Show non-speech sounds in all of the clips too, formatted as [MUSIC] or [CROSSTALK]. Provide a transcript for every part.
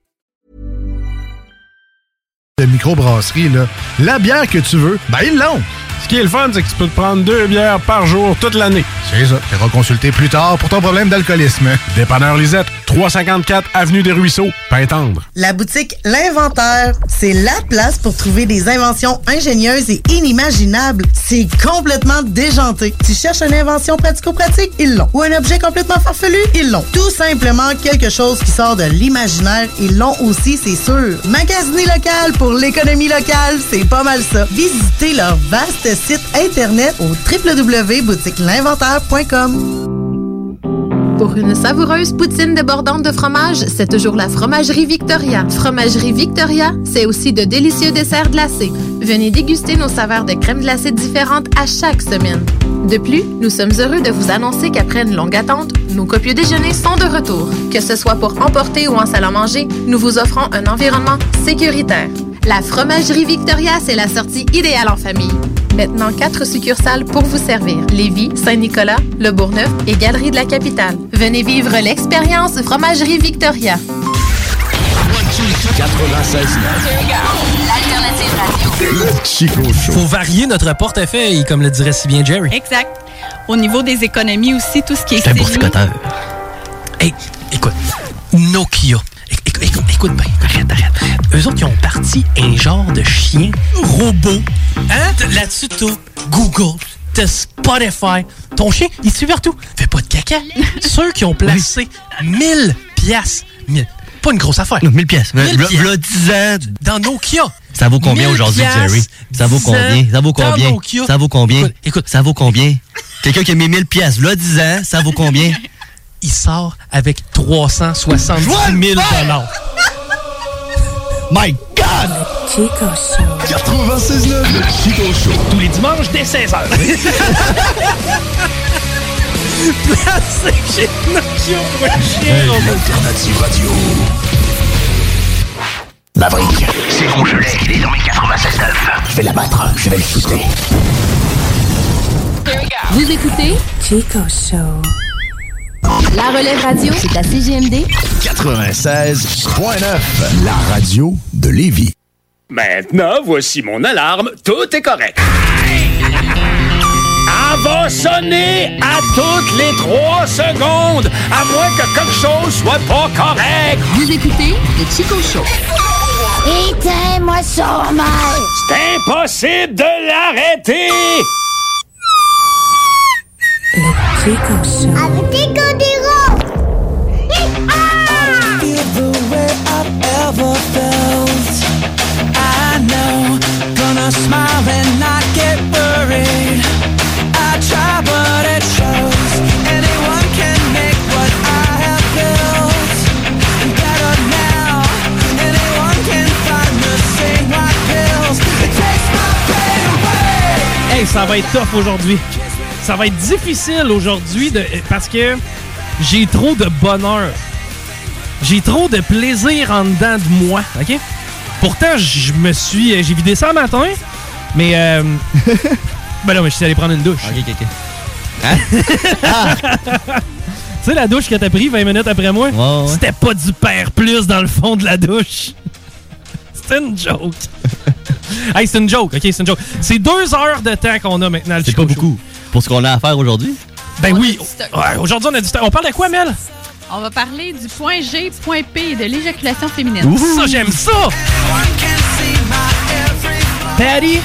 de microbrasserie, là, la bière que tu veux, ben ils l'ont. Ce qui est le fun, c'est que tu peux te prendre deux bières par jour toute l'année. C'est ça. Tu consulter plus tard pour ton problème d'alcoolisme. Dépanneur Lisette, 354 Avenue des Ruisseaux, Pintendre. La boutique L'Inventaire, c'est la place pour trouver des inventions ingénieuses et inimaginables. C'est complètement déjanté. Tu cherches une invention pratico-pratique, ils l'ont. Ou un objet complètement farfelu, ils l'ont. Tout simplement quelque chose qui sort de l'imaginaire, ils l'ont aussi, c'est sûr. Magasiner local pour l'économie locale, c'est pas mal ça. Visitez leur vaste site internet au www.boutiquelinventaire.com. Pour une savoureuse poutine débordante de fromage, c'est toujours la Fromagerie Victoria. Fromagerie Victoria, c'est aussi de délicieux desserts glacés. Venez déguster nos saveurs de crème glacée différentes à chaque semaine. De plus, nous sommes heureux de vous annoncer qu'après une longue attente, nos copieux déjeuners sont de retour. Que ce soit pour emporter ou en salle à manger, nous vous offrons un environnement sécuritaire. La Fromagerie Victoria, c'est la sortie idéale en famille. Maintenant, quatre succursales pour vous servir. Lévis, Saint-Nicolas, Le Bourgneuf et Galerie de la Capitale. Venez vivre l'expérience Fromagerie Victoria. 96 Le Chico Show. Faut varier notre portefeuille, comme le dirait si bien Jerry. Exact. Au niveau des économies aussi, tout ce qui est. C'est un CELI. boursicoteur. Hey, écoute, Nokia. Écoute, écoute, écoute bien, arrête, arrête, arrête. Eux autres, ils ont parti un genre de chien robot. Hein? T'as- Là-dessus, t'as Google, t'as Spotify. Ton chien, il te suit partout. Fais pas de [LAUGHS] caca. Ceux qui ont placé 1000 piastres, 1000, pas une grosse affaire. 1000 pièces. Mille V'là- piastres. v'là 10 ans. Dans Nokia. Ça vaut combien 1000 aujourd'hui, piastres, Jerry? Ça vaut 10 ans combien? Ça vaut dans combien? Nokia. Ça vaut combien? Écoute, écoute, Ça vaut combien? Quelqu'un qui a mis 1000 pièces, là 10 ans, ça vaut combien? [LAUGHS] il sort avec 370 000 My God! Chico Show. 96 Le Chico Show. Tous les dimanches dès 16h. Placé chez Nokia pour un chien robot. L'alternative radio. La brique. C'est Rougelet, désormais 96.9. Je vais la battre, hein. je vais le shooter. Vous écoutez Chico Show. La relève radio, c'est à CGMD. 96.9. La radio de Lévis. Maintenant, voici mon alarme. Tout est correct. Elle va sonner à toutes les trois secondes, à moins que quelque chose soit pas correct. Vous écoutez le Chico Show. Éteins-moi ça, mal! C'est impossible de l'arrêter. Chico Show. Avec Chico Diro! Hey, ça va être tough aujourd'hui. Ça va être difficile aujourd'hui de- parce que j'ai trop de bonheur. J'ai trop de plaisir en dedans de moi, OK? Pourtant, je me suis... euh, J'ai vidé ça le matin, mais... [LAUGHS] euh, ben non, mais je suis allé prendre une douche. OK, OK, OK. [LAUGHS] tu sais, la douche que t'as pris 20 minutes après moi, c'était pas du père plus dans le fond de la douche. C'était une [LAUGHS] joke. hey, c'est une joke, ok, c'est une joke. C'est deux heures de temps qu'on a maintenant. C'est pas beaucoup. Pour ce qu'on a à faire aujourd'hui? Ben oui. Ouais, aujourd'hui, on a du temps. On parle de quoi, Mel? On va parler du point G, point P, de l'éjaculation féminine. Ça, j'aime ça! Patty,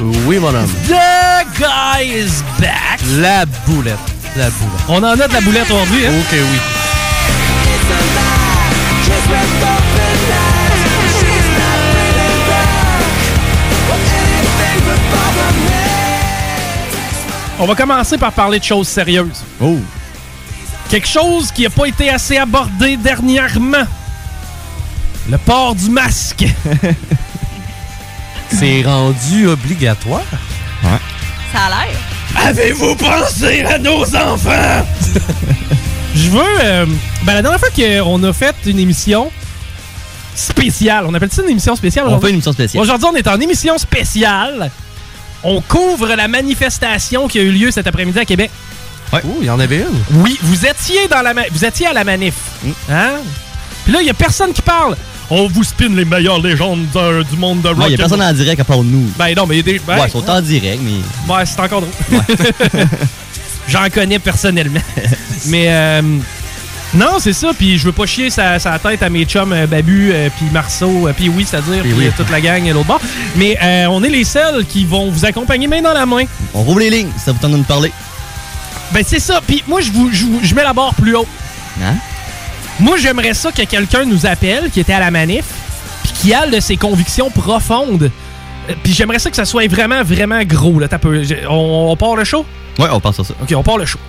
Oui, mon homme. the guy is back! La boulette. La boulette. On en a de la boulette aujourd'hui, hein? Ok, oui. On va commencer par parler de choses sérieuses. Oh! Quelque chose qui n'a pas été assez abordé dernièrement. Le port du masque. C'est rendu [LAUGHS] obligatoire. Ça a l'air. Avez-vous pensé à nos enfants? Je veux... euh, ben, la dernière fois qu'on a fait une émission spéciale, on appelle ça une émission spéciale? On aujourd'hui? fait une émission spéciale. Aujourd'hui, on est en émission spéciale. On couvre la manifestation qui a eu lieu cet après-midi à Québec. Oh, il y en avait une. Oui, vous étiez dans la ma- vous étiez à la manif. Mm. Hein? Puis là, il y a personne qui parle. On vous spin les meilleures légendes de- du monde de rock. Il n'y a personne en direct à part nous. Ben non, mais il y a des. ben, ouais, ils sont en direct, mais. Ouais, c'est encore drôle. [LAUGHS] J'en [LAUGHS] connais personnellement. Mais euh, non, c'est ça. Puis je veux pas chier sa, sa tête à mes chums euh, Babu, euh, puis Marceau, euh, puis oui, c'est-à-dire, puis oui. euh, toute la gang et l'autre bord. Mais euh, on est les seuls qui vont vous accompagner main dans la main. On roule les lignes, ça vous tente de nous parler. Ben c'est ça. Puis moi, je vous, je vous- je mets la barre plus haut. Hein? Moi, j'aimerais ça que quelqu'un nous appelle, qui était à la manif, puis qui a de ses convictions profondes. Euh, Puis j'aimerais ça que ça soit vraiment, vraiment gros. Là, T'as peu- j'ai- on, on part le show? Ouais, on passe à ça. OK, on part le show.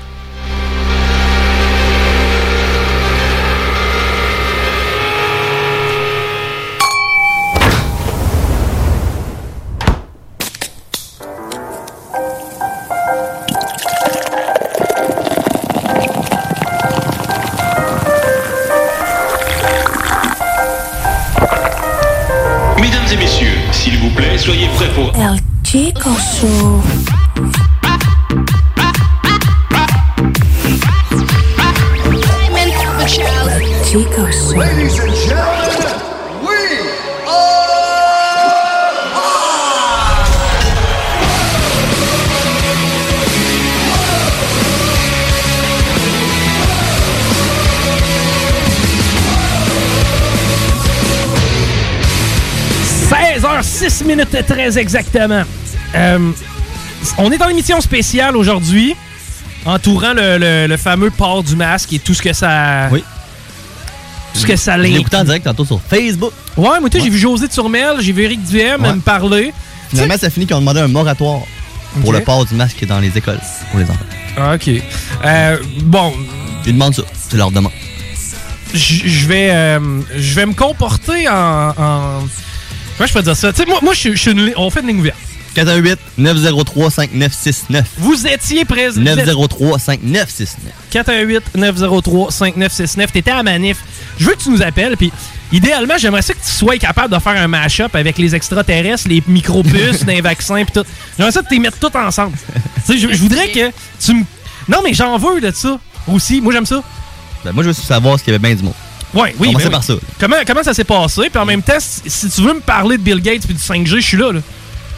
Mesdames et messieurs, s'il vous plaît, soyez prêts pour El Chico Show. Chico Show. h 06 minutes très exactement. Euh, on est en émission spéciale aujourd'hui, entourant le, le- le fameux port du masque et tout ce que ça. Oui. Tout ce que ça Je l'ai l'est. écouté en direct tantôt sur Facebook. Ouais, moi, tu sais, j'ai vu José de Turmel, j'ai vu Eric Duhem Ouais. me parler. Finalement, ça finit qu'ils ont demandé un moratoire pour Ok. Ah, le port du masque dans les écoles pour les enfants. OK. Euh, bon. Ils demandent ça. Tu leur demandes. je je vais euh, je vais me comporter en, en- comment je peux dire ça tu sais moi moi je suis- je suis une li- on fait une ligne ouverte 418 903 5969. vous étiez présent 903 5969. 418 903 5969 t'étais à manif je veux que tu nous appelles puis idéalement j'aimerais ça que tu sois capable de faire un mash-up avec les extraterrestres les [LAUGHS] micropuces les vaccins puis tout j'aimerais ça que tu les mettes tout ensemble tu sais je je voudrais que tu me non mais j'en veux de ça aussi moi j'aime ça Ben, moi, je veux savoir s'il y avait bien du monde. Ouais, oui, Commencez ben oui. par ça. Comment, comment ça s'est passé? Puis en même temps, si, si tu veux me parler de Bill Gates puis du 5G, je suis là. là.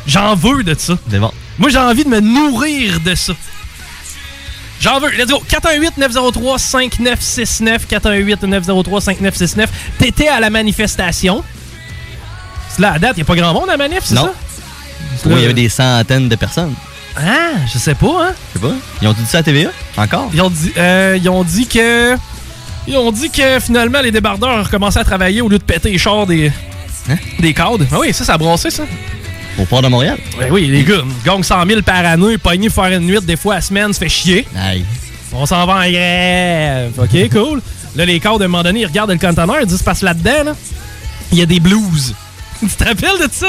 J'en veux de ça. C'est bon. Moi, j'ai envie de me nourrir de ça. J'en veux. Let's go. 418-903-5969. 418-903-5969. T'étais à la manifestation. C'est là, à date, il a pas grand monde à la manif, c'est Non. ça? Oui, il y avait des centaines de personnes. Ah, je sais pas, hein? Je sais pas. Ils ont dit ça à TVA? Encore? Ils ont dit, euh, ils ont dit que. Ils ont dit que finalement, les débardeurs ont recommencé à travailler au lieu de péter les chars des. Hein? Des cadres. Ah oui, ça, ça a brassé, ça. Au port de Montréal? Ben oui, les gars, gagne 100 000 par année, pogné pour faire une nuit, des fois à semaine, se fait chier. Aïe. On s'en va en grève. [LAUGHS] OK, cool. Là, les cadres, à un moment donné, ils regardent le conteneur, ils disent, passe là-dedans, là. Il y a des blues. [LAUGHS] tu te rappelles de ça?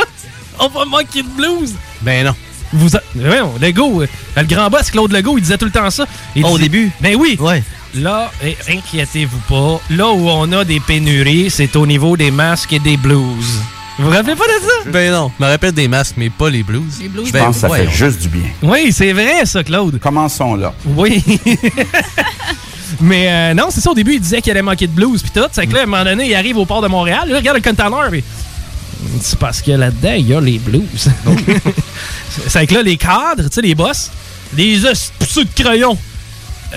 On va manquer de blues. Ben non. Vous a... Ben voyons, Legault, euh, le grand boss Claude Legault, il disait tout le temps ça. Il Oh, au disait- début? Ben oui. Ouais. Là, eh, inquiétez-vous pas, là où on a des pénuries, c'est au niveau des masques et des blues. Vous vous rappelez pas de ça? Ben non, je me rappelle des masques, mais pas les blues. Les blues. Je pense que ça fait juste du bien. Oui, c'est vrai ça, Claude. Commençons là. Oui. [LAUGHS] Mais euh, non, c'est ça, au début, il disait qu'il allait manquer de blues puis tout. C'est que là, à un moment donné, il arrive au port de Montréal, là, il regarde le container, puis... C'est parce que là-dedans, il y a les blues. c'est que là, les cadres, tu sais, les boss, les os de crayon.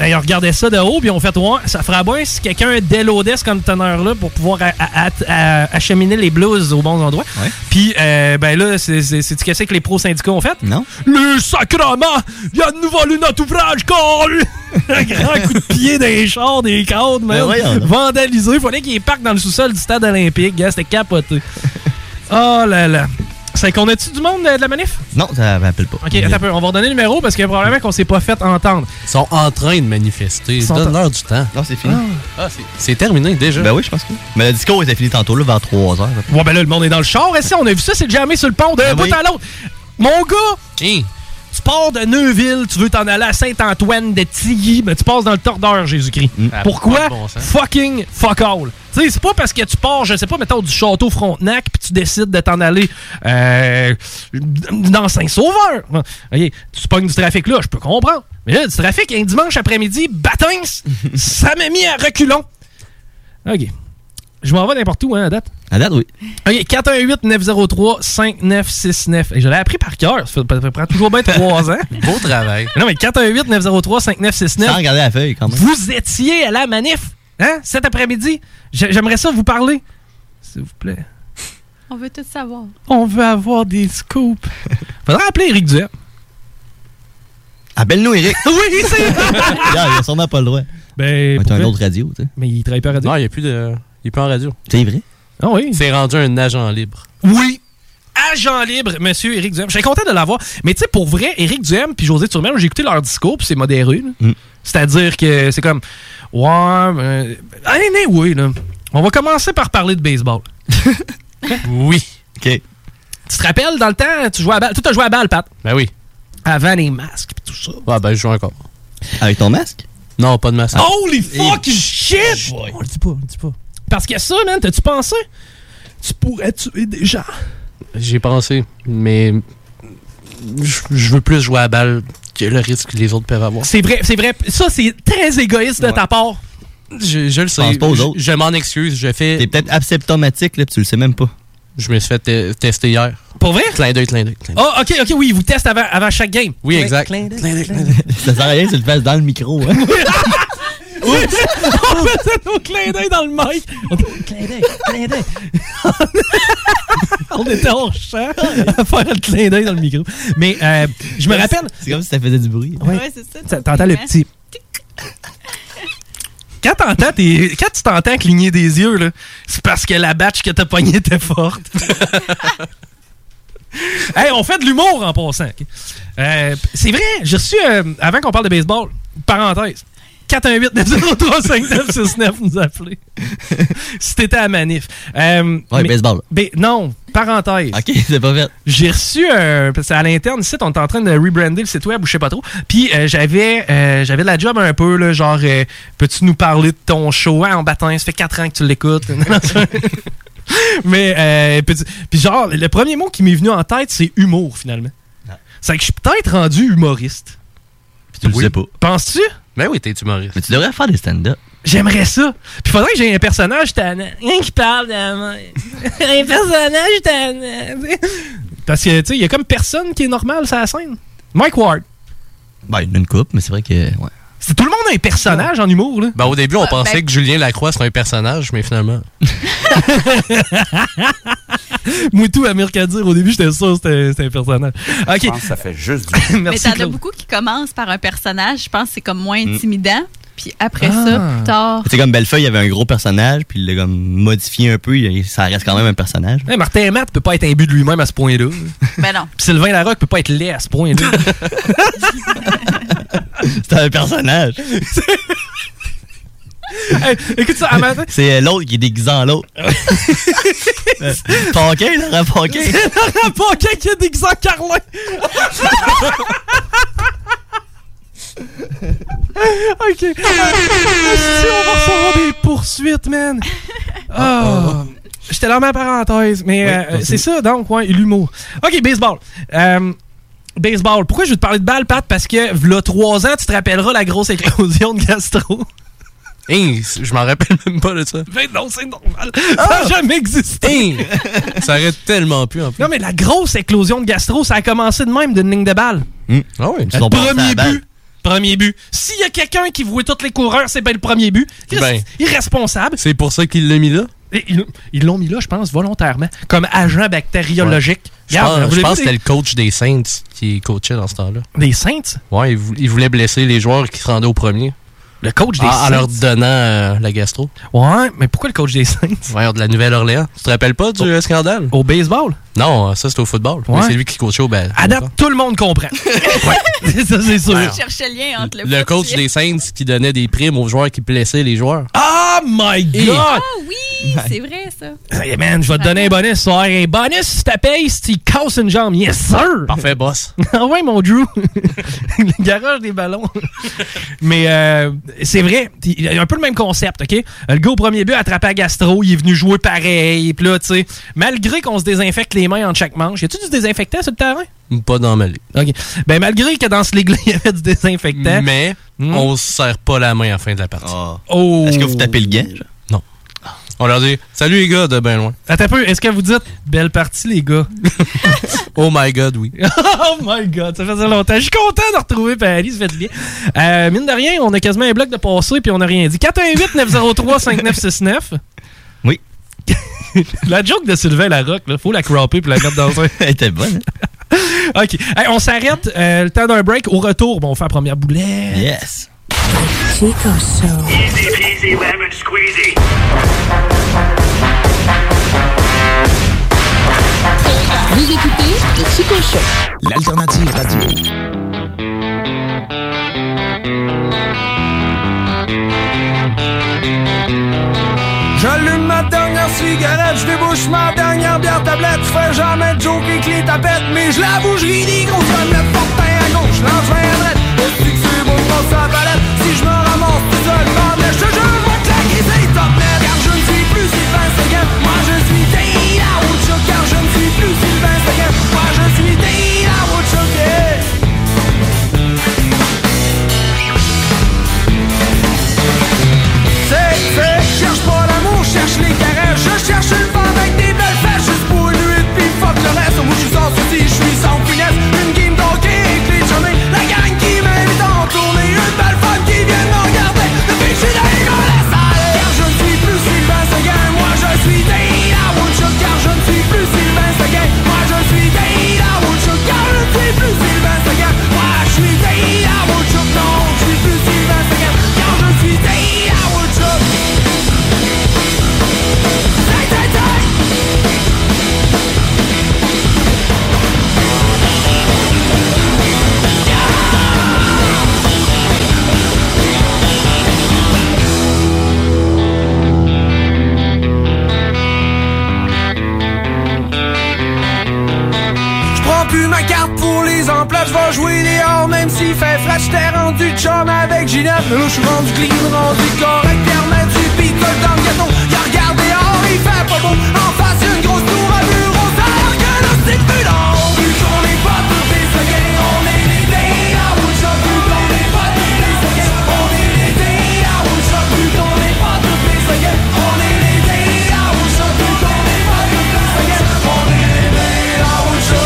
Ils regardaient ça de haut, puis ils ont fait ouais, ça ferait bien si quelqu'un déloadait ce conteneur-là pour pouvoir a- a- a- a- acheminer les blues aux bons endroits. Puis, euh, ben là, c'est tu qu'est-ce que les pros syndicats ont fait? Non. Le sacrement! Il y a de nouveau lu notre ouvrage, col! [LAUGHS] Un grand coup de pied des chars, des cadres, Ben même. voyons donc. vandalisé. Fallait qu'ils parquent dans le sous-sol du stade olympique. Gars, [LAUGHS] c'était capoté. oh là là. C'est qu'on a-tu du monde euh, de la manif? Non, ça m'appelle pas. Ok, attends un peu. On va redonner le numéro parce que probablement qu'on s'est pas fait entendre. Ils sont en train de manifester. sont Donne-leur du temps. Non, c'est fini. Ah, c'est- c'est terminé déjà. Ben oui, je pense que. Mais le discours était fini tantôt, là, vers 3 heures. [LAUGHS] Ouais, ben là, le monde est dans le char. Et si on a vu ça, c'est jamais sur le pont d'un bout à l'autre. Mon gars, tu pars de Neuville, tu veux t'en aller à Saint-Antoine de Tilly, mais tu passes dans le tordeur, Jésus-Christ. Ah, pas Pourquoi de bon sens. fucking fuck all? Tu sais, c'est pas parce que tu pars, je sais pas, mettons, du château Frontenac, puis tu décides de t'en aller euh, dans Saint-Sauveur. Ok, Tu pognes du trafic là, je peux comprendre. Mais là, du trafic, un dimanche après-midi, batins, ça m'a mis à reculons. OK. Je m'en vais n'importe où, hein, à date. À date, oui. OK, 418-903-5969. Et je l'ai appris par cœur. Ça fait- ça prend toujours bien trois [LAUGHS] ans. Beau travail. Non, mais 418-903-5969. Sans regarder la feuille, quand même. Vous étiez à la manif, hein, cet après-midi. J'ai- J'aimerais ça vous parler. S'il vous plaît. On veut tout savoir. On veut avoir des scoops. Faudra appeler Eric Duhem. Appelle-nous, Eric. [LAUGHS] oui, [LAUGHS] c'est Regarde, il a sûrement pas le droit. Ben. T'as pour une vrai. autre radio, tu sais. Mais il travaille pas à radio. Non, il n'y a plus de. Il est plus en radio. C'est vrai? Ah oui. C'est rendu un agent libre. Oui. Agent libre, monsieur Éric Duhem. J'étais content de l'avoir. Mais tu sais, pour vrai, Éric Duhem puis José Turmel, j'ai écouté leur discours, puis c'est modéré. là. C'est-à-dire que c'est comme. Ouais. euh, Allez, oui, là. On va commencer par parler de baseball. oui. OK. Tu te rappelles, dans le temps, tu jouais à balle. Toi, t'as joué à balle, Pat. Ben oui. Avant les masques, puis tout ça. Ah, ben je joue encore. Avec ton masque? Ah. Non, pas de masque. Holy fucking shit! On le dit pas, on le dit pas. Oh Parce que ça, man, t'as-tu pensé? Tu pourrais tuer des gens. J'ai pensé, mais je je veux plus jouer à la balle que le risque que les autres peuvent avoir. C'est vrai, c'est vrai. Ça, c'est très égoïste de ta part. Je, je le sais. Pense pas aux Je- autres. Je, m'en excuse. Je fais. T'es peut-être asymptomatique, là, puis tu le sais même pas. Je me suis fait te- tester hier. Pour vrai? Clin d'œil, clin d'œil. clin d'œil. Ah, ok, ok, oui, ils vous testent avant, avant chaque game. Oui, exact. ça sert à rien que tu le fasses dans le micro, hein. on faisait nos clins d'œil dans le mic. clin d'œil, clin d'œil. [LAUGHS] on était hors champ [LAUGHS] à faire le clin d'œil dans le micro. Mais euh, je me rappelle. C'est comme si ça faisait du bruit. Ouais. Ouais, c'est ça. Ça- T'entends le petit. Quand, t'entends tes- quand tu t'entends cligner des yeux, là, c'est parce que la batch que t'as pognée [LAUGHS] était forte. hey, on fait de l'humour en passant. ok? Euh, c'est vrai, j'ai reçu, euh, avant qu'on parle de baseball, parenthèse, 418-903-5969 nous a appelé. si t'étais à manif. Euh, Ouais, mais- baseball. ben, non, parenthèse. Ok, c'est pas fait. J'ai reçu un. Parce que à l'interne, ici, on est en train de rebrander le site web ou je sais pas trop. Puis euh, j'avais euh, j'avais de la job un peu, là, genre, euh, peux-tu nous parler de ton show hein, en bâton? Ça fait 4 ans que tu l'écoutes. [LAUGHS] Non, non, ça- Mais, euh, peux-tu- puis genre, le premier mot qui m'est venu en tête, c'est humour, finalement. C'est que je suis peut-être rendu humoriste. Puis Ah. tu le Oui. sais pas. Penses-tu? Ben oui, t'es humoriste. Mais tu devrais faire des stand-up. J'aimerais ça. Puis faudrait que j'ai un personnage tannant. Rien qui parle de [LAUGHS] Un personnage euh, tannant. Parce que, tu sais, il y a comme personne qui est normal sur la scène. Mike Ward. Ben, il y en a une coupe, mais c'est vrai que. Ouais. C'est tout le monde a un personnage en humour, là. Ben, au début, on Ouais, pensait ben- que Julien Lacroix, c'était un personnage, mais finalement. Moutou Amir Kadir, au début, j'étais sûr que c'était- c'était un personnage. Je OK. pense que ça fait [LAUGHS] juste du Mais Merci, t'en as Claude. beaucoup qui commencent par un personnage. Je pense que c'est comme moins Mm. intimidant. Puis après Ah. ça, plus tard. C'est comme Bellefeuille, il y avait un gros personnage, puis il l'a comme modifié un peu, il- ça reste quand même un personnage. Hey, Martin Amat peut pas être imbu de lui-même à ce point-là. Puis Ben non. Sylvain Larocque peut pas être laid à [LAUGHS] ce point-là. C'est un [LAUGHS] personnage. Hey, écoute ça, à matin. C'est euh, l'autre qui est déguisé en [LAUGHS] l'autre. Euh, Paquin, Laurent Paquin. C'est Laurent Paquin qui a déguisé en Carlin. [LAUGHS] ok. Euh, si on va recevoir des poursuites, [LAUGHS] man. Ah. J'étais dans ma parenthèse, mais euh, continue. c'est ça, donc, ouais, l'humour. Ok, baseball. Euh, baseball. Pourquoi je veux te parler de balle, Pat? Parce que, v'là trois ans, tu te rappelleras la grosse éclosion de Gastro. Hein, je m'en rappelle même pas de ça. Ben non, c'est normal. Ça n'a jamais existé. Hein, ça aurait tellement pu en plus. Non, mais la grosse éclosion de Gastro, ça a commencé de même d'une ligne de balle. Ah oui. Hmm. Ils sont passés à la Premier balle. but. Premier but. S'il y a quelqu'un qui voit tous les coureurs, c'est bien le premier but. Chris, Ben. Irresponsable. C'est pour ça qu'il l'a mis là? Et ils- Ils l'ont mis là, je pense, volontairement, comme agent bactériologique. Je pense- Regarde, je voulez-vous pense que des- c'était le coach des Saints qui coachait dans ce temps-là. Des Saints? Ouais, il vou- il voulait blesser les joueurs qui se rendaient au premier. Le coach des En- En leur Saints? donnant euh, la gastro. Ouais, mais pourquoi le coach des Saints? Ouais, de la Nouvelle-Orléans. Tu te rappelles pas du euh, scandale? Au baseball? Non, euh, ça c'était au football. Mais Ouais. c'est lui qui coachait au bal. À date, tout le monde [LAUGHS] comprend. [LAUGHS] ouais, [LAUGHS] ça, c'est sûr. Ouais. Je cherchais le lien entre le, Le coach des Saints qui donnait des primes aux joueurs qui blessaient les joueurs. Oh my Ah god! oui, c'est vrai ça. Hey man, je vais te donner un bonus. ça va avoir Un bonus si tu payes si tu casses une jambe. Yes, sir! Parfait, boss. [LAUGHS] ah ouais, mon Drew. le garage des ballons. [LAUGHS] Mais euh, c'est vrai, il y a un peu le même concept, OK? Le gars au premier but a attrapé à gastro, il est venu jouer pareil. Puis là, tu sais, malgré qu'on se désinfecte les mains entre chaque manche, y a-tu du désinfectant sur le terrain? Pas dans ma ligue. OK. Ben, malgré que dans ce ligue-là, [LAUGHS] il y avait du désinfectant. Mais Hmm? on se serre pas la main à la fin de la partie. Oh. Est-ce que vous tapez le gain? Non. On leur dit Salut les gars de ben loin. Attends un peu, est-ce que vous dites belle partie, les gars? [LAUGHS] Oh my god, oui. oh my god, ça faisait longtemps. Je suis content de retrouver Paris, ça fait du bien. Euh, mine de rien, on a quasiment un bloc de passé puis on n'a rien dit. 418-903-5969. Oui. [LAUGHS] la joke de Sylvain Larocque, là, faut la cropper puis la mettre dans [LAUGHS] un. Elle était bonne. [LAUGHS] hein? OK. Hey, on s'arrête. euh, le temps d'un break. Au retour, bon, on fait la première boulette. Yes. Chico Show. Easy peasy lemon squeezy. Vous écoutez le Chico Show. L'alternative radio. [LAUGHS] J'allume ma dernière cigarette, je débouche ma dernière bière tablette, je fais jamais de joke avec les tapettes, mais je l'avoue, je ris des gros, je me mets portin à gauche, lance un à droite, est-ce que c'est bon qu'on s'en palette, si je me ramasse tout seul, par mais je te jure, va claquer ses top net, car je ne suis plus Sylvain Seguin, moi je suis Taylor Woodchuck, car je ne suis plus Sylvain Seguin, moi je suis Taylor Woodchuck, yeah. C'est, c'est, cherche pas l'amour, cherche les carrés, je cherche une femme avec des belles fesses, juste pour lui puis fuck le reste. Moi je suis sans souci, je suis sans finesse, une game d'hockey avec les chummies, la gang qui m'invite en tournée, une belle femme qui vient me regarder, depuis que je suis dans les gars, laisse aller. Car je ne suis plus Sylvain Seguin, moi je suis Taylor Woodchuck, car je ne suis plus Sylvain Seguin, moi je suis Taylor Woodchuck, car je ne suis plus Sylvain Seguin, moi je suis Taylor Woodchuck, non, je suis plus Sylvain Seguin, car je suis Taylor Woodchuck. Taille, taille, taille. Je prends plus ma carte pour les emplois, je vais jouer dehors même s'il fait frais, j'étais rendu chum avec Ginette, mais là je suis rendu clean, rendu correct, permet du picole dans le gâteau, y'a regardé dehors, il fait pas beau, en face une grosse tour à mur, on s'alerte que le stick plus long, vu qu'on est pas tous des seconds, on est des dés à Woodshop, vu qu'on est pas tous des seconds, on est des dés à Woodshop, vu qu'on est pas tous des seconds, on est des dés à Woodshop, vu qu'on est pas tous des seconds, on est des dés à Woodshop.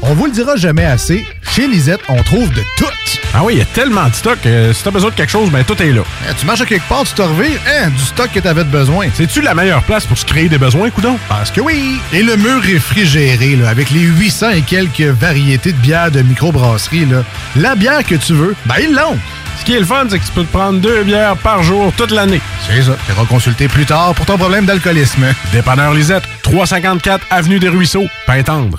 On vous le dira jamais assez, chez Lisette, on trouve de tout. Ah oui, il y a tellement de stock. euh, si t'as besoin de quelque chose, ben tout est là. Hein, tu marches à quelque part, tu te revires, hein, du stock que t'avais de besoin. C'est-tu la meilleure place pour se créer des besoins, coudon? Parce que oui! Et le mur réfrigéré, là, avec les 800 et quelques variétés de bières de microbrasserie, là, la bière que tu veux, ben ils l'ont! Ce qui est le fun, c'est que tu peux te prendre deux bières par jour toute l'année. C'est ça. Tu consulter plus tard pour ton problème d'alcoolisme. Dépanneur Lisette, 354 Avenue des Ruisseaux, Pintendre.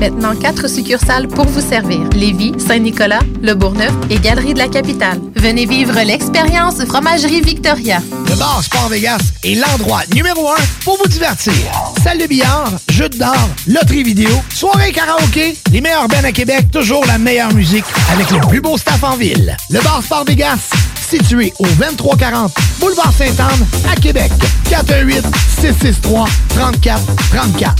Maintenant, quatre succursales pour vous servir. Lévis, Saint-Nicolas, Le Bourgneuf et Galerie de la Capitale. Venez vivre l'expérience Fromagerie Victoria. Le bar Sport Vegas est l'endroit numéro un pour vous divertir. Salle de billard, jeux de d'or, loterie vidéo, soirée karaoké, les meilleurs bennes à Québec, toujours la meilleure musique avec le plus beau staff en ville. Le bar Sport Vegas, situé au 2340 Boulevard Sainte-Anne à Québec. 418 663 34 34.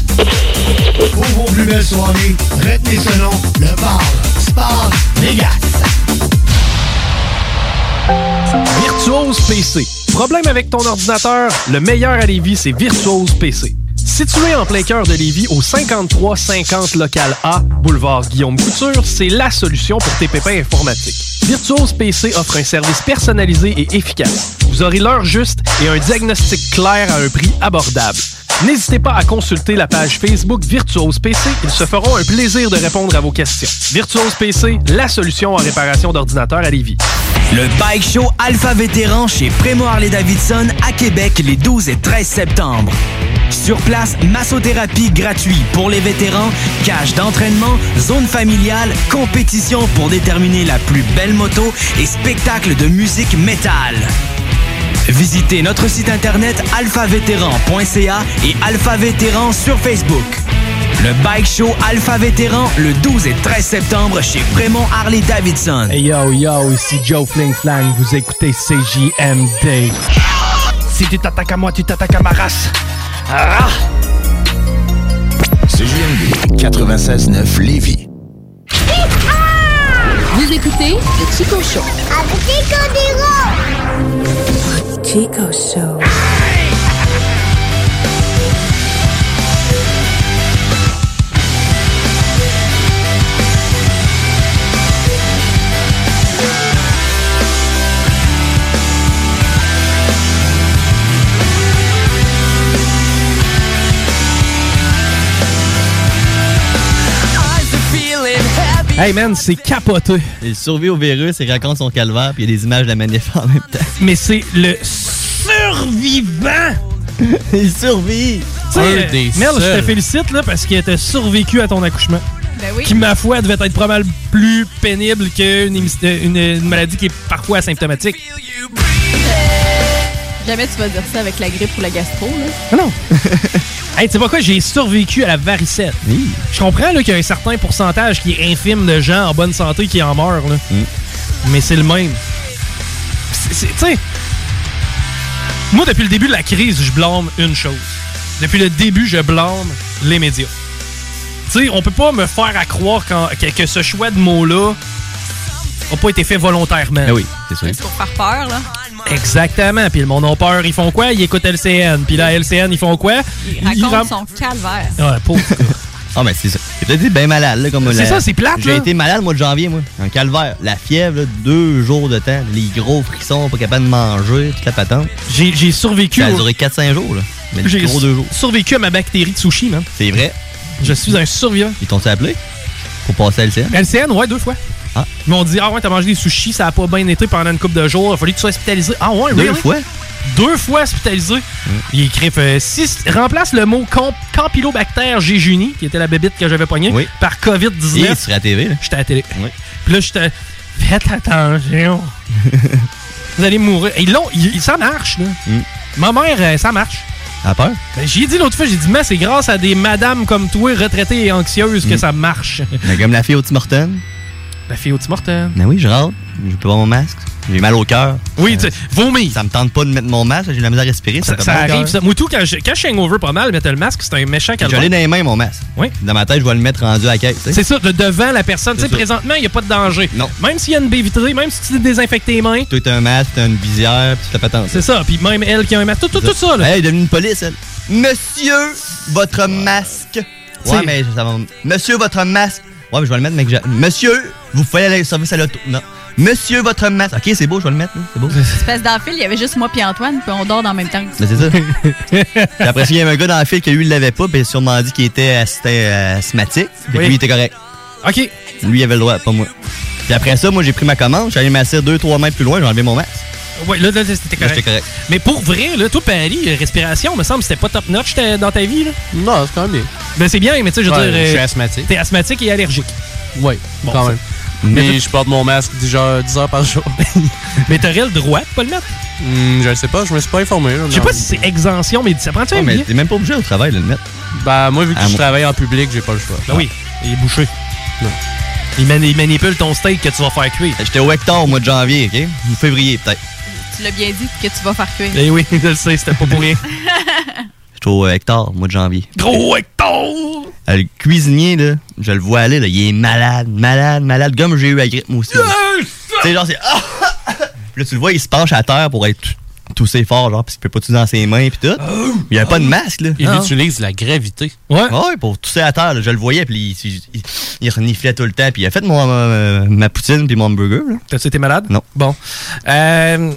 Pour vos plus belles soirées, retenez ce nom, le bar Sport Vegas. Virtuose PC. Problème avec ton ordinateur? Le meilleur à Lévis, c'est Virtuose PC. Situé en plein cœur de Lévis, au 5350 local A, boulevard Guillaume Couture, c'est la solution pour tes pépins informatiques. Virtuose PC offre un service personnalisé et efficace. Vous aurez l'heure juste et un diagnostic clair à un prix abordable. N'hésitez pas à consulter la page Facebook Virtuose PC. Ils se feront un plaisir de répondre à vos questions. Virtuose PC, la solution en réparation d'ordinateurs à Lévis. Le Bike Show Alpha Vétéran chez Prémo Harley-Davidson à Québec les 12 et 13 septembre. Sur place, massothérapie gratuite pour les vétérans, cage d'entraînement, zone familiale, compétition pour déterminer la plus belle moto et spectacle de musique métal. Visitez notre site internet alphavétéran.ca et Alpha Vétéran sur Facebook. Le Bike Show Alpha Vétéran le 12 et 13 septembre chez Prémont Harley-Davidson. Hey yo, yo, ici Joe Fling Flang, vous écoutez CJMD. Si tu t'attaques à moi, tu t'attaques à ma race. Ah! CJMD 96-9 Lévis. Vous écoutez le Chico Show. Avec Chico Dero. Chico Show. Hey man, c'est capoté. Il survit au virus, il raconte son calvaire, puis il y a des images de la manif en même temps. Mais c'est le survivant! [LAUGHS] il survit! Tu sais, Un des Mel, je te seuls. félicite là, parce qu'il a survécu à ton accouchement. Ben oui. Qui, ma foi, devait être pas mal plus pénible qu'une émis- euh, une, une maladie qui est parfois asymptomatique. Jamais tu vas dire ça avec la grippe ou la gastro, là. Ah non! [LAUGHS] hey, tu sais pas quoi, j'ai survécu à la varicelle. Je comprends là, qu'il y a un certain pourcentage qui est infime de gens en bonne santé qui en meurent, là. Mm. mais c'est le même. C'est- c'est- Tu sais, moi, depuis le début de la crise, je blâme une chose. Depuis le début, je blâme les médias. Tu sais, on peut pas me faire à croire qu'en- que, que ce choix de mots-là n'a pas été fait volontairement. Ben oui, c'est sûr. Pour faire peur, là. Exactement. Puis le monde a peur, ils font quoi? Ils écoutent LCN. Puis la LCN, ils font quoi? Il Ils raconte son ram- calvaire. Ouais, pauvre. [LAUGHS] Ah, mais c'est ça. J'ai peut-être été bien malade, là, comme C'est la- ça, c'est plate, J'ai là. été malade, le mois de janvier, moi. Un calvaire. La fièvre, là, deux jours de temps. Les gros frissons, pas capable de manger, toute la patente. J'ai, survécu. Ça a au- duré 4-5 jours, là. Mais J'ai gros deux jours. survécu à ma bactérie de sushi, man. C'est vrai. Je suis un survivant. Ils t'ont appelé pour passer à LCN? LCN, ouais, deux fois. Ils m'ont dit, ah ouais, t'as mangé des sushis, ça a pas bien été pendant une couple de jours, il a fallu que tu sois hospitalisé. Ah ouais, Deux really? fois? Mm. Deux fois hospitalisé. Il écrit, fait, si, remplace le mot com- Campylobacter jejuni, qui était la bébite que j'avais pognée, par COVID-19. Et tu serais à TV, là. J'étais à la télé. Puis là, j'étais. Faites [LAUGHS] attention. Vous allez mourir. Et là, ça marche, là. Ma mère, euh, ça marche. Mm. À peur? Ben, j'ai dit l'autre fois, j'ai dit, mais c'est grâce à des madames comme toi, retraitées et anxieuses, Mm. que ça marche. Mais comme la fille au Tim Hortons. La fille au Tim Hortons. Ben oui, je rentre. Je peux pas mon masque. J'ai mal au cœur. Euh, Oui, tu vomis. Ça me tente pas de mettre mon masque. J'ai de la misère à respirer. Ça, Ça, me fait ça mal au cœur. arrive, ça. Moi, tout, quand je, quand je suis hangover pas mal, mettre le masque, c'est un méchant Je calvaire. l'ai dans les mains, mon masque. Oui. Dans ma tête, je vais le mettre rendu à la caisse. tu sais. C'est ça, de devant la personne. Tu sais, C'est ça. présentement, il n'y a pas de danger. Non. Même s'il y a une baie vitrée, même si tu t'es désinfecté les mains. Toi, t'as un masque, t'as une visière, puis t'as patente. C'est ça, puis même elle qui a un masque, tout, tout, tout ça. Là. Elle est devenue une police, elle. Monsieur, votre masque. Ouais, T'sais- mais ça va. Monsieur, votre masque. Ouais, mais je vais le mettre, mec. Monsieur, vous pouvez aller au service à l'auto. Non. Monsieur votre masque. Ok, c'est beau, je vais le mettre. là, [LAUGHS] C'est beau. Espèce d'enfil, il y avait juste moi puis Antoine, puis on dort en même temps. Mais c'est ça. Puis après, il y avait un gars dans la file qui lui, il l'avait pas, puis il a sûrement dit qu'il était ast- euh, asthmatique. Fait que Oui. lui, il était correct. OK. Lui, il avait le droit, pas moi. Puis après ça, moi, j'ai pris ma commande, j'allais m'asseoir 2-3 mètres plus loin, j'ai enlevé mon masque. Ouais, là, là, c'était Là, correct. j'étais correct. Mais pour vrai, là, toi, Paris, euh, respiration, me semble, c'était pas top notch t'es- dans ta vie, là. Non, c'est quand même bien. Ben, c'est bien, mais tu sais, je veux Ouais, dire. je suis asthmatique. T'es asthmatique et allergique. Oui, Bon, quand ça- même. Mais- Mais, je porte mon masque 10 heures, 10 heures par jour. [LAUGHS] Hmm, mais t'aurais le droit de pas le mettre? je sais pas, je me suis pas informé. là, Je sais non. pas si c'est exemption, mais ça prend-tu un Ouais, mais billet? T'es même pas obligé au travail de le mettre. Bah, moi, vu que Ah, je moi- travaille en public, j'ai pas le choix. Ben oui, il est bouché. Il, mani- il manipule ton steak que tu vas faire cuire. J'étais au Hector au mois de janvier, OK? Ou février, peut-être. Tu l'as bien dit que tu vas faire cuire. [LAUGHS] Eh oui, [LAUGHS] je le sais, c'était pas pour rien. [LAUGHS] J'étais au Hector au mois de janvier. Gros Ben Hector! Euh, Le cuisinier, là, je le vois aller, là, il est malade, malade, malade, comme j'ai eu la grippe, moi aussi. là. Tu sais, genre, c'est. [LAUGHS] Ah! Puis là, tu le vois, il se penche à terre pour être tou- toussé fort, genre, parce qu'il peut pas tousser dans ses mains, puis tout. Il y a pas de masque, là. Il Ah. utilise la gravité. Oh! Ouais. Ouais, pour tousser à terre, là, je le voyais, puis il, il- il reniflait tout le temps, puis il a fait mon, euh, ma poutine, puis mon hamburger, là. T'as-tu été malade? Non. Bon. Euh,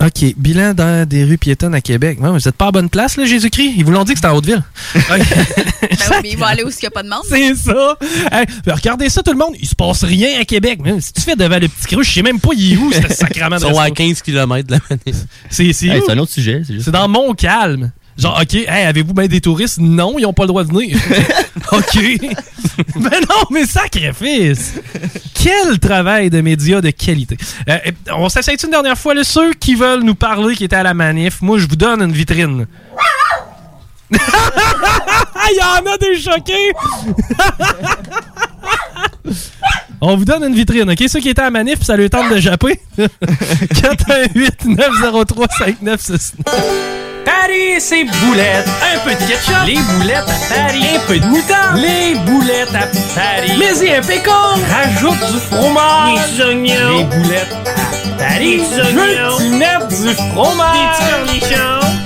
OK. Bilan dans des rues piétonnes à Québec. Ouais, mais vous êtes pas à bonne place, là, Jésus-Christ. Ils vous l'ont dit que c'était en Haute-Ville. Ben oui, mais il va aller où il n'y a pas de monde. [LAUGHS] C'est ça. Hey, ben, regardez ça, tout le monde. Il se passe rien à Québec. Mais si tu fais devant le petit creux, je sais même pas il est où, ce sacrament de Ils sont resto. à 15 km de la manif. C'est c'est Hey, où? c'est un autre sujet, c'est juste. C'est dans mon calme. Genre, OK, hey, avez-vous bien des touristes? Non, ils n'ont pas le droit de venir. [LAUGHS] OK. ben non, mais sacrifice! Quel travail de médias de qualité. Euh, et- on s'essaye une dernière fois, là, ceux qui veulent nous parler, qui étaient à la manif, moi, je vous donne une vitrine. Il y en a des choqués! [LAUGHS] [LAUGHS] On vous donne une vitrine, OK? Ceux qui étaient à la manif, ça le tente de japper. 418 903 5969 Paris, c'est boulettes. Un peu de ketchup. Les boulettes à Paris. Un peu de moutarde. Les boulettes à Paris. Mais y un pécan. Rajoute du fromage. Des oignons. Les boulettes à Paris. Des oignons. Tu mets du fromage. Des cornichons.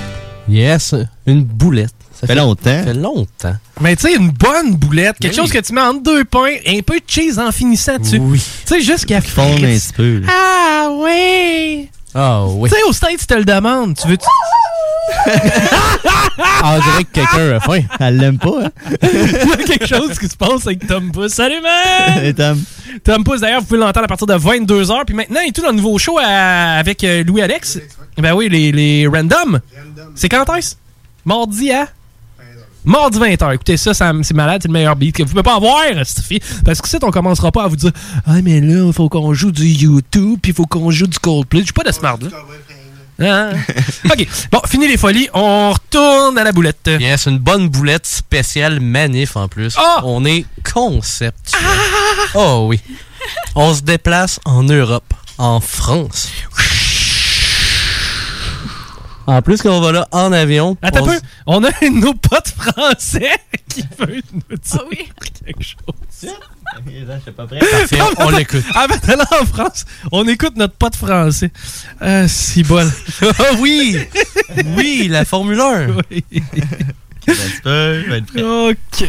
Yes, une boulette. Ça fait longtemps. Ça fait longtemps. Mais tu sais, une bonne boulette, Ben quelque chose que tu mets entre deux pains, et un peu de cheese en finissant dessus. Oui. Tu sais, juste qu'à Fondre un petit peu, là. Ah oui! Ah oui. Tu sais, au stade, tu te le demandes. Tu veux. Ah, on dirait que quelqu'un a faim. Elle l'aime pas, hein? [LAUGHS] Il y a quelque chose qui se passe avec Tom Pouce. Salut, man! Hey, Tom. Tom Pouce, d'ailleurs, vous pouvez l'entendre à partir de 22h. Puis maintenant, il est tout dans le nouveau show à- avec euh, Louis-Alex. Ben oui, les, les random. C'est quand est-ce? Mardi à? Mardi 20h. Écoutez, ça, ça- c'est malade, c'est le meilleur beat que vous pouvez pas avoir, cette fille. Parce que c'est on commencera pas à vous dire Ah, mais là, faut qu'on joue du YouTube, puis faut qu'on joue du Coldplay. Je suis pas de smart, là. Hein? [LAUGHS] ok, bon, fini les folies, on retourne à la boulette. Yes, une bonne boulette spéciale manif en plus. Ah! On est conceptuel. Oh oui. On se déplace en Europe, en France. En plus qu'on va là en avion. Attends on un s- peu, on a un de nos potes français [LAUGHS] qui veut nous dire quelque chose. Parfait, [LAUGHS] on Attends, [LAUGHS] l'écoute. Avant d'aller en France, on écoute notre pote français. Euh, si bol. [LAUGHS] oui! Oui, la Formule 1. [LAUGHS] ben, ok.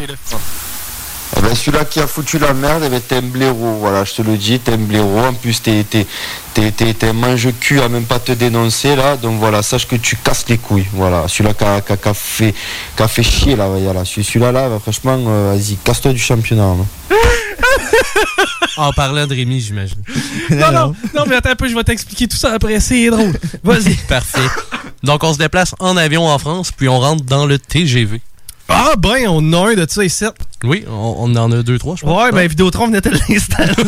Ah ben, celui-là qui a foutu la merde, eh ben, t'es un blaireau, voilà, je te le dis, t'es un blaireau, en plus t'es, t'es, t'es, t'es- t'es un mange-cul à même pas te dénoncer, là, donc voilà, sache que tu casses les couilles, voilà, celui-là qui a, qui a- qui a fait, qui a fait chier, là, voilà, Celui- celui-là, là, ben, franchement, euh, vas-y, casse-toi du championnat, hein. là. En parlant de Rémi, j'imagine. Non, non, non, mais attends un peu, je vais t'expliquer tout ça après, c'est drôle. [LAUGHS] Vas-y. Parfait. Donc, on se déplace en avion en France, puis on rentre dans le TGV. Ah, ben, on a un de ça ici. Oui, on, on en a deux, trois, je pense. Ouais, ben, Vidéotron venait de [LAUGHS] l'installer.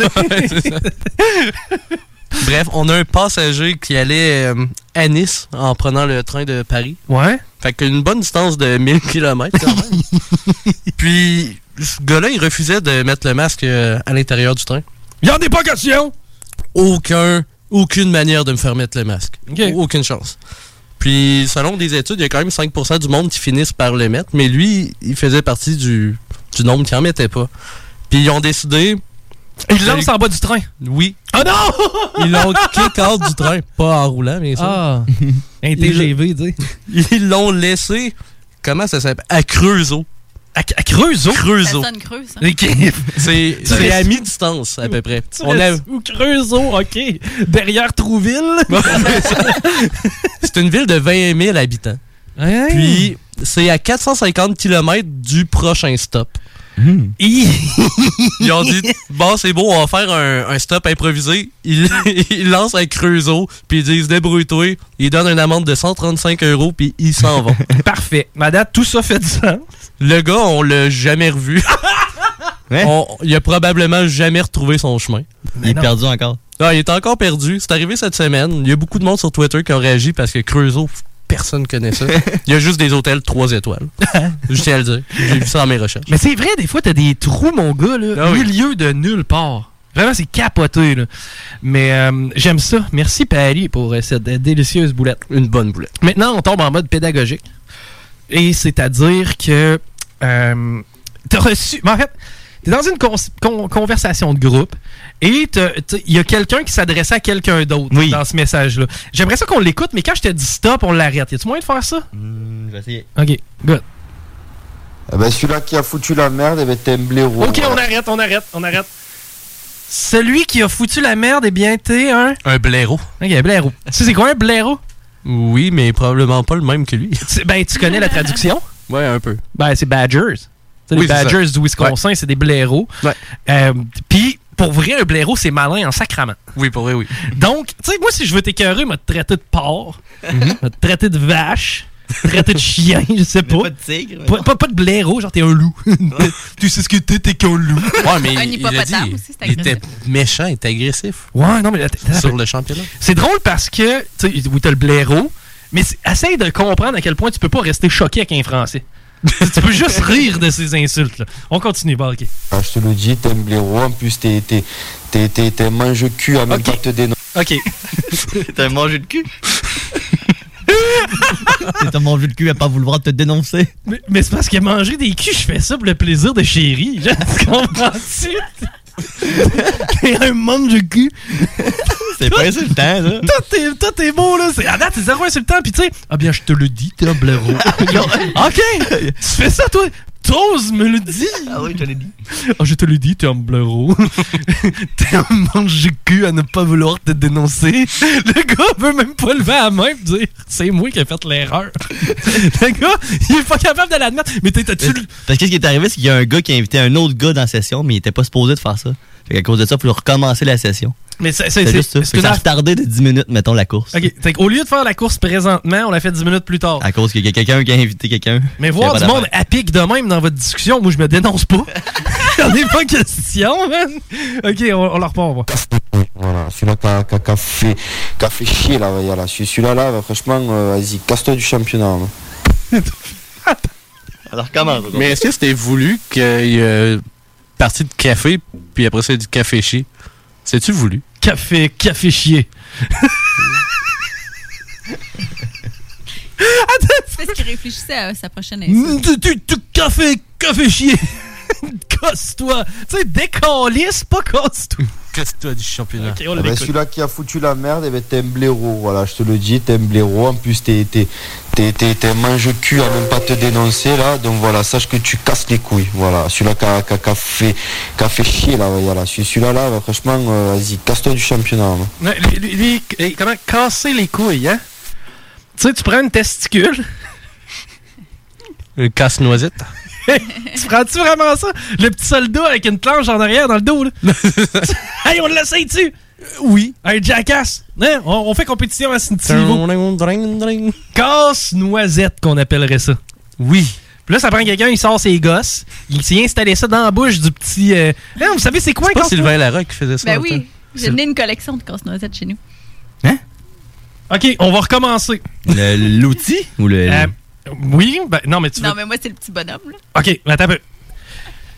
Bref, on a un passager qui allait euh, à Nice en prenant le train de Paris. Ouais. Fait qu'une bonne distance de [LAUGHS] 1000 km quand même. [LAUGHS] Puis, ce gars-là, il refusait de mettre le masque euh, à l'intérieur du train. Il en est pas question! Aucun, aucune manière de me faire mettre le masque. Aucune chance. Puis, selon des études, il y a quand même 5% du monde qui finissent par le mettre, mais lui, il faisait partie du, du nombre qui en mettait pas. Puis, ils ont décidé. Il lance en bas du train. Oui. Oh non! [LAUGHS] Ils l'ont kick-out du train. Pas en roulant, bien sûr. [LAUGHS] Ah. Un TGV, dis. Ils l'ont laissé. Comment ça s'appelle? À Creusot. À, à Creusot? Creusot. Ça sonne creuse, hein? Ok. C'est Tu c'est à restes- mi-distance, à peu près. Tu On a- restes où? Creusot, OK. Derrière [LAUGHS] Trouville. [LAUGHS] C'est une ville de 20 000 habitants. Puis, c'est à 450 km du prochain stop. Hmm. [LAUGHS] Ils ont dit, bon, c'est beau, on va faire un, un stop improvisé. Ils, [LAUGHS] ils lancent un Creusot, puis ils disent, débrouille-toi. Ils donnent une amende de 135 euros, puis ils s'en vont. [LAUGHS] Parfait. Madame, tout ça fait du sens. Le gars, on l'a jamais revu. On- il a probablement jamais retrouvé son chemin. Il est non. perdu encore. Non, Ah, il est encore perdu. C'est arrivé cette semaine. Il y a beaucoup de monde sur Twitter qui ont réagi parce que Creusot, personne connaît [LAUGHS] ça. il y a juste des hôtels 3 [LAUGHS] étoines. Je tiens à le dire. J'ai vu ça dans mes recherches. Mais c'est vrai, des fois, t'as des trous, mon gars, Ah là, au milieu de nulle part. Vraiment, c'est capoté, là. Mais euh, j'aime ça. Merci, Paris, pour euh, cette euh, délicieuse boulette. Une bonne boulette. Maintenant, on tombe en mode pédagogique. Et c'est-à-dire que euh, t'as reçu... mais en fait, t'es dans une cons- con- conversation de groupe et t'as- t'as- il y a quelqu'un qui s'adressait à quelqu'un d'autre dans ce message-là. J'aimerais ça qu'on l'écoute, mais quand je te dis stop, on l'arrête. Y a-tu moyen de faire ça? Hmm, Je vais essayer. OK, good. Eh ben, celui-là qui a foutu la merde, eh ben, t'es un blaireau. Ok, on arrête, on arrête, on arrête. Celui qui a foutu la merde, eh bien, t'es un. Un blaireau. Ok, un blaireau. Tu sais, c'est quoi un blaireau? Oui, mais probablement pas le même que lui. Ben, tu connais la traduction? [LAUGHS] Ouais, un peu. Ben, c'est Badgers. Tu sais, Oui, les c'est ça. Badgers du Wisconsin, c'est des blaireaux. Euh, Puis, pour vrai, un blaireau, c'est malin en sacrament. Oui, pour vrai, oui. Donc, tu sais, moi, si je veux t'écœurer, m'a traité de porc, Mhm. m'a traité de vache, traité de chien, je sais pas. Pas de tigre. Pas, pas de blaireau, genre t'es un loup. [LAUGHS] tu sais ce que t'es, t'es qu'un loup. Ouais, mais Un il, il a dit, hippopotame il- aussi, c'est il était agressif. méchant, il était agressif. Ouais, non, mais là, t'es- Sur le championnat. C'est drôle parce que, tu sais, oui, t'as le blaireau, mais c'est- essaye de comprendre à quel point tu peux pas rester choqué avec un Français. tu peux juste rire de ces insultes-là. On continue, bah, ok. Ah, je te le dis, t'es un blaireau, en plus, t'es, t'es, t'es, t'es, t'es un mange-cul à même pas te dénoncer. Ok. T'as mangé [LAUGHS] le cul? T'as mangé le cul à pas vouloir te dénoncer. Mais, mais c'est parce que manger des culs, je fais ça pour le plaisir de chérie. là. Tu comprends-tu? T'es un monde de cul. C'est pas insultant, là. Tout est, tout est beau, là. C'est, à date, c'est zéro insultant. Puis tu sais, ah bien, je te le dis, t'es un blaireau. ok, tu fais ça, toi. T'oses me le dire. Ah oui, je te l'ai dit. Ah, je te l'ai dit, t'es un blaireau. [LAUGHS] t'es un mange cul à ne pas vouloir te dénoncer. Le gars veut même pas lever la main et dire c'est moi qui ai fait [LAUGHS] l'erreur. le gars, il est pas capable de l'admettre. Mais t'es- t'as-tu. le- Parce que ce qui est arrivé, c'est qu'il y a un gars qui a invité un autre gars dans la session, mais il était pas supposé de faire ça. Fait qu'à cause de ça, il faut recommencer la session. Mais c'est- c'est- c'est c'est- juste ça. est-ce Fait que que ça a dans- retardé de 10 minutes, mettons, la course. Ok, fait qu'au lieu de faire la course présentement, on l'a fait 10 minutes plus tard. À cause qu'il y a quelqu'un qui a invité quelqu'un. Mais qui a voir pas du d'affaires. monde à pic de même dans votre discussion, moi je me dénonce pas. [LAUGHS] J'en ai pas question, man. Ok, on, on leur repart, on va. Voilà, celui-là qui a, qui a- qui a fait, qui a fait chier, là, voyez, là. Celui-là, là, ben, franchement, euh, vas-y, casse-toi du championnat. hein. là. Alors comment Mais est-ce que c'était voulu qu'il y ait partie de café, puis après ça, du café chier? C'est-tu voulu? Café, café chier. [LAUGHS] C'est parce qu'il réfléchissait à sa prochaine insulte. Tu, tu, tu- café, café chier. [LAUGHS] Casse-toi. Tu sais, décalisse, pas casse-toi. Casse-toi du championnat. Ok, on Ah ben, l'écoute. celui-là qui a foutu la merde, eh ben, t'es un blaireau, voilà, je te le dis, t'es un blaireau, en plus t'es, t'es, t'es, t'es- t'es un mange-cul à même pas te dénoncer, là, donc voilà, sache que tu casses les couilles, voilà, celui-là qui a, qui a- qui a fait, qui a fait chier, là, voyez, là. celui-là, là, ben, franchement, euh, vas-y, casse-toi du championnat, hein. là. Ouais, lui, lui- lui, eh, comment casser les couilles, hein? Tu sais, tu prends une testicule. Le Euh, casse-noisette. tu prends-tu vraiment ça? Le petit soldat avec une planche en arrière dans le [LAUGHS] dos, là. hey, on l'essaye-tu? Euh, Oui. Un jackass. Hein? On, on fait compétition à ce niveau. Casse-noisette, qu'on appellerait ça. Oui. Puis là, ça prend quelqu'un, il sort ses gosses, il s'est installé ça dans la bouche du petit... euh, hein, vous savez, c'est quoi un pas casse-noisette? Sylvain Larocque qui faisait ça. Ben dans le oui, temps. j'ai donné une collection de casse-noisettes chez nous. OK, on va recommencer. Le- L'outil ou le. Euh, oui, ben, non, mais tu veux... Non, mais moi, c'est le petit bonhomme. là. OK, attends un peu.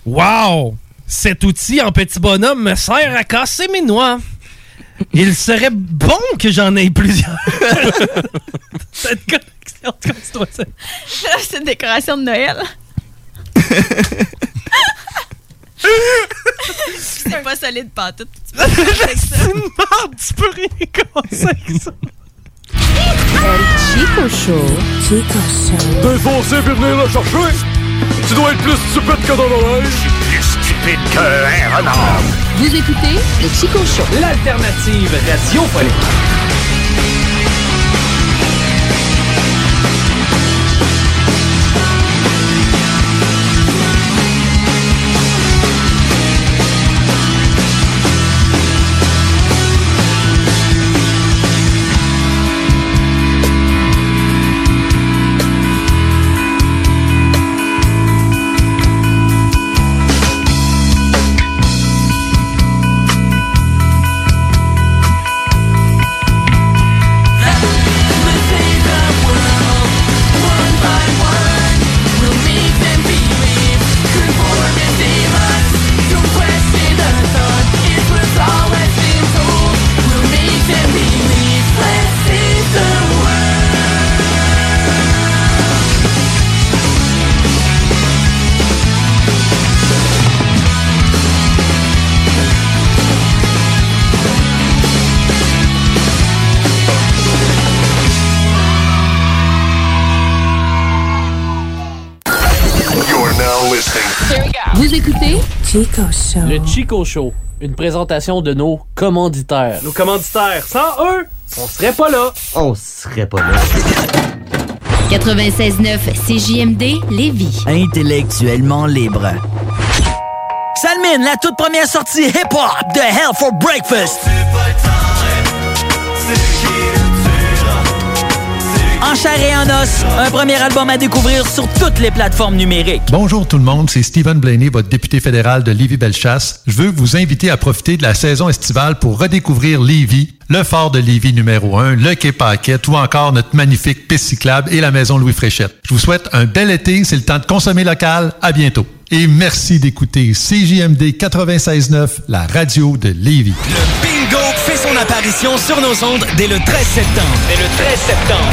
Wow! Cet outil en petit bonhomme me sert à casser mes noix. Il serait bon que j'en aie plusieurs. Cette collection de casse-noisettes. c'est une décoration de Noël. c'est pas solide pantoute. Tu peux pas avec ça. C'est une merde, Ah, tu peux rien casser avec ça. Chico Show. Chico Show. Ben, Deux foncés puis venir le chercher! Tu dois être plus stupide que dans l'oreille. Plus stupide que un renard. Vous écoutez le Chico Show. L'alternative radiophonique. Vous écoutez Chico Show. Le Chico Show, une présentation de nos commanditaires. Nos commanditaires, sans eux, on serait pas là. On serait pas là. 96.9 CJMD Lévis. Intellectuellement libre. Salmine, la toute première sortie hip-hop de Hell for Breakfast. En chair et en os, un premier album à découvrir sur toutes les plateformes numériques. Bonjour tout le monde, c'est Stephen Blaney, votre député fédéral de Lévis-Bellechasse. Je veux vous inviter à profiter de la saison estivale pour redécouvrir Lévis, le fort de Lévis numéro 1, le Quai Paquette ou encore notre magnifique piste cyclable et la maison Louis Fréchette. Je vous souhaite un bel été, c'est le temps de consommer local. À bientôt. Et merci d'écouter CJMD 96.9, la radio de Lévis. Bingo fait son apparition sur nos ondes dès le 13 septembre. Dès le 13 septembre.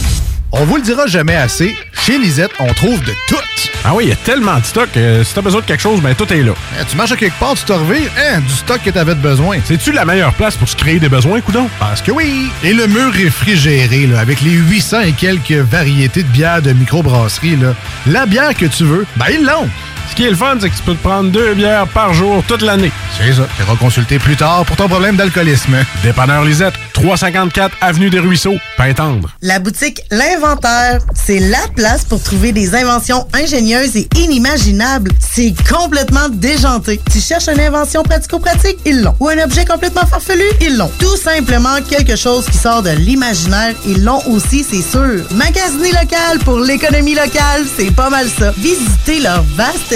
On vous le dira jamais assez, chez Lisette, on trouve de tout. Ah oui, il y a tellement de stock. euh, si t'as besoin de quelque chose, ben tout est là. Hein, tu marches à quelque part, tu te reviens, hein, du stock que t'avais de besoin. C'est-tu la meilleure place pour se créer des besoins, coudon? Parce que oui! Et le mur réfrigéré, là, avec les 800 et quelques variétés de bières de microbrasserie, là, la bière que tu veux, ben ils l'ont! Ce qui est le fun, c'est que tu peux te prendre deux bières par jour toute l'année. C'est ça. Tu consulter plus tard pour ton problème d'alcoolisme. Dépanneur Lisette, 354 Avenue des Ruisseaux, Pintendre. La boutique L'Inventaire, c'est la place pour trouver des inventions ingénieuses et inimaginables. C'est complètement déjanté. Tu cherches une invention pratico-pratique? Ils l'ont. Ou un objet complètement farfelu? Ils l'ont. Tout simplement quelque chose qui sort de l'imaginaire, ils l'ont aussi, c'est sûr. Magasiner local pour l'économie locale, c'est pas mal ça. Visitez leur vaste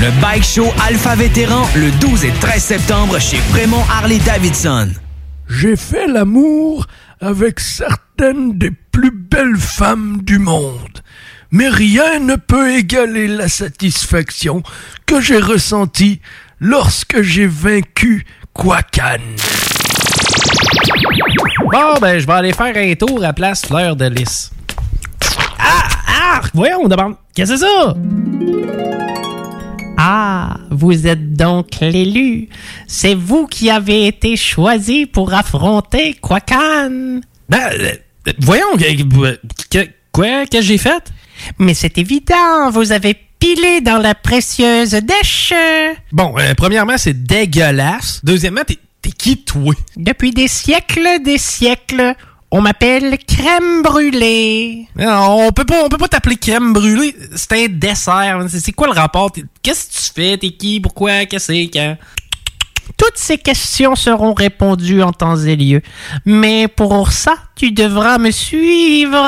Le Bike Show Alpha Vétéran le 12 et 13 septembre chez Prémont Harley-Davidson. J'ai fait l'amour avec certaines des plus belles femmes du monde. Mais rien ne peut égaler la satisfaction que j'ai ressentie lorsque j'ai vaincu Kwakan. [LAUGHS] Bon, ben, je vais aller faire un tour à Place Fleur de Lys. Ah! Ah! Voyons, on demande. Qu'est-ce que c'est ça? Ah, vous êtes donc l'élu. C'est vous qui avez été choisi pour affronter Quakan. Ben, euh, voyons, que- que- quoi, qu'est-ce que j'ai fait? Mais c'est évident, vous avez pilé dans la précieuse dèche. Bon, euh, premièrement, c'est dégueulasse. Deuxièmement, t'es t'es qui, toi? Depuis des siècles, des siècles, on m'appelle crème brûlée. Non, on peut pas, on peut pas t'appeler crème brûlée. C'est un dessert. C'est- C'est quoi le rapport? T'es- Qu'est-ce que tu fais? T'es qui? Pourquoi? Qu'est-ce que c'est? Quand? Toutes ces questions seront répondues en temps et lieu. Mais pour ça, tu devras me suivre.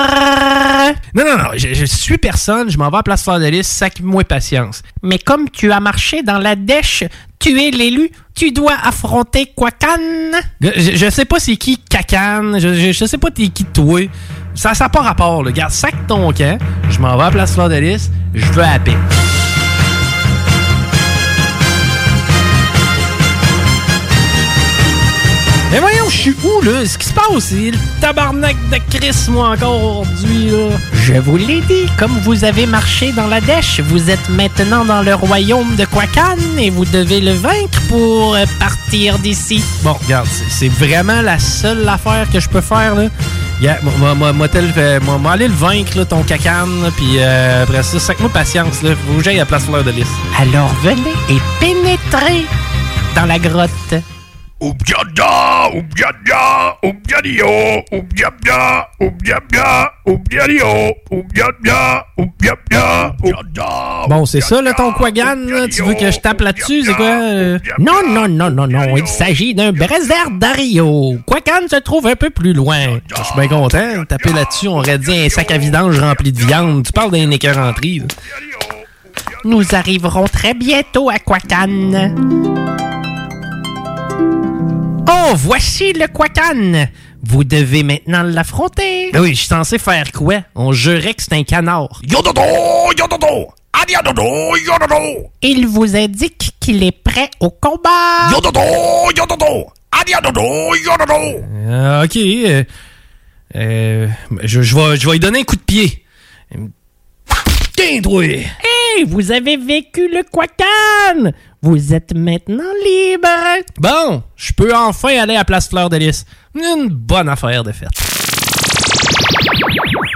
Non, non, non, Ah, je, je suis personne, je m'en vais à Place Fleur de Lys, sac-moi patience. Mais comme tu as marché dans la dèche, tu es l'élu, tu dois affronter Quakan. Je, je sais pas c'est qui cacane, je, je, je sais pas t'es qui toi. Ça n'a pas rapport, là. Garde, sac ton camp, je m'en vais à Place Fleur de Lys, je veux la paix. Mais voyons, je suis où, là? Ce qui se passe, c'est le tabarnak de Chris, moi, encore aujourd'hui, là. Je vous l'ai dit, comme vous avez marché dans la dèche, vous êtes maintenant dans le royaume de Quakan et vous devez le vaincre pour euh, partir d'ici. Bon, regarde, c'est- c'est vraiment la seule affaire que je peux faire, là. Yeah, moi, moi, moi, moi, tel- euh, moi, moi, aller le vaincre, là, ton cacane, là, puis euh, après ça, sac-moi patience, là. Faut que j'aille à Place Fleur de Lys. Alors venez et pénétrez dans la grotte. Oubdiada, oubdiada, oubdiadio, oubdiabda, oubdiabda, oubdiadio, oubdiabda, oubdiabda, oubdiabda. Bon, c'est ça, là, ton Quagan, là? Tu veux que je tape là-dessus, c'est quoi? euh? Non, non, non, non, oh non, il s'agit d'un brésard d'Ario. Quakan se trouve un peu plus loin. Ah, Je suis bien content. Taper là-dessus, on aurait dit un sac à vidange rempli de viande. Tu parles d'un écœuranterie, là. oh Nous arriverons très bientôt à Quacan. Oh, voici le Quacan. Vous devez maintenant l'affronter. Ah oui, je suis censé faire quoi? On jurait que c'est un canard. Yododo, yododo, adiadodo, yododo, Oh, Il vous indique qu'il est prêt au combat. yododo, yododo, adiadodo, yododo. Euh, ok. euh, euh, je, je vais, je vais lui donner un coup de pied. Tiens, toi! Hey, vous avez vécu le Quacan. Vous êtes maintenant libre. Bon, je peux enfin aller à Place Fleur de Lys. Une bonne affaire de fête.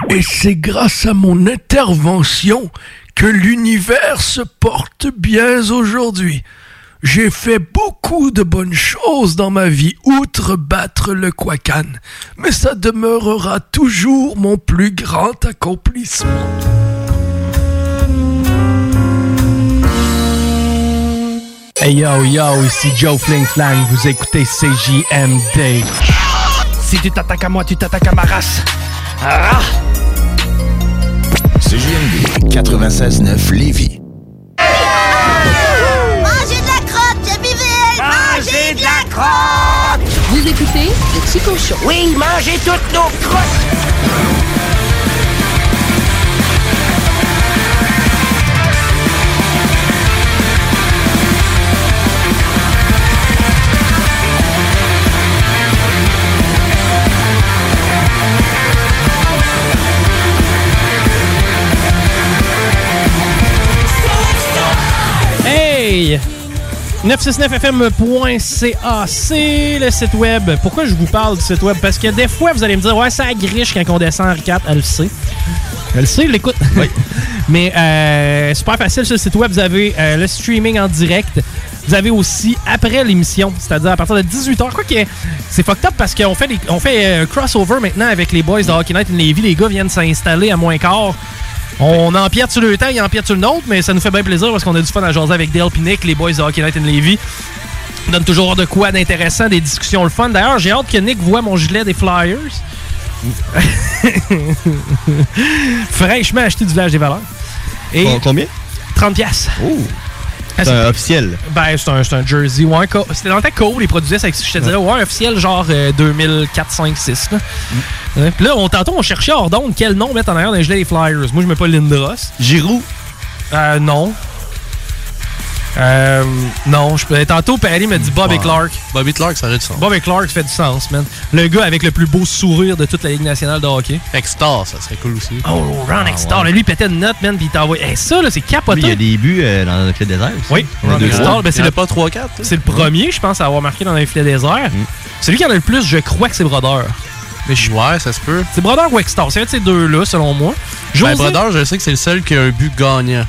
Et c'est grâce à mon intervention que l'univers se porte bien aujourd'hui. J'ai fait beaucoup de bonnes choses dans ma vie, outre battre le Quacan, mais ça demeurera toujours mon plus grand accomplissement. Hey yo yo, ici Joe Fling Flang, vous écoutez CJMD. Si tu t'attaques à moi, tu t'attaques à ma race. Ah! CJMD 96-9 Lévis. Mangez de la crotte, JBVL! Mangez de la crotte! Vous écoutez le Chico Show. Oui, mangez toutes nos crottes! Hey! 969fm.ca, c'est le site web. Pourquoi je vous parle du site web? Parce que des fois, vous allez me dire, ouais, ça griche quand on descend Henri IV. Elle le sait. Elle le sait, elle l'écoute. Oui. [LAUGHS] Mais euh, super facile sur le site web. Vous avez euh, le streaming en direct. Vous avez aussi après l'émission, c'est-à-dire à partir de 18h. Quoi que c'est fucked up parce qu'on fait, des- on fait euh, un crossover maintenant avec les boys de Hockey Night in Lévis. Les gars viennent s'installer à moins quart. On empiète sur le temps, ils empiètent sur le nôtre, mais ça nous fait bien plaisir parce qu'on a du fun à jaser avec Dale Pinick, les boys de Hockey Night in Lévis. On donne toujours de quoi d'intéressant, des discussions le fun. D'ailleurs, j'ai hâte que Nick voit mon gilet des Flyers. [LAUGHS] Fraîchement acheté du village des valeurs. Et Bon, combien? 30 piastres. Ah, C'est un officiel. Ben, c'est un, c'est un jersey. Ouais, co- C'était dans ta cour, ils produisaient ça. avec- Je te dirais, ouais, un officiel genre euh, 2004, 5, 6. Là. Mm. Ouais. Puis là, on, tantôt, on cherchait hors d'onde quel nom mettre en arrière d'un gilet des Flyers. Moi, je mets pas Lindros. Giroud? Euh, non. Euh, non, je peux. Tantôt, Paris m'a dit Bob et Ouais. Clark. Bobby Clark, ça aurait du sens. Bob et Clark fait du sens, man. Le gars avec le plus beau sourire de toute la Ligue nationale de hockey. Extar, ça serait cool aussi. Ah, Oh, Ron Extall, lui, il pétait une note, man, puis il t'envoie. Hey, ça, là, c'est capoté. Lui, il y a des buts euh, dans le filet désert aussi. Oui, Il y en a deux, Extall, trois. ben, c'est Il y en le a pas 3-4. C'est le premier, je pense, à avoir marqué dans les filets déserts. Mm. Celui qui en a le plus, je crois que c'est Brodeur. Mais je... Ouais, ça se peut. C'est Brodeur ou Extall. C'est un de ces deux-là, selon moi. Ben, José- Brodeur, je sais que c'est le seul qui a un but gagnant.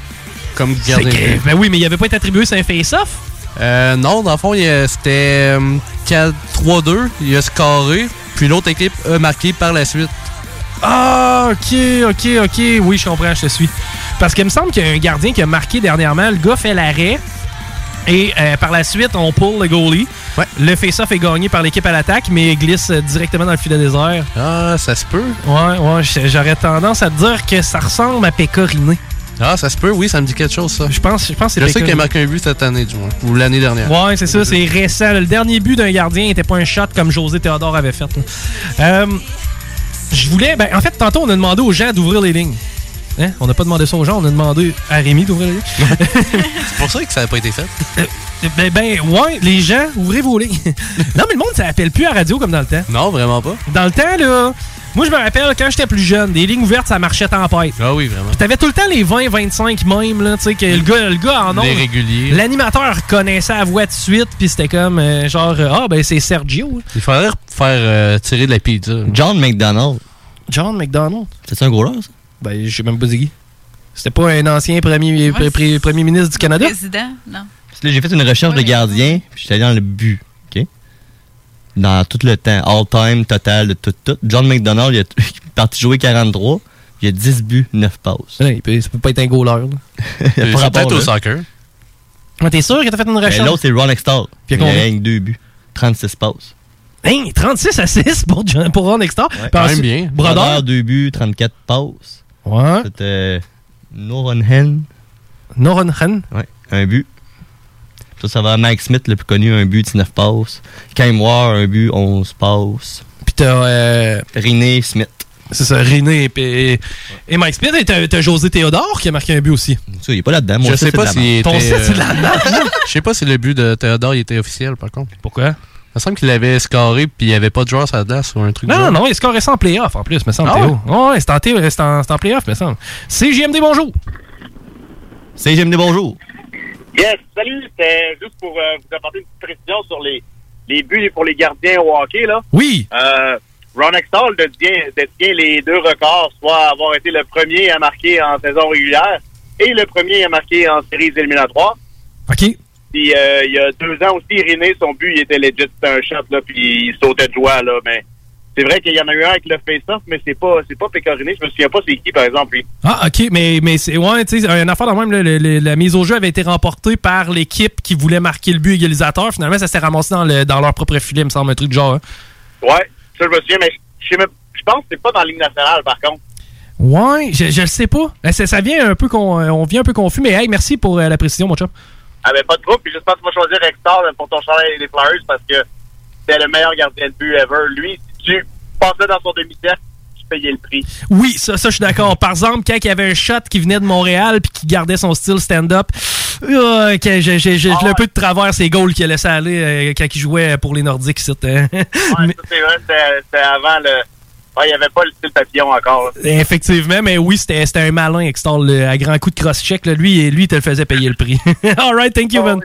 Comme C'est gardien. de que- but. Ben oui, mais il avait pas été attribué sur un face-off. Euh, non, dans le fond, il y a- c'était euh, 4-3-2. Il a scoré. Puis l'autre équipe a marqué par la suite. Ah, ok, ok, ok. Oui, je comprends, je te suis. Parce qu'il me semble qu'il y a un gardien qui a marqué dernièrement. Le gars fait l'arrêt. Et euh, par la suite, on pull le goalie. Le face-off est gagné par l'équipe à l'attaque, mais il glisse euh, directement dans le filet désert. Ah, ça se peut. Ouais, ouais, j- j'aurais tendance à te dire que ça ressemble à Pécoriné. Ah, ça se peut, oui, ça me dit quelque chose, ça. Je pense, je pense que Je c'est sais qu'il Pécoriné. a marqué un but cette année, du moins. Ou l'année dernière. Ouais, c'est ça, c'est récent. Le dernier but d'un gardien n'était pas un shot comme José Théodore avait fait. Euh, je voulais. Ben, en fait, tantôt, on a demandé aux gens d'ouvrir les lignes. Hein? On n'a pas demandé ça aux gens, on a demandé à Rémi d'ouvrir les lignes. C'est pour ça que ça n'a pas été fait. ben, ben, ouais, les gens, ouvrez vos lignes. [LAUGHS] non, mais le monde, ça appelle plus à la radio comme dans le temps. Non, vraiment pas. Dans le temps, là, moi, je me rappelle quand j'étais plus jeune, des lignes ouvertes, ça marchait tempête. Ah oui, vraiment. Puis t'avais tout le temps les 20, 25 même, là, tu sais, que le gars, le gars en Les ondes, réguliers. L'animateur connaissait la voix de suite, puis c'était comme, euh, genre, euh, ah, ben c'est Sergio. Il faudrait faire euh, tirer de la pizza. John McDonald. John McDonald. C'est un gros là, ça? Ben, je sais même pas c'est qui. C'était pas un ancien premier, pre- pre- premier ministre du Canada? Président, non. Parce que là, J'ai fait une recherche de gardien, puis j'étais allé dans le but, OK? Dans tout le temps, all-time, total, de tout, tout. John McDonald, [LAUGHS] il est parti jouer 43, il a 10 buts, 9 passes. il peut, ça peut pas être un goaler, [LAUGHS] Il C'est peut-être au soccer. Ouais, T'es sûr que t'as fait une recherche? Ben, L'autre, c'est Ron Extall. Puis Il il y a a combien? rien que 2 buts, 36 passes. Hein, 36 à 6 pour, John- pour Ron Extall. Puis ensuite, Brodeur. Brodeur, 2 buts, 34 passes. Ouais. C'était euh, Noronhen. Noronhen? Ouais, un but. Ça, ça va à Mike Smith, le plus connu, un but, 19 passes. Kyle Moore, un but, 11 passes. Puis t'as... Euh... René Smith. C'est ça, René et, et, et Mike Smith. Et t'as t'as José Théodore qui a marqué un but aussi. il est pas là-dedans. Je sais pas euh, si. Ton site, c'est de la merde. [LAUGHS] Je sais pas si le but de Théodore il était officiel, par contre. Pourquoi? Il me semble qu'il avait scoré puis il n'y avait pas de joueur sur la glace ou un truc. Non, non, non, il score en playoff en plus, me semble, Ah Théo. Ouais, ouais, c'est en, Théo- c'est en, c'est en playoff, me semble. CGMD, bonjour. CGMD, bonjour. Yes, salut. C'était juste pour euh, vous apporter une petite précision sur les, les buts pour les gardiens au hockey. Là. Oui. Euh, Ron Extall détient, détient les deux records, soit avoir été le premier à marquer en saison régulière et le premier à marquer en séries éliminatoires. OK. Puis euh, il y a deux ans aussi, René, son but, il était legit, c'était un shot, là, puis il sautait de joie. Là, mais c'est vrai qu'il y en a eu un avec le face-off, mais c'est pas, c'est pas Pécoriné. Je me souviens pas c'est qui, par exemple. lui. Ah, OK, mais, mais c'est. Ouais, tu sais, une affaire dans le même, le- le- le- la mise au jeu avait été remportée par l'équipe qui voulait marquer le but égalisateur. Finalement, ça s'est ramassé dans, le- dans leur propre filet, il me semble, un truc du genre. hein. Ouais, ça, je me souviens, mais je sais même- je pense que c'est pas dans la Ligue nationale, par contre. Ouais, je, je le sais pas. Eh, Ça, ça vient un peu qu'on on vient un peu confus, mais hey, merci pour euh, la précision, mon chum. Ah ben pas de trouble, puis j'espère que tu vas choisir Hector pour ton chandail des Flyers parce que c'est le meilleur gardien de but ever. Lui, si tu passais dans son demi-cercle, tu payais le prix. Oui, ça, ça je suis d'accord. Par exemple, quand il y avait un shot qui venait de Montréal puis qui gardait son style stand-up, euh, que j'ai j'ai- j'ai- Ah j'ai un peu de travers ces goals qu'il a laissé aller euh, quand il jouait pour les Nordiques. ici, [LAUGHS] hein. Ouais, ça c'est vrai, c'était- c'était avant le... Ouais, il n'y avait pas le style papillon encore. là. Effectivement, mais oui, c'était c'était un malin, Extol, le- à grand coup de cross-check. là. Lui, lui, il te le faisait payer le prix. [LAUGHS] All right, thank you, man.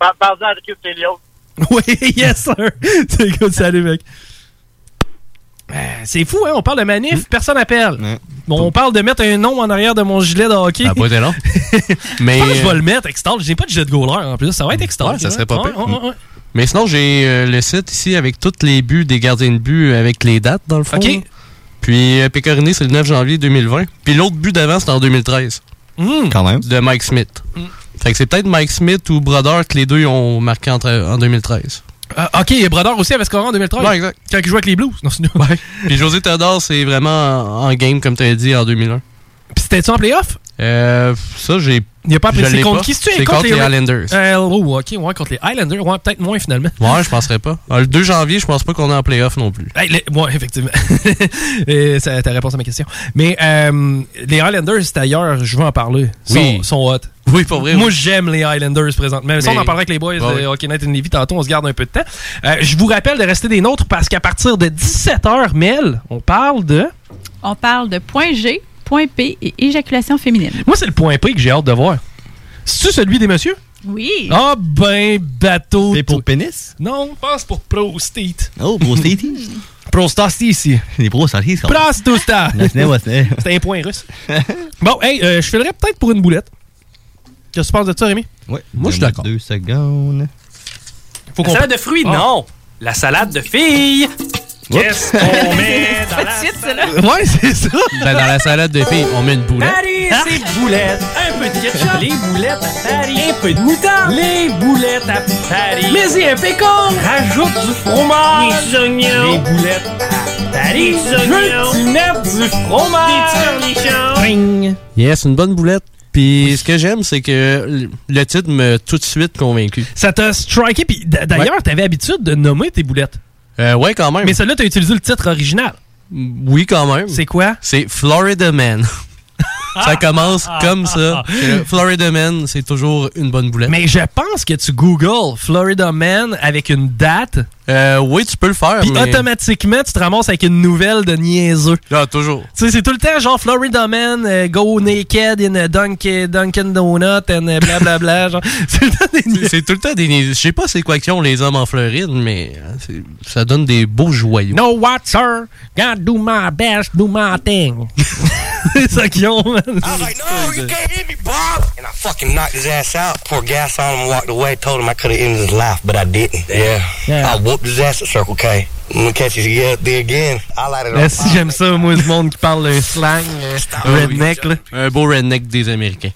Ah Par- Parle-en à Ricky Célio. [LAUGHS] Oui, yes, sir. C'est good, salut, mec. Euh, C'est fou, hein? On parle de manif, Mm. personne n'appelle. Bon, on parle de mettre un nom en arrière de mon gilet de hockey. Ça a pas été Ah, long. [LAUGHS] Mais. Je pense que je vais le mettre, Extol. J'ai pas de gilet de goaler en plus. Ça va être Extol. hein. Ouais, ça serait pas Ouais, pire. ouais, ouais, ouais. Mais sinon, j'ai euh, le site ici avec tous les buts des gardiens de but euh, avec les dates dans le fond. OK. Puis euh, Pécoriné, c'est le 9 janvier 2020. Puis l'autre but d'avant, c'était en 2013. Hmm. Quand même. De Mike Smith. Fait que c'est peut-être Mike Smith ou Brother que les deux ont marqué entre- en 2013. Euh, ok, et Brodeur aussi avait scoré en 2013. Ouais, exact. Quand il jouait avec les Blues. Non, c'est nous. Puis José Théodore, c'est vraiment en en game, comme tu as dit, en 2001. Puis c'était-tu en playoff? Euh, ça, j'ai Il a pas Je apprécié l'ai contre pas. qui si tu C'est contre les Highlanders. Euh, oh, ok, ouais, contre les Highlanders. Ouais, peut-être moins finalement. Ouais, je penserais pas. Ah, Le 2 janvier, je pense pas qu'on est en playoff non plus. Hey, Ben, les- ouais, effectivement. Euh, ça- ta réponse à ma question. Mais euh, les Highlanders, d'ailleurs, je veux en parler. Sont, Oui. sont hot. Oui, pour vrai, Moi, oui. j'aime les Highlanders présentement. Mais ça, on Mais- en parlera avec les boys Ouais, de ouais. Hockey Night in Levy tantôt. On se garde un peu de temps. Euh, je vous rappelle de rester des nôtres parce qu'à partir de 17h, Mel, on parle de. On parle de point G, point P et éjaculation féminine. Moi, c'est le point P que j'ai hâte de voir. C'est-tu celui des messieurs? Oui. Ah, ben, bateau. C'est pour pénis? Non, je pense pour prostate. Oh, prostate? [LAUGHS] prostate ici. Les prostates ici. Prostata. Wasnay, wasnay. C'était un point russe. bon, hey, euh, je filerais peut-être pour une boulette. Qu'est-ce que tu penses de ça, Rémi? Ouais. Moi, je Donne-moi suis d'accord. Deux secondes. Faut Ah. qu'on- Salade de fruits, non. La salade de filles. [LAUGHS] Qu'est-ce qu'on met dans la [LAUGHS] Ouais, c'est ça. Ben, dans la salade de filles, on met une boulette. Paris, c'est boulettes. Un peu de ketchup. Hein? Les boulettes à Paris. Un peu de moutarde. Les boulettes à Paris. Mais y un pécan. Rajoute du fromage. Des oignons. Les boulettes à Paris. Des oignons. Je du fromage. Des Yes, une bonne boulette. Puis ce que j'aime, c'est que l- le titre m'a tout de suite convaincu. Ça t'a striké, puis d- d'ailleurs, t'avais habitude de nommer tes boulettes. Euh, ouais, quand même. Mm, Mais celle-là, t'as utilisé le titre original. Oui, quand même. C'est quoi? C'est [LAUGHS] Florida Man. ça commence comme ça. C'est le Florida Man, c'est toujours une bonne boulette. Mais je pense que tu googles Florida Man avec une date. Euh, oui, tu peux le faire. Puis mais- automatiquement, tu te ramasses avec une nouvelle de niaiseux. Ah, toujours. Tu sais, c'est tout le temps genre Florida Man, euh, go naked in a dunk, Dunkin' Donut and euh, blablabla. [LAUGHS] genre. C'est- C'est tout le temps des. niais- Je sais pas c'est quoi qu'ils ont les hommes en Floride, mais hein, c'est- ça donne des beaux joyaux. No what, sir? God do my best, do my [LAUGHS] thing. c'est ça qu'ils ont, man. And I fucking knocked his ass out, poured gas on him, walked away, told him I could have ended his life, but I didn't. Yeah. I whooped his ass at Circle K. I'm gonna catch you up there again. I light it Euh, on si j'aime [LAUGHS] ça, moi, du monde qui parle d'un slang euh, redneck, là. Ah Un beau redneck des Américains.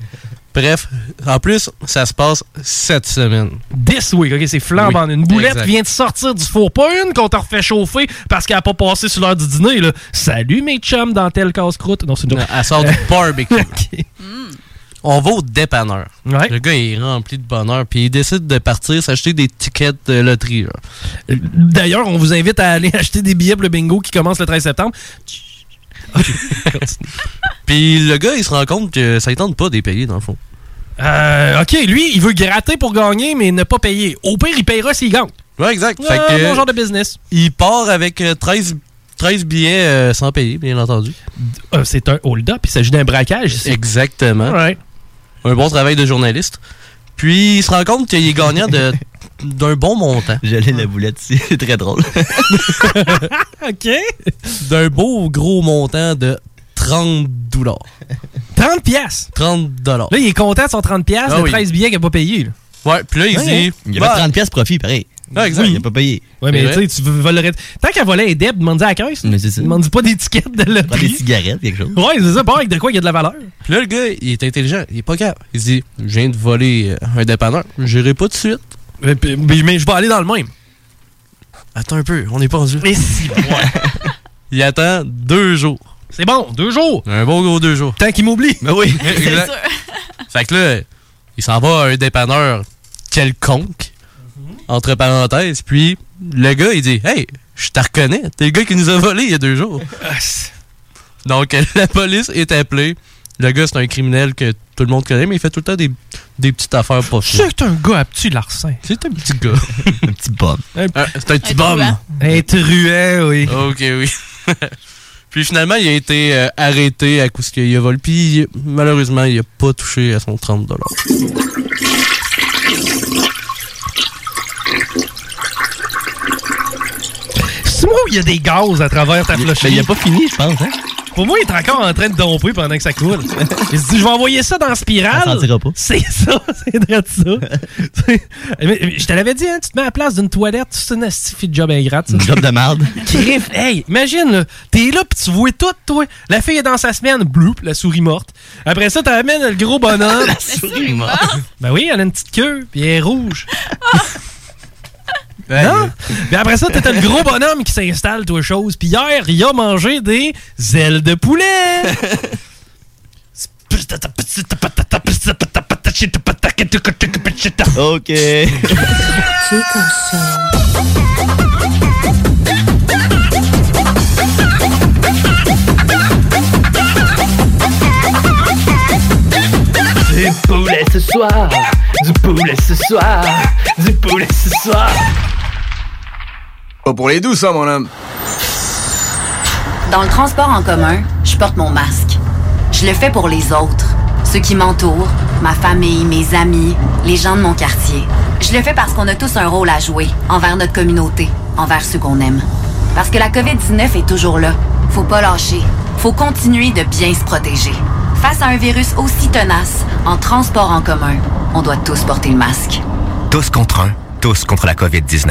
Bref, en plus, ça se passe cette semaine. This week, ok, c'est flambant. Oui, une boulette exact. qui vient de sortir du four, pas une qu'on t'a refait chauffer parce qu'elle a pas passé sur l'heure du dîner, là. Salut mes chums dans telle casse-croûte. Non, c'est une Non, elle [LAUGHS] sort du barbecue. On va au dépanneur. Le gars est rempli de bonheur, puis il décide de partir s'acheter des tickets de loterie. là. Euh, D'ailleurs, on vous invite à aller acheter des billets pour le bingo qui commence le 13 septembre. Puis le gars, il se rend compte que ça ne tente pas de les payer, dans le fond. Euh, ok, lui, il veut gratter pour gagner, mais ne pas payer. Au pire, il payera s'il gagne. Ouais, exact. Euh, Fait que- Bon genre de business. Il part avec euh, 13, 13 billets euh, sans payer, bien entendu. Euh, c'est un hold-up, il s'agit d'un braquage. ici. Exactement. Un bon travail de journaliste. Puis il se rend compte qu'il est gagnant de- [LAUGHS] d'un bon montant. J'allais la boulette ici, c'est [LAUGHS] très drôle. OK. [LAUGHS] D'un beau gros montant de 30 dollars. [LAUGHS] 30 piastres. 30 dollars. Là, il est content de son 30 piastres, Ah de oui. 13 billets qu'il n'a pas payé. là. Ouais, puis là, il Ouais, dit. hein. Il y avait 30 pièces profit, pareil. Ah, exact. Eh Oui. Il n'a pas payé. Ouais, mais tu sais, tu volerais. Tant qu'elle volait les deb, demande-y à la caisse. Mais c'est ça. Demande-y pas d'étiquette de le des cigarettes, quelque chose. Ouais, c'est ça, pas avec de quoi il y a de la valeur. Puis là, le gars, il est intelligent. Il est pas capable. Il se dit Je viens de voler euh, un dépanneur. J'irai pas tout de suite. Euh, Mais, je vais aller dans le même. Attends un peu, Euh, on n'est pas rendu. Mais si, Il attend deux jours. C'est bon, deux jours. Un bon gros deux jours. Tant qu'il m'oublie. Ben oui. [LAUGHS] C'est Exact. Fait que là, il s'en va à un dépanneur quelconque, Mm-hmm. entre parenthèses. Puis le gars, il dit Hey, je te reconnais. T'es le gars qui nous a volé il y a deux jours. Donc, [LAUGHS] la police est appelée. Le gars, c'est un criminel que tout le monde connaît, mais il fait tout le temps des, des petites affaires [LAUGHS] pas fines. C'est un gars à petit larcin. C'est un petit gars. [LAUGHS] un petit bum. Ah, c'est un petit Un bum. hein? truand. Un hein, truand, oui. OK, oui. [LAUGHS] Puis finalement, il a été euh, arrêté à coup ce qu'il a volé. Puis il- malheureusement, il a pas touché à son 30 [LAUGHS] C'est moi où il y a des gaz à travers ta flochette. il a pas fini, je pense. Hein? Pour moi, il est encore en train de domper pendant que ça coule. Il se dit, je vais envoyer ça dans la spirale. On sentira pas. C'est ça, [LAUGHS] c'est vrai [LAUGHS] ça. C'est- Mais- mais je te l'avais dit, hein, tu te mets à la place d'une toilette, c'est une astifi de job ingrate. ça. Job de [LAUGHS] merde. Crif, hey, imagine, là, t'es là pis tu vois tout, toi. La fille est dans sa semaine, bloup, la souris morte. Après ça, t'amènes le [LAUGHS] gros bonhomme. la souris morte. Ben oui, elle a une petite queue, pis elle est rouge. non? Puis après ça, t'as le gros bonhomme qui s'installe, toi, chose. Puis hier, il a mangé des ailes de poulet. OK. Du poulet ce soir, du poulet ce soir, du poulet ce soir. Pas pour les doux, ça, mon homme. Dans le transport en commun, je porte mon masque. Je le fais pour les autres, ceux qui m'entourent, ma famille, mes amis, les gens de mon quartier. Je le fais parce qu'on a tous un rôle à jouer envers notre communauté, envers ceux qu'on aime. Parce que la COVID-19 est toujours là. Faut pas lâcher. Faut continuer de bien se protéger. Face à un virus aussi tenace, en transport en commun, on doit tous porter le masque. Tous contre un, tous contre la COVID-19.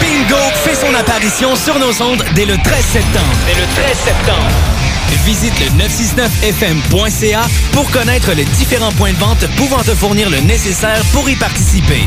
Bingo fait son apparition sur nos ondes dès le 13 septembre. Dès le 13 septembre. Visite le 969fm.ca pour connaître les différents points de vente pouvant te fournir le nécessaire pour y participer.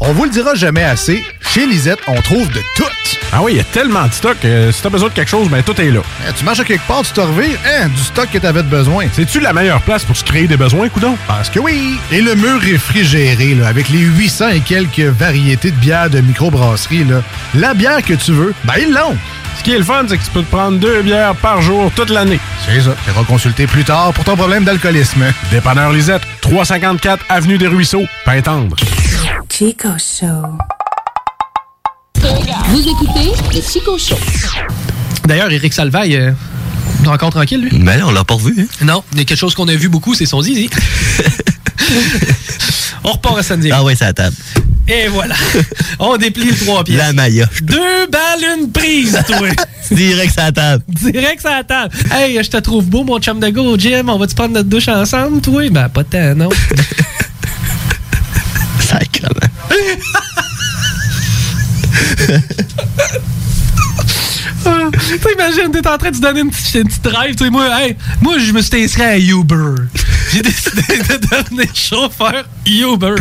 On vous le dira jamais assez, chez Lisette, on trouve de tout. Ah oui, il y a tellement de stock. euh, si t'as besoin de quelque chose, ben tout est là. Eh, tu marches à quelque part, tu te revires, hein, du stock que t'avais de besoin. C'est-tu la meilleure place pour se créer des besoins, coudon? Parce que oui! Et le mur réfrigéré, là, avec les 800 et quelques variétés de bières de microbrasserie, là, la bière que tu veux, ben ils l'ont! Ce qui est le fun, c'est que tu peux te prendre deux bières par jour toute l'année. C'est ça. Tu consulter plus tard pour ton problème d'alcoolisme. Dépanneur Lisette, 354 Avenue des Ruisseaux, Pintendre. Chico Show. Vous écoutez le Chico Show. D'ailleurs, Eric Salvaille, euh, encore tranquille, lui? Ben là, on l'a pas revu. hein. Non, il y a quelque chose qu'on a vu beaucoup, c'est [LAUGHS] son zizi. on repart à samedi. Ah oui, c'est la table. Et voilà. On déplie le trois pieds. La maillot. Deux balles, une prise, toi. [LAUGHS] Direct sur la table. Direct sur la table. Hey, je te trouve beau, mon chum de go au gym. On va-tu prendre notre douche ensemble, toi? Ben, pas tant, [LAUGHS] non. [LAUGHS] Ah, T'imagines, t'es en train de se donner une petite, une petite drive. Tu sais, moi, hey, moi, je me suis inscrit à Uber. J'ai décidé [LAUGHS] de devenir chauffeur [LAUGHS] Uber.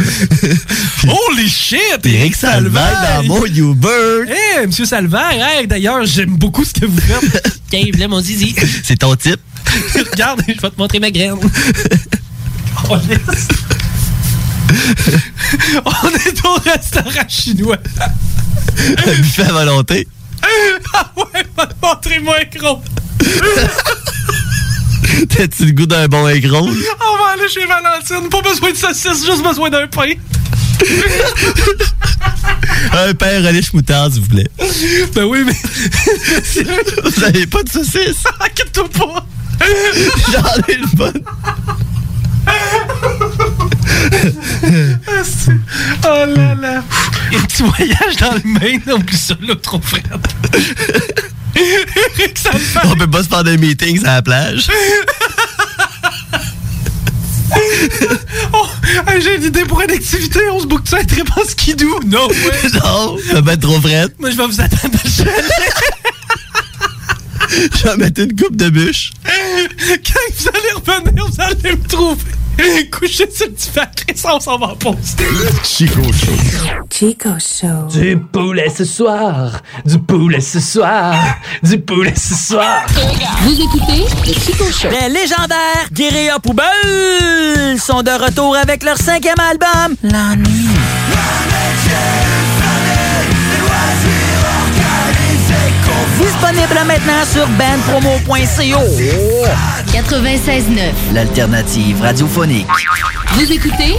Holy shit! Eric Salvaille dans mon Uber. Hey, monsieur Salvaire, hey, d'ailleurs, j'aime beaucoup ce que vous [LAUGHS] faites. Cave, là, mon zizi. C'est ton [LAUGHS] type. [LAUGHS] Regarde, je vais te montrer [LAUGHS] ma graine. On laisse. [LAUGHS] On est au restaurant chinois. [LAUGHS] Buffet à volonté. ah ouais, va te montrer mon écran. T'as-tu le goût d'un bon aigron? On va aller chez Valentine. Pas besoin de saucisse, juste besoin d'un pain. Un pain relish moutarde, s'il vous plaît. Ben oui, mais. Vous avez pas de saucisse? [LAUGHS] Inquiète-toi pas. J'en ai le bon. oh là là. Et tu voyages dans le Maine, on oublie ça, là, trop [LAUGHS] frère. Eric Salvaille. On peut pas se faire des meetings à la plage. [LAUGHS] Oh, hey, j'ai une idée pour une activité, on se boucle ça un trip en skidoo. [LAUGHS] Non, ouais. Non, ça va être trop frais. Moi, je vais vous attendre à [LAUGHS] chalet. Je vais mettre une coupe de bûche. Quand vous allez revenir, vous allez me trouver. Couché sur le divan, Chris, on s'en va en pause. Chico Chico Show. Du poulet ce soir, du poulet ce soir, du poulet ce soir. Vous écoutez le Chico Show. Les légendaires Guérilla Poubelle sont de retour avec leur cinquième album, La Nuit. Disponible maintenant sur bandpromo.co. 96.9. L'alternative radiophonique. Vous écoutez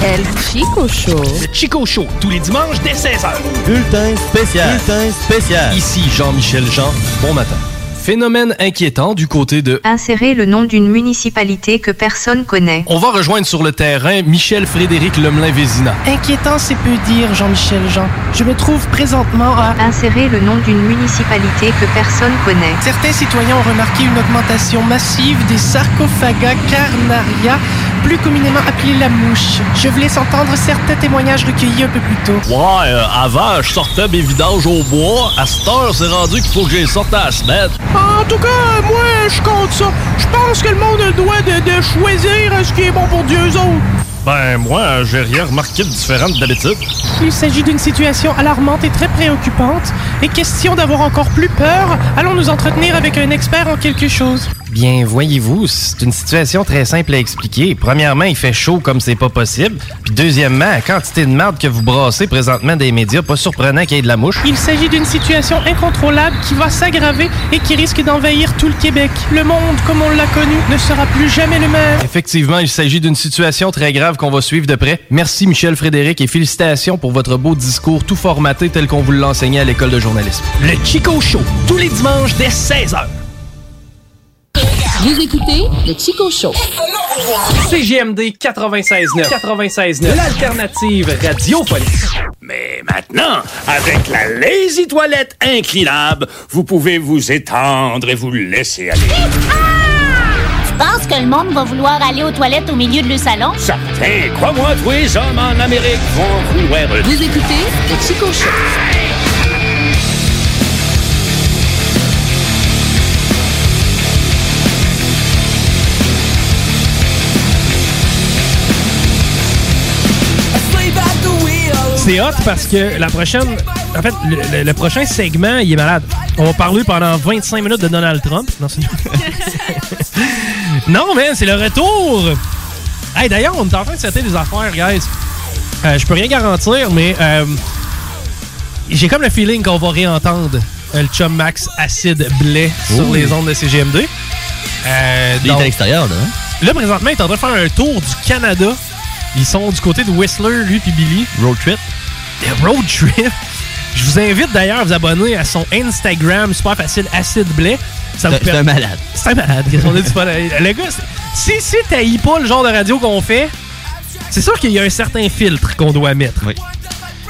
le Chico Show. El Chico Show. Le Chico Show, tous les dimanches dès 16h. Bulletin spécial. Bulletin spécial. Ici Jean-Michel Jean. Bon matin. Phénomène inquiétant du côté de Insérer le nom d'une municipalité que personne connaît. On va rejoindre sur le terrain Michel Frédéric Lemelin-Vézina. Inquiétant, c'est peu dire, Jean-Michel Jean. Je me trouve présentement à insérer le nom d'une municipalité que personne connaît. Certains citoyens ont remarqué une augmentation massive des sarcophagas carnaria, plus communément appelés la mouche. Je vous laisse entendre certains témoignages recueillis un peu plus tôt. Ouais, euh, avant, je sortais mes vidanges au bois. À cette heure, c'est rendu qu'il faut que je les sorte à la semaine. En tout cas, moi, je compte ça. Je pense que le monde doit de, de choisir ce qui est bon pour Dieu autres. Ben, moi, j'ai rien remarqué de différent de d'habitude. Il s'agit d'une situation alarmante et très préoccupante. Et question d'avoir encore plus peur, allons nous entretenir avec un expert en quelque chose. Bien, voyez-vous, c'est une situation très simple à expliquer. Premièrement, il fait chaud comme c'est pas possible. Puis deuxièmement, la quantité de marde que vous brassez présentement des médias, pas surprenant qu'il y ait de la mouche. Il s'agit d'une situation incontrôlable qui va s'aggraver et qui risque d'envahir tout le Québec. Le monde, comme on l'a connu, ne sera plus jamais le même. Effectivement, il s'agit d'une situation très grave qu'on va suivre de près. Merci Michel Frédéric et félicitations pour votre beau discours tout formaté tel qu'on vous l'enseignait à l'école de journalisme. Le Chico Show, tous les dimanches dès 16h. Vous écoutez le Chico Show. CGMD 96.9. 96.9. L'alternative radiophonique. Mais maintenant, avec la Lazy Toilette inclinable, vous pouvez vous étendre et vous laisser aller. Tu penses que le monde va vouloir aller aux toilettes au milieu de le salon? Tiens, crois-moi, tous les hommes en Amérique vont vouloir... Vous écoutez le Chico Show. C'est hot parce que la prochaine. En fait, le, le- le prochain segment, il est malade. On va parler pendant 25 minutes de Donald Trump. Non, c'est Non, mais c'est le retour. Hey, d'ailleurs, on est en train de sauter des affaires, guys. Euh, je peux rien garantir, mais euh, j'ai comme le feeling qu'on va réentendre euh, le chum Max acide blé sur Ouh. les ondes de CGM2. Euh, Il est à l'extérieur, là. hein? Là, présentement, il est en train de faire un tour du Canada. Ils sont du côté de Whistler, lui puis Billy. Road trip. road trip. Je vous invite d'ailleurs à vous abonner à son Instagram, super facile, Acid Blé. Ça vous C'est- c'est per- un malade. C'est un malade. qu'est-ce qu'on dit, [LAUGHS] c'est pas- le gars, c'est- si, si t'haïs pas le genre de radio qu'on fait, c'est sûr qu'il y a un certain filtre qu'on doit mettre.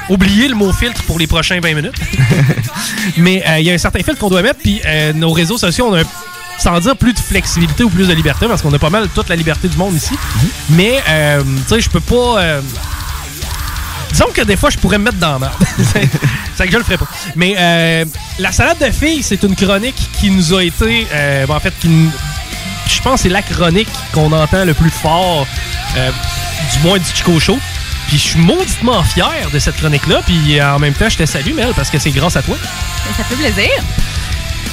Oubliez le mot filtre pour les prochains 20 minutes. Mais euh, il y a un certain filtre qu'on doit mettre, puis euh, nos réseaux sociaux, on a sans dire plus de flexibilité ou plus de liberté, parce qu'on a pas mal toute la liberté du monde ici. Mais, euh, tu sais, je peux pas. euh, Disons que des fois, je pourrais me mettre dans la merde. [LAUGHS] C'est- c'est que je le ferais pas. Mais euh, la salade de filles, c'est une chronique qui nous a été. euh, bon, en fait, qui nous- je pense que c'est la chronique qu'on entend le plus fort, euh, du moins du Chico Show. Puis je suis mauditement fier de cette chronique-là. Puis euh, en même temps, je te salue, Mel, parce que c'est grâce à toi. Ben, Ça fait plaisir.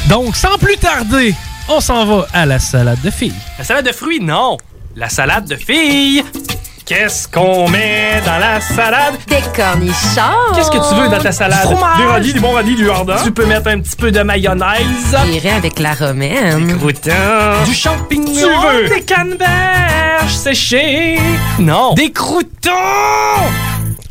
Donc, sans plus tarder, on s'en va à la salade de filles. La salade de fruits, non. La salade de filles. Qu'est-ce qu'on met dans la salade? Des cornichons. Qu'est-ce que tu veux dans ta salade? Du radis, du bon radis, du hardin. Tu peux mettre un petit peu de mayonnaise. J'irai avec la romaine. Des croûtons. Du champignon. Tu veux? Des canneberges séchées. Non. Des croûtons.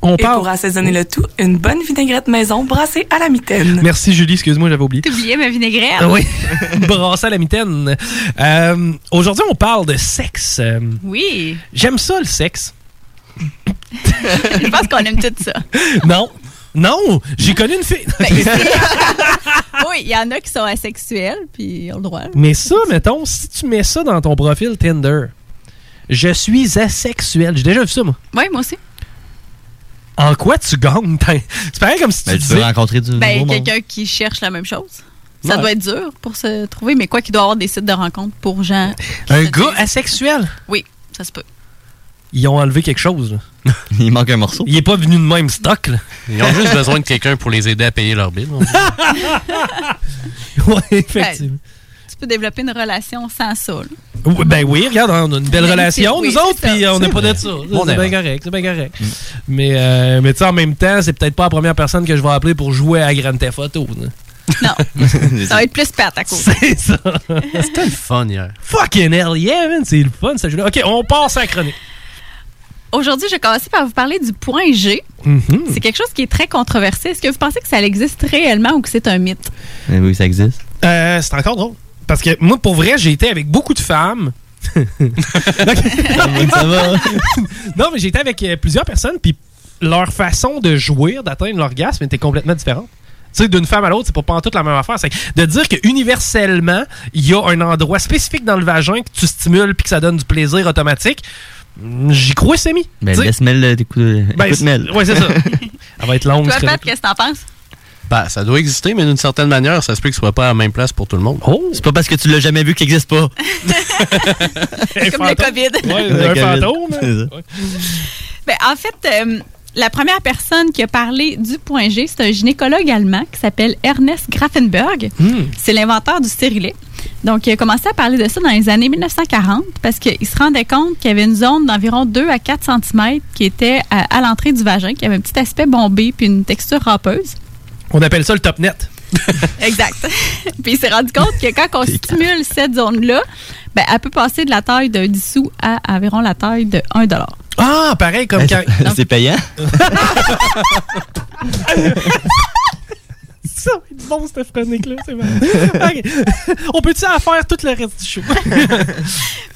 On Et pour assaisonner le tout, une bonne vinaigrette maison brassée à la mitaine. Merci Julie, excuse-moi, j'avais oublié. Ah T'oubliais ma vinaigrette. Oui, [LAUGHS] brassé à la mitaine. Euh, Aujourd'hui, on parle de sexe. Euh, Oui. J'aime ça, le sexe. Je pense qu'on aime tout ça. Ben, Non. Non, j'ai connu une fille. [LAUGHS] Oui, il y en a qui sont asexuels, puis ils ont le droit. [LAUGHS] Mais ça, mettons, si tu mets ça dans ton profil Tinder, je suis asexuel. J'ai déjà vu ça, moi. Oui, moi aussi. En quoi tu gagnes? T'as- C'est pareil comme si tu, Ben, tu veux disais- rencontrer du nouveau Ben, monde. quelqu'un qui cherche la même chose. Ça Ouais. doit être dur pour se trouver, mais quoi qu'il doit avoir des sites de rencontres pour gens. Un gars asexuel? Oui, ça se peut. Ils ont enlevé quelque chose. Il manque un morceau. Il est pas venu de même stock, là. Ils ont juste besoin de quelqu'un pour les aider à payer leur bill. [LAUGHS] Ouais, effectivement. Ben, Tu peux développer une relation sans ça. là. Ouais, Ben oui, regarde, on a une belle Oui, relation, oui, nous autres, Ben, c'est ça. puis on n'est pas de ça. Ça, Bon c'est bien erreur. correct, c'est bien correct. Mais, euh, mais tu sais, en même temps, c'est peut-être pas la première personne que je vais appeler pour jouer à Grand Theft Auto. là. Non. [LAUGHS] Ça va être plus pâte à cause. C'est ça. C'était le fun hier. Fucking hell yeah, man. C'est le fun, ce jeu-là. OK, on passe à la chronique. [LAUGHS] Aujourd'hui, je vais commencer par vous parler du point G. Mm-hmm. C'est quelque chose qui est très controversé. Est-ce que vous pensez que ça existe réellement ou que c'est un mythe? Mais oui, ça existe. Euh, c'est encore drôle. Parce que moi, pour vrai, j'ai été avec beaucoup [LAUGHS] de femmes. non, mais j'ai été avec euh, plusieurs personnes, puis leur façon de jouir, d'atteindre l'orgasme était complètement différente. Tu sais, d'une femme à l'autre, c'est pas pas en tout la même affaire. C'est que de dire que universellement, il y a un endroit spécifique dans le vagin que tu stimules puis que ça donne du plaisir automatique, mm, j'y crois, c'est mis. Ben, Tu sais, laisse-moi écoute ben, Mel. c'est- ouais, c'est [LAUGHS] ça. Elle va être longue. Toi, c'est Pat, qu'est-ce que t'en penses? Ben, ça doit exister, mais d'une certaine manière, ça se peut que ce soit pas à la même place pour tout le monde. C'est pas parce que tu l'as jamais vu qu'il existe pas. Comme le COVID. Le COVID. C'est ça. Ben, en fait, euh, la première personne qui a parlé du point G, c'est un gynécologue allemand qui s'appelle Ernest Grafenberg. Hmm. C'est l'inventeur du stérilet. Donc, il a commencé à parler de ça dans les années 1940 parce qu'il se rendait compte qu'il y avait une zone d'environ 2 à 4 cm qui était à, à l'entrée du vagin, qui avait un petit aspect bombé puis une texture râpeuse. On appelle ça le top net. Exact. [LAUGHS] Puis il s'est rendu compte que quand on stimule cette zone-là, ben, elle peut passer de la taille d'un 10 sous à environ la taille de 1 Ah, pareil comme quand. Ben, C'est [LAUGHS] payant. Ça va être bon, cette chronique-là. C'est marrant. OK. On peut-tu en faire tout le reste du show?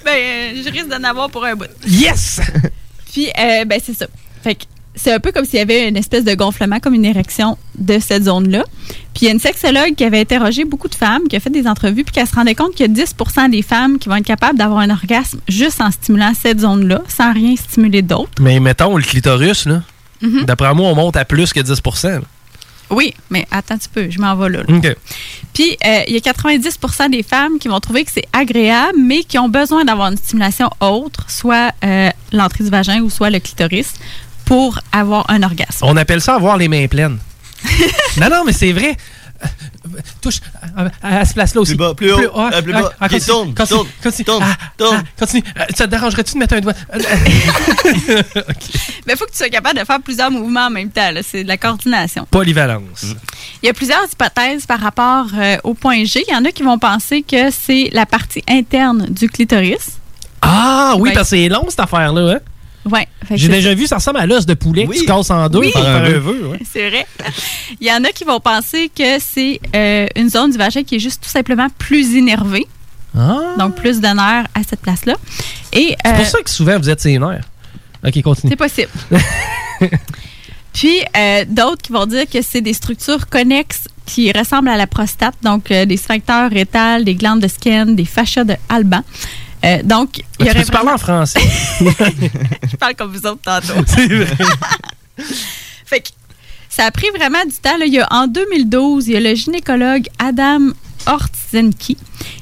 Ben, euh, je risque d'en avoir pour un bout. Yes! [LAUGHS] Puis, euh, ben, c'est ça. Fait que c'est un peu comme s'il y avait une espèce de gonflement, comme une érection de cette zone-là. Puis, il y a une sexologue qui avait interrogé beaucoup de femmes, qui a fait des entrevues, puis qui se rendait compte qu'il y a 10 des femmes qui vont être capables d'avoir un orgasme juste en stimulant cette zone-là, sans rien stimuler d'autre. Mais mettons le clitoris, là. Mhm. D'après moi, on monte à plus que 10 là. Oui, mais attends un petit peu, je m'en vais là. là. OK. Puis, euh, il y a 90 des femmes qui vont trouver que c'est agréable, mais qui ont besoin d'avoir une stimulation autre, soit euh, l'entrée du vagin ou soit le clitoris, pour avoir un orgasme. On appelle ça avoir les mains [LAUGHS] pleines. non, non, mais c'est vrai. Euh, Touche à, à- à cette place-là aussi. Plus bas, plus haut, euh, plus bas. Ok, tourne, tourne, continue, Ah, ah, continue. Euh, ça te dérangerait-tu de mettre un doigt? Euh, Mais il faut que tu sois capable de faire plusieurs mouvements en même temps. là. C'est de la coordination. Polyvalence. Il y a plusieurs hypothèses par rapport euh, au point G. Il y en a qui vont penser que c'est la partie interne du clitoris. Ah oui, Ouais. parce que c'est long, cette affaire-là. hein? Ouais. fait que J'ai c'est- déjà vu, ça ressemble à l'os de poulet que tu casses en deux Oui. Euh, pour faire un vœu. ouais. [LAUGHS] C'est vrai. Il y en a qui vont penser que c'est euh, une zone du vagin qui est juste tout simplement plus énervée. Donc, plus d'honneur à cette place-là. Et, Ah. C'est euh, pour ça que souvent, vous êtes sénère. OK, continue. C'est possible. [LAUGHS] Puis, euh, d'autres qui vont dire que c'est des structures connexes qui ressemblent à la prostate, donc euh, des sphincters rétals, des glandes de skin, des fascias de Alban. Euh, donc, il y Mais tu aurait peux parler en français. [LAUGHS] je parle comme vous autres tantôt. [LAUGHS] C'est vrai. fait que ça a pris vraiment du temps. là. Il y a, en 2012, il y a le gynécologue Adam Hortzenki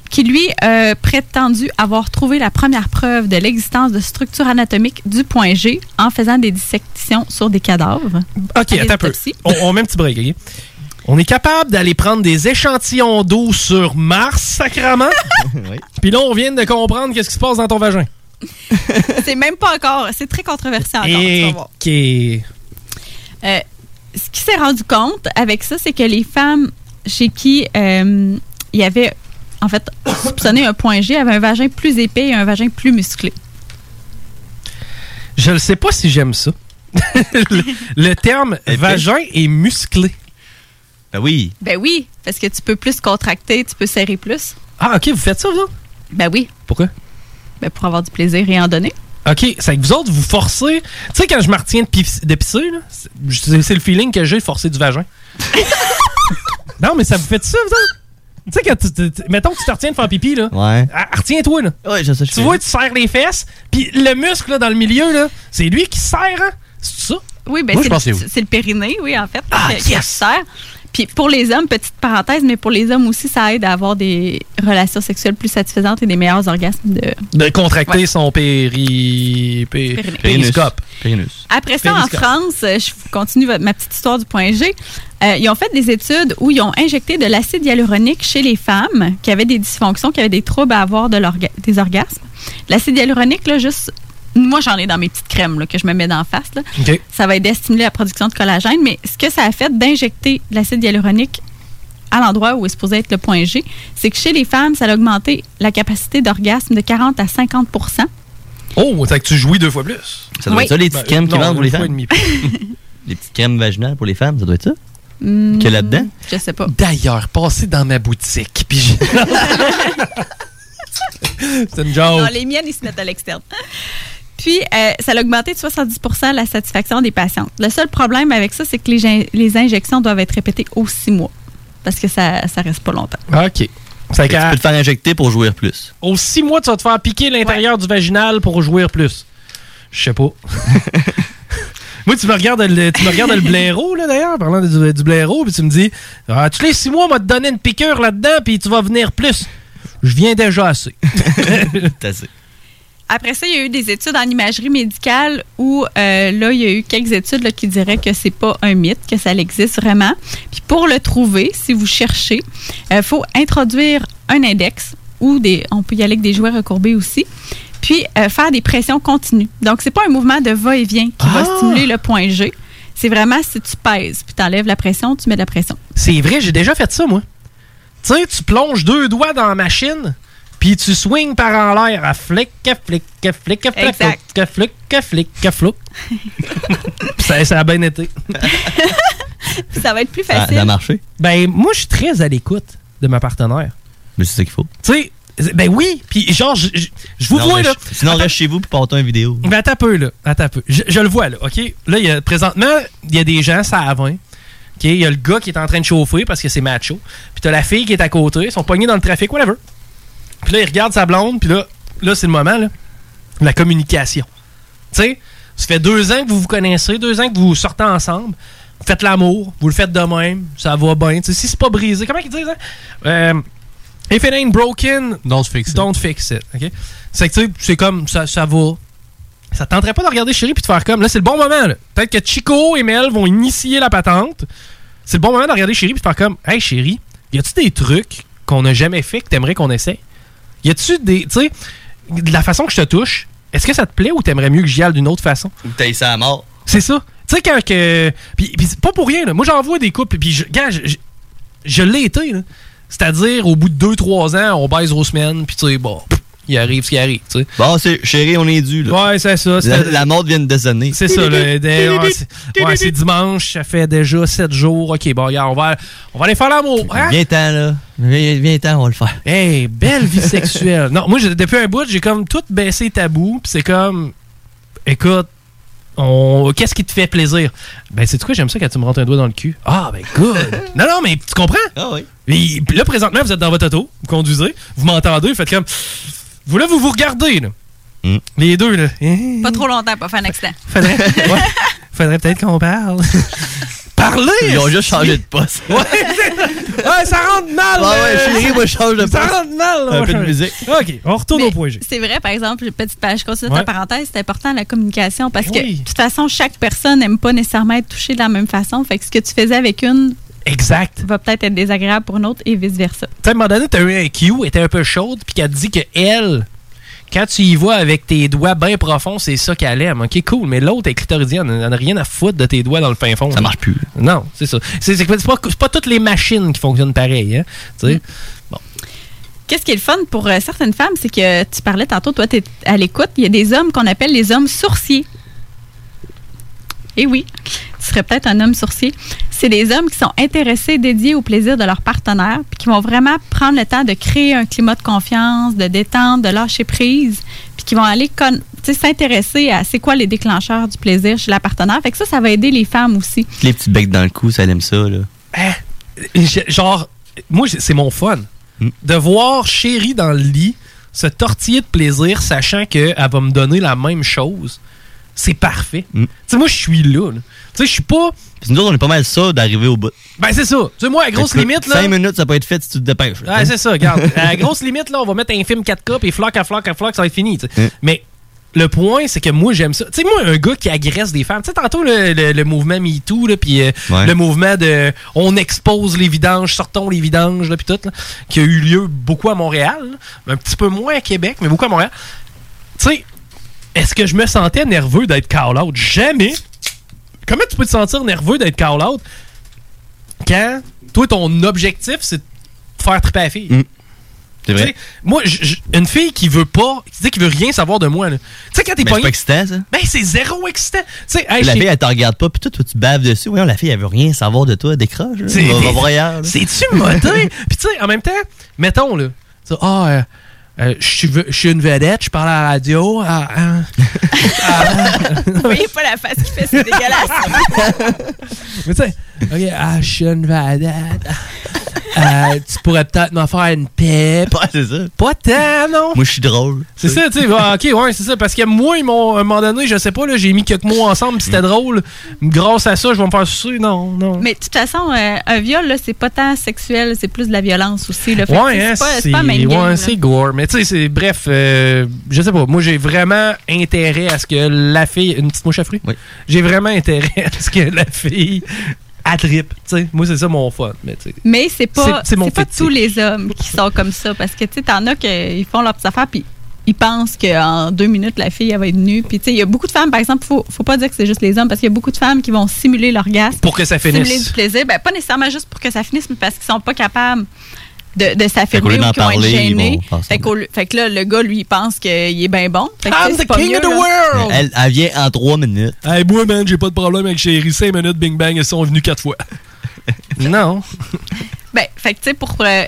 qui, lui, euh, prétendu avoir trouvé la première preuve de l'existence de structures anatomiques du point G en faisant des dissections sur des cadavres. OK, attends un peu. On, on met un petit break, OK? On est capable d'aller prendre des échantillons d'eau sur Mars, sacrament. Puis là, on vient de comprendre qu'est-ce qui se passe dans ton vagin. C'est même pas encore, c'est très controversé encore, Ah, tu vas voir. OK. Euh, ce qui s'est rendu compte avec ça, c'est que les femmes chez qui euh, il y avait, en fait, soupçonné un point G, avaient un vagin plus épais et un vagin plus musclé. Je ne sais pas si j'aime ça. [LAUGHS] le, le terme vagin est musclé. Ben oui. Ben oui, parce que tu peux plus contracter, tu peux serrer plus. Ah, OK, vous faites ça, vous? autres? Ben oui, Pourquoi? ben pour avoir du plaisir et en donner. OK, c'est que vous autres, vous forcez. Tu sais, quand je me retiens de, pif- de pisser, là, c'est c'est le feeling que j'ai de forcer [LAUGHS] du vagin. non, mais ça vous fait ça, vous autres? Tu sais, quand tu, tu- tu- Mettons que tu te retiens de faire pipi, là. Ouais. Ah, Retiens-toi, là. Ouais, je sais. Tu vois, tu serres les fesses, puis le muscle, là, dans le milieu, là, c'est lui qui serre, hein? C'est ça? Oui, ben c'est Moi, je le- pense que c'est c'est vous. c'est le périnée, oui, en fait, ah, yes! Puis pour les hommes, petite parenthèse, mais pour les hommes aussi, ça aide à avoir des relations sexuelles plus satisfaisantes et des meilleurs orgasmes de, De contracter son péri... pé- Périnée. périscope. Après ça, en Périscope. France, euh, je vous continue votre- ma petite histoire du point G. Euh, ils ont fait des études où ils ont injecté de l'acide hyaluronique chez les femmes qui avaient des dysfonctions, qui avaient des troubles à avoir de l'orga- des orgasmes. L'acide hyaluronique, là, juste. Moi, j'en ai dans mes petites crèmes là, que je me mets d'en face. là. OK. Ça va aider à stimuler la production de collagène, mais ce que ça a fait d'injecter de l'acide hyaluronique à l'endroit où est supposé être le point G, c'est que chez les femmes, ça a augmenté la capacité d'orgasme de 40 à 50 Oh, t'as que tu jouis deux fois plus. Ça doit Oui. être ça, les petites Ben, crèmes qui non, vendent pour une les fois femmes. [LAUGHS] les petites crèmes vaginales pour les femmes, ça doit être ça? Que là-dedans? Mhm. Je sais pas. D'ailleurs, passez dans ma boutique. Puis j'ai- c'est une Non, joke. les miennes, ils se mettent à l'externe. [LAUGHS] Puis, euh, ça a augmenté de 70 la satisfaction des patientes. Le seul problème avec ça, c'est que les, gin- les injections doivent être répétées aux six mois parce que ça ne reste pas longtemps. Ah, OK. Fait que tu peux te faire injecter pour jouir plus. Aux six mois, tu vas te faire piquer l'intérieur du vaginal pour jouir plus. Je sais pas. Moi, tu me regardes le, tu me regardes le blaireau, là, d'ailleurs, parlant du, du blaireau, puis tu me dis Ah, Tous les six mois, on va te donner une piqûre là-dedans, puis tu vas venir plus. Je viens déjà assez. Après ça, il y a eu des études en imagerie médicale où euh, là, il y a eu quelques études là, qui diraient que c'est pas un mythe, que ça existe vraiment. Puis pour le trouver, si vous cherchez, il faut introduire un index ou des, on peut y aller avec des jouets recourbés aussi. Puis euh, faire des pressions continues. Donc c'est pas un mouvement de va-et-vient qui va Ah! stimuler le point G. C'est vraiment si tu pèses, puis tu enlèves la pression, tu mets de la pression. [LAUGHS] C'est vrai, j'ai déjà fait ça, moi. Tu sais, tu plonges deux doigts dans la machine, puis tu swings par en l'air à flic, à flic, à flic, à flic, Exact. à flic, à flic, à flic. Puis ça, ça a bien été. Puis ça va être plus Ça- ça a facile. Ah, marché? Ben, moi, je suis très à l'écoute de ma partenaire. Mais c'est ça qu'il faut. Tu sais, ben oui, puis genre, je- je je vous Sinon, vois, là. reste- Sinon, reste chez vous puis porte une vidéo. Mais attends un peu, là. Attends un peu. Je, je le vois, là. OK? Là, il y a, présentement, il y a des gens, ça à 20. OK? Il y a le gars qui est en train de chauffer parce que c'est macho. Puis t'as la fille qui est à côté. Ils sont pognés dans le trafic, whatever. Puis là, il regarde sa blonde. Puis là, là c'est le moment, là. La communication. Tu sais? Ça fait deux ans que vous vous connaissez, deux ans que vous sortez ensemble. Vous faites l'amour, vous le faites de même, ça va bien. Tu sais, si c'est pas brisé, comment ils disent, hein? Euh, If it ain't broken, don't fix it. Don't fix it. ok? C'est que tu sais, c'est comme ça, ça va. Ça te tenterait pas de regarder chérie puis de faire comme là, c'est le bon moment. là. Peut-être que Chico et Mel vont initier la patente. C'est le bon moment de regarder chérie puis de faire comme hey chérie, y a-tu des trucs qu'on n'a jamais fait que t'aimerais qu'on essaie Y a-tu des, tu sais, de la façon que je te touche, est-ce que ça te plaît ou t'aimerais mieux que j'y aille d'une autre façon T'as ça à mort. c'est ça. Tu sais, quand que. Puis, puis c'est pas pour rien, là. Moi, j'en vois des couples, puis je, gars, je, je- je l'ai été, là. C'est-à-dire, au bout de 2-3 ans, on baise aux semaines, puis tu sais, bon, pff, il arrive ce qui arrive, tu sais. Bon, c'est, chérie, on est dû, là. Ouais, c'est ça. La, la mort vient de sonner. C'est ça, [LAUGHS] là. Des- ouais, c'est- ouais, c'est dimanche, ça fait déjà 7 jours. Ok, bon, regarde, on va, on va aller faire l'amour. hein? Viens temps, là. Viens, viens temps, on va le faire. Hey, belle vie sexuelle. Non, moi, j'ai- depuis un bout, j'ai comme tout baissé tabou. Puis c'est comme, écoute, on, qu'est-ce qui te fait plaisir? Ben, c'est quoi, j'aime ça quand tu me rentres un doigt dans le cul. Ah, ben, [LAUGHS] good. non, non, mais tu comprends? Ah oui. Et, puis là, présentement, vous êtes dans votre auto, vous conduisez, vous m'entendez, vous faites comme, vous là, vous vous regardez, là. Hmm. Les deux, là. Hein? Pas trop longtemps, pas faire un accident. Faudrait, ouais. Faudrait peut-être qu'on parle. Parler! Ils ont juste esti! changé de poste. [LAUGHS] Ouais, c'est- ouais, ça rentre mal! Ouais, ouais, euh, chérie, moi, je change de Ça poste. rentre mal! là, Un moi, peu de je- musique. OK, on retourne au point G. C'est vrai, par exemple, petite page, je continue Ouais. Ben ta parenthèse, c'est important la communication parce que, Oui. de toute façon, chaque personne n'aime pas nécessairement être touchée de la même façon. Fait que ce que tu faisais avec une Exact. va peut-être être désagréable pour une autre et vice-versa. Tu sais, à un moment donné, t'as eu un Q, elle était un peu chaude, puis qu'elle te dit que elle, quand tu y vas avec tes doigts bien profonds, c'est ça qu'elle aime. OK, cool, mais l'autre est clitoridienne, elle n'a rien à foutre de tes doigts dans le fin fond. Ça marche plus. Non, c'est ça. C'est c'est- c'est pas, c'est pas toutes les machines qui fonctionnent pareil, hein. Tu sais. Bon. Qu'est-ce qui est le fun pour euh, certaines femmes, c'est que tu parlais tantôt, toi, tu es à l'écoute, il y a des hommes qu'on appelle les hommes sourciers. Eh oui, tu serais peut-être un homme sourcier. C'est des hommes qui sont intéressés, dédiés au plaisir de leur partenaire, puis qui vont vraiment prendre le temps de créer un climat de confiance, de détente, de lâcher prise, puis qui vont aller con- tu sais, s'intéresser à c'est quoi les déclencheurs du plaisir chez la partenaire. Fait que ça, ça va aider les femmes aussi. Les petits becs dans le cou, ça elle aime ça, là. Je- genre, moi, j'ai- c'est mon fun. Mm. De voir chérie dans le lit se tortiller de plaisir, sachant qu'elle va me donner la même chose, c'est parfait. Tu sais, moi, je suis là. là. Tu sais, je suis pas. Mm. Puis nous autres, on est pas mal ça d'arriver au bout. Ben, c'est ça. Tu sais, moi, à grosse limite, là. 5 minutes, ça peut être fait si tu te dépêches. là. Ouais, c'est [LAUGHS] ça, regarde. À grosse limite, là, on va mettre un film 4K, puis floc à floc à floc, ça va être fini. tu sais. Mais le point, c'est que moi, j'aime ça. Tu sais, moi, un gars qui agresse des femmes, tu sais, tantôt, le, le- le mouvement MeToo, là, puis euh, Ouais. le mouvement de on expose les vidanges, sortons les vidanges, là, puis tout, là, qui a eu lieu beaucoup à Montréal, là, un petit peu moins à Québec, mais beaucoup à Montréal. Tu sais, est-ce que je me sentais nerveux d'être call-out? Jamais! Comment tu peux te sentir nerveux d'être call-out? quand toi, ton objectif, c'est de faire triper la fille. C'est vrai. Tu sais, Moi, j- j- une fille qui veut pas, tu sais, qui veut rien savoir de moi, là. Tu sais, quand t'es Mais c'est pogné- pas excitant, ça? Ben, c'est zéro excitant. Tu sais, hey, la j'ai- fille, elle [LAUGHS] te regarde pas, puis toi, toi, tu baves dessus. Voyons, la fille, elle veut rien savoir de toi, décroche. là. C'est- Va, va voir ailleurs. là. C'est-tu moté? Puis tu sais, en même temps, mettons, là, tu sais, ah, euh, euh, je suis ve- je suis une vedette, je parle à la radio. ah, ah. Vous voyez pas la face qu'il fait, [LAUGHS] c'est dégueulasse. Mais tu sais, ok, ah, je suis une vedette. Ah, tu pourrais peut-être me faire une pipe. Ouais, c'est ça. Pas tant, non? [LAUGHS] Moi, je suis drôle. C'est ça, tu sais. bah, ok, ouais, c'est ça. Parce que moi, ils m'ont, à un moment donné, je sais pas, là, j'ai mis quelques mots ensemble, pis Mm. c'était drôle. Grâce à ça, je vais me faire sucer. Non, non. Mais de toute façon, euh, un viol, là, c'est pas tant sexuel, c'est plus de la violence aussi. Là. Fait que ouais, hein, c'est pas, c'est pas la même game, ouais, là. c'est gore. Mais tu sais, c'est- bref, euh, je sais pas. Moi, j'ai vraiment intérêt à ce que la fille. Une petite mouche à fruits? J'ai vraiment intérêt à ce que la fille attripe. Tu sais, moi, c'est ça mon fun. Mais tu sais. Mais c'est pas, C'est- c'est mon c'est pas fétiche. tous les hommes qui sont comme ça. Parce que, tu sais, t'en as qui font leurs petites affaires, puis ils pensent qu'en deux minutes, la fille, elle va être nue. Puis, tu sais, il y a beaucoup de femmes, par exemple, faut, faut pas dire que c'est juste les hommes, parce qu'il y a beaucoup de femmes qui vont simuler l'orgasme. Pour que ça Simuler du finisse. plaisir. Ben, pas nécessairement juste pour que ça finisse, mais parce qu'ils sont pas capables de, de Fait qu'au s'affirmer lieu ou d'en qu'ils vont être parler, ils gênés. vont penser- Fait, qu'au- fait que là, le gars, lui, il pense qu'il est bien bon. Fait que, tu sais, I'm c'est the pas king mieux, of the là. world! Elle, elle vient en trois minutes. Hey, moi, man, j'ai pas de problème avec chérie. 5 minutes, bing bang, ils sont [LAUGHS] venus quatre fois. non. Ben, fait que, tu sais, pour euh,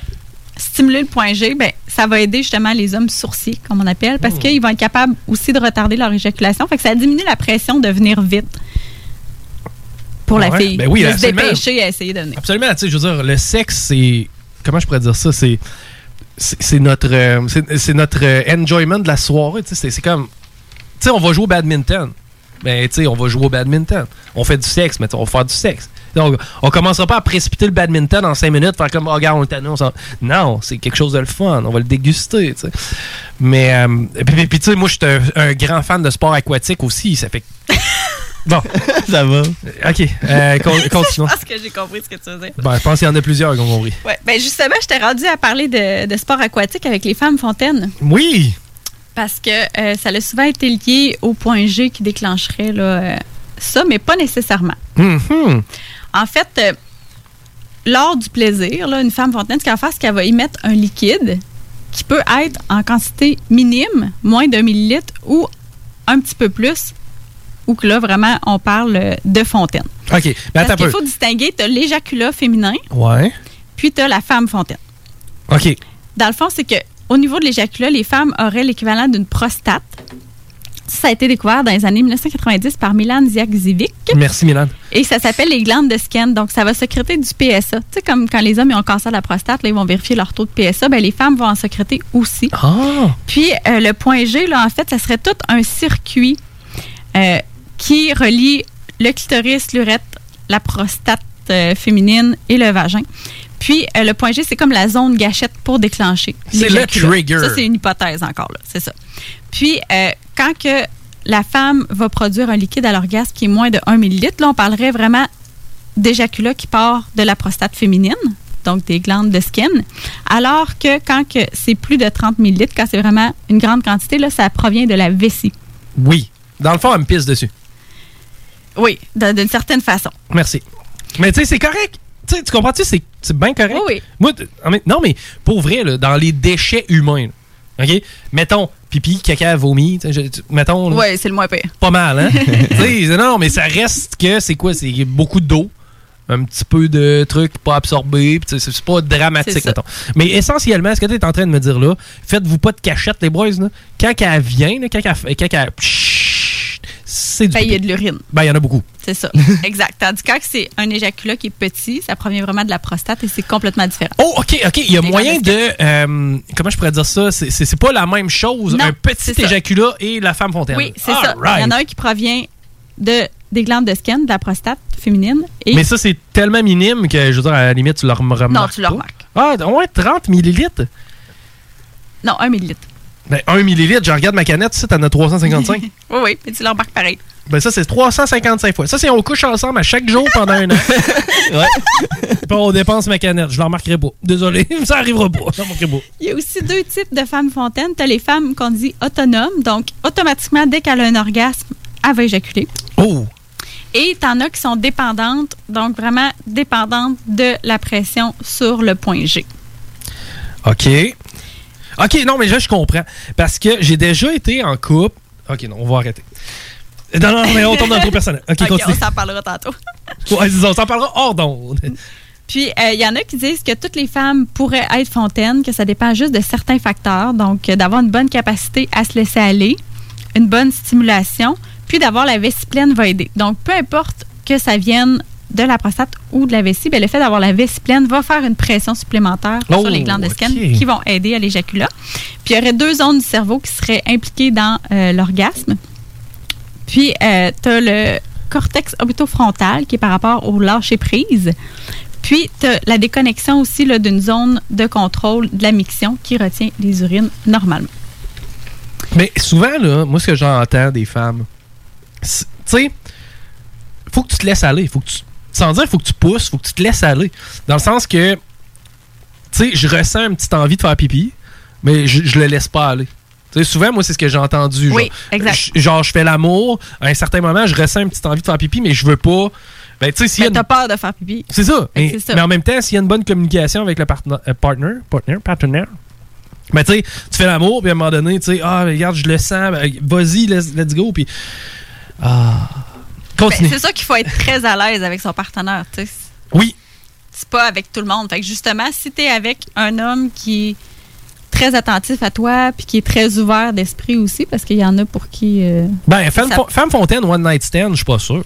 stimuler le point G, ben, ça va aider justement les hommes sourciers, comme on appelle, Hmm. parce qu'ils vont être capables aussi de retarder leur éjaculation. Fait que ça diminue la pression de venir vite pour la Ouais, fille. ben oui, de se absolument. dépêcher à essayer de venir. Absolument, tu sais, je veux dire, le sexe, c'est. Comment je pourrais dire ça? C'est. C'est c'est notre, euh, c'est- c'est notre euh, enjoyment de la soirée. tu sais, C'est c'est comme. Tu sais, on va jouer au badminton. Ben, tu sais, on va jouer au badminton. On fait du sexe, mais tu sais, on va faire du sexe. Donc, on commencera pas à précipiter le badminton en 5 minutes, faire comme, oh, regarde, on le tanné, on s'en- Non, c'est quelque chose de le fun. On va le déguster, tu sais. Mais, euh, puis- puis, puis, tu sais, moi, je suis un, un grand fan de sport aquatique aussi. Ça fait. que- Bon. ça va. OK. euh, con- continuons. je pense que j'ai compris ce que tu veux dire. Ben, je pense qu'il y en a plusieurs qui ont compris. Ouais, ben justement, j'étais rendue à parler de, de sport aquatique avec les femmes fontaines. Oui! Parce que euh, ça a souvent été lié au point G qui déclencherait là, euh, ça, mais pas nécessairement. mm-hmm. En fait, euh, lors du plaisir, là, une femme fontaine, ce qu'elle va faire, c'est qu'elle va y mettre un liquide qui peut être en quantité minime, moins d'un millilitre ou un petit peu plus, ou que là, vraiment, on parle euh, de fontaine. OK. Mais Ben, attends un Parce qu'il peu. faut distinguer, tu as l'éjaculat féminin, Ouais. puis tu as la femme fontaine. OK. Dans le fond, c'est que au niveau de l'éjaculat, les femmes auraient l'équivalent d'une prostate. Ça a été découvert dans les années 1990 par Milan Ziagzivic. Merci, Milan. Et ça s'appelle les glandes de Skene. Donc, ça va sécréter du PSA. Tu sais, comme quand les hommes ils ont le cancer de la prostate, là, ils vont vérifier leur taux de PSA, ben, les femmes vont en sécréter aussi. Ah, Ah. Puis, euh, le point G, là, en fait, ça serait tout un circuit euh, qui relie le clitoris, l'urètre, la prostate euh, féminine et le vagin. Puis, euh, le point G, c'est comme la zone gâchette pour déclencher. C'est le l'éjaculat. trigger. Ça, c'est une hypothèse encore, là. C'est ça. Puis, euh, quand que la femme va produire un liquide à l'orgasme qui est moins de 1 millilitre, là, on parlerait vraiment d'éjaculat qui part de la prostate féminine, donc des glandes de skin, alors que quand que c'est plus de 30 millilitres, quand c'est vraiment une grande quantité, là, ça provient de la vessie. Oui. Dans le fond, elle me pisse dessus. Oui, d'un- d'une certaine façon. Merci. Mais tu sais, c'est correct. Tu sais, tu comprends-tu? C'est c'est bien correct. Oui, oui. Moi, t- en même- non, mais pour vrai, là, dans les déchets humains, là, OK? Mettons, pipi, caca, vomi, tu sais, je- tu- mettons... là, Oui, c'est le moins pire. Pas mal, hein? Tu sais, non, mais ça reste que c'est quoi? C'est beaucoup d'eau, un petit peu de trucs pas absorbés, puis tu sais, c'est c'est pas C'est dramatique, ça. mettons. Mais essentiellement, ce que tu es en train de me dire là, faites-vous pas de cachette, les boys, là. Quand elle vient, là, quand elle. fait- Quand elle Chut, c'est du. Ben, il y a pipi. de l'urine. Ben, il y en a beaucoup. C'est [LAUGHS] ça. exact. Tandis que quand c'est un éjaculat qui est petit, ça provient vraiment de la prostate et c'est complètement différent. Oh, OK, OK. Il y a moyen de. euh, comment je pourrais dire ça? C'est- C'est c'est pas la même chose, Non, un petit c'est ça. éjaculat et la femme fontaine. Oui, c'est All ça. Il y en right. a un qui provient de, des glandes de skin, de la prostate féminine. Et Mais ça, c'est tellement minime que, je veux dire, à la limite, tu le rem- remarques. Non, tu le pas. remarques. Ah, ouais, 30 millilitres. Non, un millilitre. Ben, 1 millilitre, je regarde ma canette, ça, t'en as 355. [LAUGHS] Oui, oui, mais tu le remarques pareil. ben, ça, c'est 355 fois. Ça, c'est on couche ensemble à chaque jour pendant [LAUGHS] un an. ouais. on dépense ma canette. Je la remarquerai pas. Désolé, [LAUGHS] ça arrivera pas. Je la remarquerai pas. Il y a aussi deux types de femmes fontaines. Tu as les femmes qu'on dit autonomes, donc automatiquement, dès qu'elle a un orgasme, elle va éjaculer. Oh! Et t'en as qui sont dépendantes, donc vraiment dépendantes de la pression sur le point G. OK. OK, non, mais là, je comprends. Parce que j'ai déjà été en couple. OK, non, on va arrêter. Non, non, mais on tombe dans le trop personnel. [LAUGHS] OK, continue. on s'en parlera tantôt. Ouais, c'est ça, on s'en parlera hors d'onde. Puis, euh, il y en a qui disent que toutes les femmes pourraient être fontaines, que ça dépend juste de certains facteurs. Donc, euh, d'avoir une bonne capacité à se laisser aller, une bonne stimulation, puis d'avoir la vessie pleine va aider. Donc, peu importe que ça vienne de la prostate ou de la vessie, ben, le fait d'avoir la vessie pleine va faire une pression supplémentaire Oh, sur les glandes de scan ok. qui vont aider à l'éjaculat. Puis, il y aurait deux zones du cerveau qui seraient impliquées dans euh, l'orgasme. Puis, euh, tu as le cortex orbitofrontal qui est par rapport au lâcher-prise. Puis, tu as la déconnexion aussi là, d'une zone de contrôle de la miction qui retient les urines normalement. Mais souvent, là, moi, ce que j'entends des femmes, c'est- tu sais, faut que tu te laisses aller. Faut que tu, sans dire, faut que tu pousses, faut que tu te laisses aller. Dans le sens que, tu sais, je ressens une petite envie de faire pipi, mais je, je le laisse pas aller. Tu sais, souvent, moi, c'est ce que j'ai entendu. Oui, genre, exact. je- Genre, je fais l'amour, à un certain moment, je ressens une petite envie de faire pipi, mais je veux pas. Ben, tu sais, s'il y a une- T'as peur de faire pipi. c'est ça. Fait que Mais, c'est ça. mais en même temps, s'il y a une bonne communication avec le partena- euh, partner, partner, partenaire, ben, tu sais, tu fais l'amour, puis à un moment donné, tu sais, ah, mais regarde, je le sens, ben, vas-y, let's, let's go, puis. Ah. Ben, Continue. C'est ça qu'il faut être très à l'aise avec son partenaire. tu sais. Oui. C'est pas avec tout le monde. Fait que justement, si tu es avec un homme qui est très attentif à toi puis qui est très ouvert d'esprit aussi, parce qu'il y en a pour qui. euh, Ben, femme, ça- Fo- Femme fontaine, one night stand, je suis pas sûr.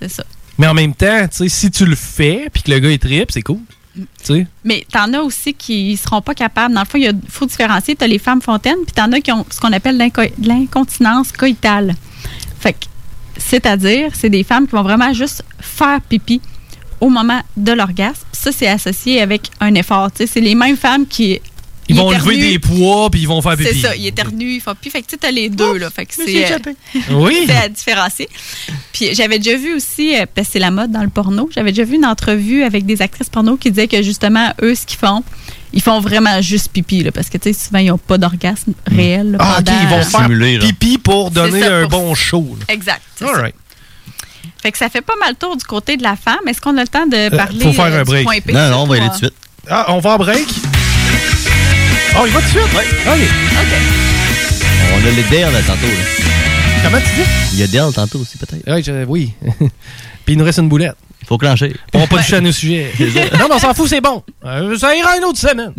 C'est ça. Mais en même temps, tu sais, si tu le fais, puis que le gars, il trip, c'est cool. Mm. Tu sais. Mais t'en as aussi qui seront pas capables. Dans le fond, il y a- faut différencier. T'as les femmes fontaines, puis t'en as qui ont ce qu'on appelle l'inco- l'incontinence coïtale. Fait que, c'est-à-dire, c'est des femmes qui vont vraiment juste faire pipi au moment de l'orgasme. Ça, c'est associé avec un effort. Tu sais, c'est les mêmes femmes qui. Ils vont éternuent. lever des poids, puis ils vont faire pipi. C'est ça, il éternue, il fait pis. Fait que tu sais, t'as les deux, là. Fait que me c'est. suis euh, [LAUGHS] échappé. Oui. C'est à différencier. Puis j'avais déjà vu aussi, euh, parce que c'est la mode dans le porno, j'avais déjà vu une entrevue avec des actrices porno qui disaient que justement, eux, ce qu'ils font, ils font vraiment juste pipi, là, parce que tu sais, souvent, ils n'ont pas d'orgasme réel. là, Ah, ok, pendant- ils vont faire pipi pour C'est donner ça, un pour- bon show. là. Exact. c'est All ça. right. Fait que ça fait pas mal le tour du côté de la femme. Est-ce qu'on a le temps de Euh, parler faut faire euh, un du break. point P, Non, non, on surtout, va y aller hein? tout de suite. Ah, on va en break? Oh, il va tout de suite? OK. On a le Dell là, tantôt. là. Comment tu dis? Il y a Dell tantôt aussi, peut-être. Oui. [LAUGHS] Puis il nous reste une [LAUGHS] boulette. Faut clencher. On va pas toucher à nos sujets. [LAUGHS] C'est ça. non, mais on s'en fout, c'est bon. Euh, ça ira une autre semaine.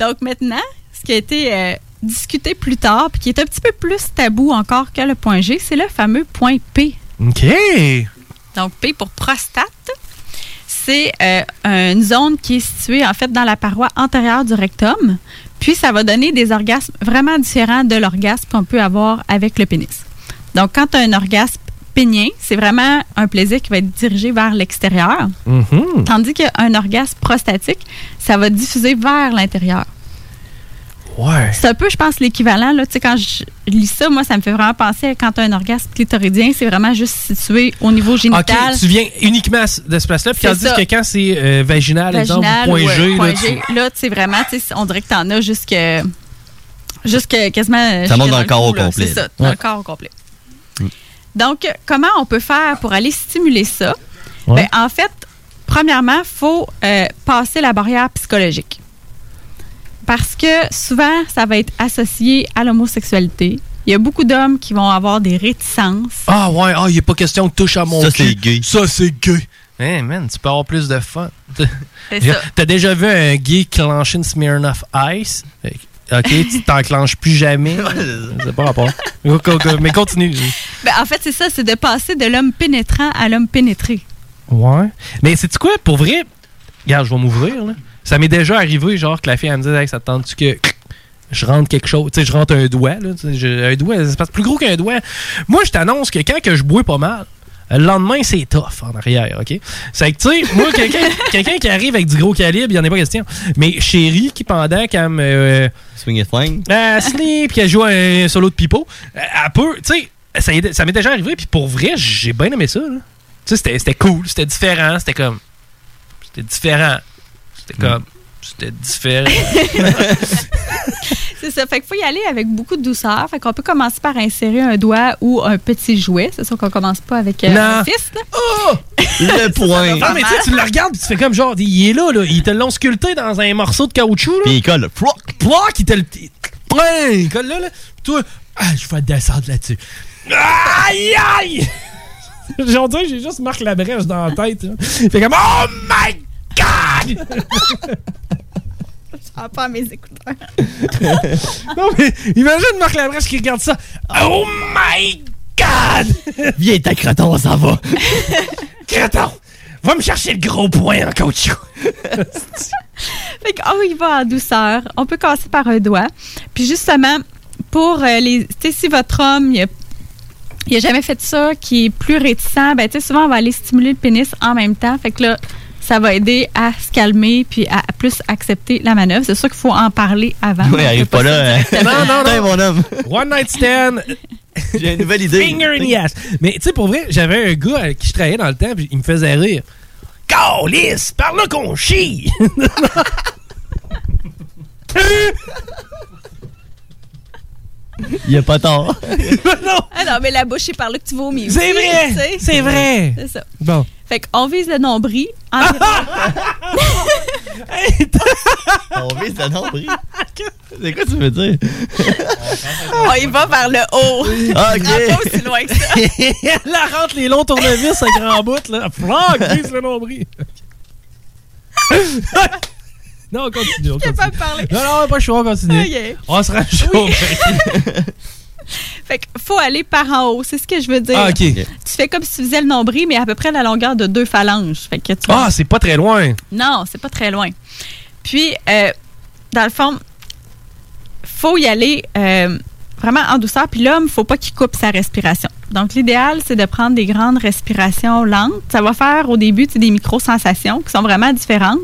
Donc maintenant, ce qui a été euh, discuté plus tard, puis qui est un petit peu plus tabou encore que le point G, c'est le fameux point P. OK. Donc, P pour prostate. C'est euh, une zone qui est située, en fait, dans la paroi antérieure du rectum. Puis, ça va donner des orgasmes vraiment différents de l'orgasme qu'on peut avoir avec le pénis. Donc, quand tu as un orgasme pénien, c'est vraiment un plaisir qui va être dirigé vers l'extérieur. Mmh. Mm-hmm. Tandis qu'un orgasme prostatique, ça va diffuser vers l'intérieur. Ouais. C'est un peu, je pense, l'équivalent. Là, Tu sais, quand je lis ça, moi, ça me fait vraiment penser à quand tu as un orgasme clitoridien, c'est vraiment juste situé au niveau génital. Ah, OK, tu viens uniquement de ce place-là, puis C'est tandis ça. que quand c'est euh, vaginal, exemple, vaginal, ou point ouais, G, là, point tu- G. Là, tu sais, vraiment, tu sais, on dirait que t'en as jusque. Jusque quasiment. jusque monte dans le corps cou, au là. complet, C'est ça, là. dans Ouais. Mm. le corps au complet. Donc, euh, comment on peut faire pour aller stimuler ça? Ouais. Ben, en fait, premièrement, il faut euh, passer la barrière psychologique. Parce que souvent, ça va être associé à l'homosexualité. Il y a beaucoup d'hommes qui vont avoir des réticences. Ah ouais, ah, il a pas question de touche à mon Ça, cul. c'est gay. Ça, c'est gay. Hey, Eh, man, tu peux avoir plus de fun. C'est J'ai- ça. T'as déjà vu un gay clencher une Smirnoff Ice? Fait que, OK, tu t'enclenches [LAUGHS] plus jamais. c'est pas rapport. Go, go, go. Mais continue. Ben, en fait, c'est ça, c'est de passer de l'homme pénétrant à l'homme pénétré. Ouais. Mais c'est quoi, pour vrai? Regarde, je vais m'ouvrir, là. Ça m'est déjà arrivé, genre, que la fille, elle me dit, hey, ça te tente-tu que je rentre quelque chose? Tu sais, je rentre un doigt, là. Tu sais, je- un doigt, c'est parce que plus gros qu'un doigt. Moi, je t'annonce que quand que je bois pas mal, le lendemain, c'est tough en arrière, OK? C'est que, tu sais, moi, [LAUGHS] quelqu'un quelqu'un qui arrive avec du gros calibre, il en est pas question. Mais chérie, qui pendant qu'elle me. euh, Swing and fling. euh, sleep, qu'elle joue un solo de pipeau. Euh, Elle peut, tu sais, ça, y est- ça m'est déjà arrivé, puis pour vrai, j'ai bien aimé ça. là. Tu sais, c'était- c'était cool, c'était différent, c'était comme. Hmm. [LAUGHS] C'était différent. C'était comme. C'était différent. C'est ça. Fait qu'il faut y aller avec beaucoup de douceur. Fait qu'on peut commencer par insérer un doigt ou un petit jouet. C'est sûr qu'on commence pas avec euh, Non. Oh un fist. là. Le point. Non, Ah, mais tu sais, tu le regardes pis tu fais comme genre, il est là, là. Ils te l'ont sculpté dans un morceau de caoutchouc, là. Puis il colle. Ploc, ploc, il te le. il- Ouais, il colle là, là. Pis toi, ah, je vais descendre là-dessus. Aïe, aïe! [LAUGHS] J'en dirais, j'ai juste Marc Labrèche dans la tête. là. Il fait comme, oh [LAUGHS] my [LAUGHS] god! Je pas mes écouteurs. non, mais imagine Marc Labrèche qui regarde ça. Oh my god! Viens, ta croton, on [LAUGHS] s'en va. Crétin! Va me chercher le gros point en [LAUGHS] caoutchouc. Fait que, oh, il va en douceur. On peut casser par un doigt. Puis justement, pour euh, les. Tu sais, si votre homme, il a, il a jamais fait ça, qui est plus réticent, ben, tu sais, souvent, on va aller stimuler le pénis en même temps. Fait que là, ça va aider à se calmer puis à plus accepter la manœuvre. C'est sûr qu'il faut en parler avant. Ouais, arrive pas là. hein. Non, non, non. Putain, [LAUGHS] mon homme. One night stand. J'ai une nouvelle idée. Finger in the ass. Mais tu sais, pour vrai, j'avais un gars avec qui je travaillais dans le temps, puis il me faisait rire. Calice, par là qu'on chie! Il a pas tort. Ah non, mais la bouche, c'est par là que tu vomis. aussi, C'est vrai! tu sais. C'est vrai! C'est ça. [LAUGHS] Bon. Fait qu'on vise le nombril. [LAUGHS] environ- On vise le nombril. C'est quoi tu veux dire? [LAUGHS] On y va vers le haut. [LAUGHS] Ah, ok. On va pas aussi loin que ça. [LAUGHS] Là, rentre les longs tournevis à [LAUGHS] grand bout, là. Frog, vise Ah, le [LAUGHS] nombril. non, on continue. On continue. Non, non, pas chaud, on continue. Ok. On se rajoute. [LAUGHS] Fait que faut aller par en haut, c'est ce que je veux dire. Ah, ok. Tu fais comme si tu faisais le nombril, mais à peu près la longueur de deux phalanges. Fait que tu Ah, c'est pas très loin. Non, c'est pas très loin. Puis, euh, dans le fond, faut y aller euh, vraiment en douceur. Puis l'homme, faut pas qu'il coupe sa respiration. Donc, l'idéal, c'est de prendre des grandes respirations lentes. Ça va faire au début tu sais, des micro-sensations qui sont vraiment différentes.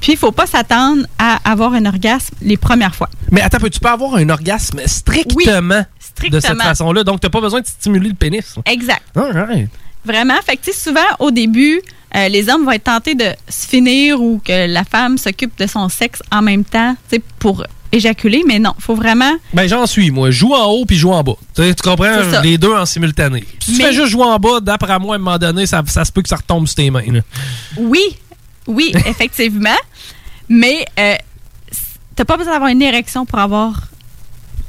Puis, il faut pas s'attendre à avoir un orgasme les premières fois. Mais attends, peux-tu pas avoir un orgasme strictement, de cette strictement. façon-là? Donc, t'as pas besoin de stimuler le pénis. Exact. All right. Vraiment. Fait que, tu sais, souvent, au début, euh, les hommes vont être tentés de se finir ou que la femme s'occupe de son sexe en même temps, tu sais, pour éjaculer. Mais non, faut vraiment. Ben, j'en suis, moi. Joue en haut puis joue en bas. Tu sais, tu comprends? C'est ça. Les deux en simultané. Si tu Mais- fais juste jouer en bas, d'après moi, à un moment donné, ça, ça se peut que ça retombe sur tes mains. là. Oui, oui, effectivement. mais euh, s- t'as pas besoin d'avoir une érection pour avoir.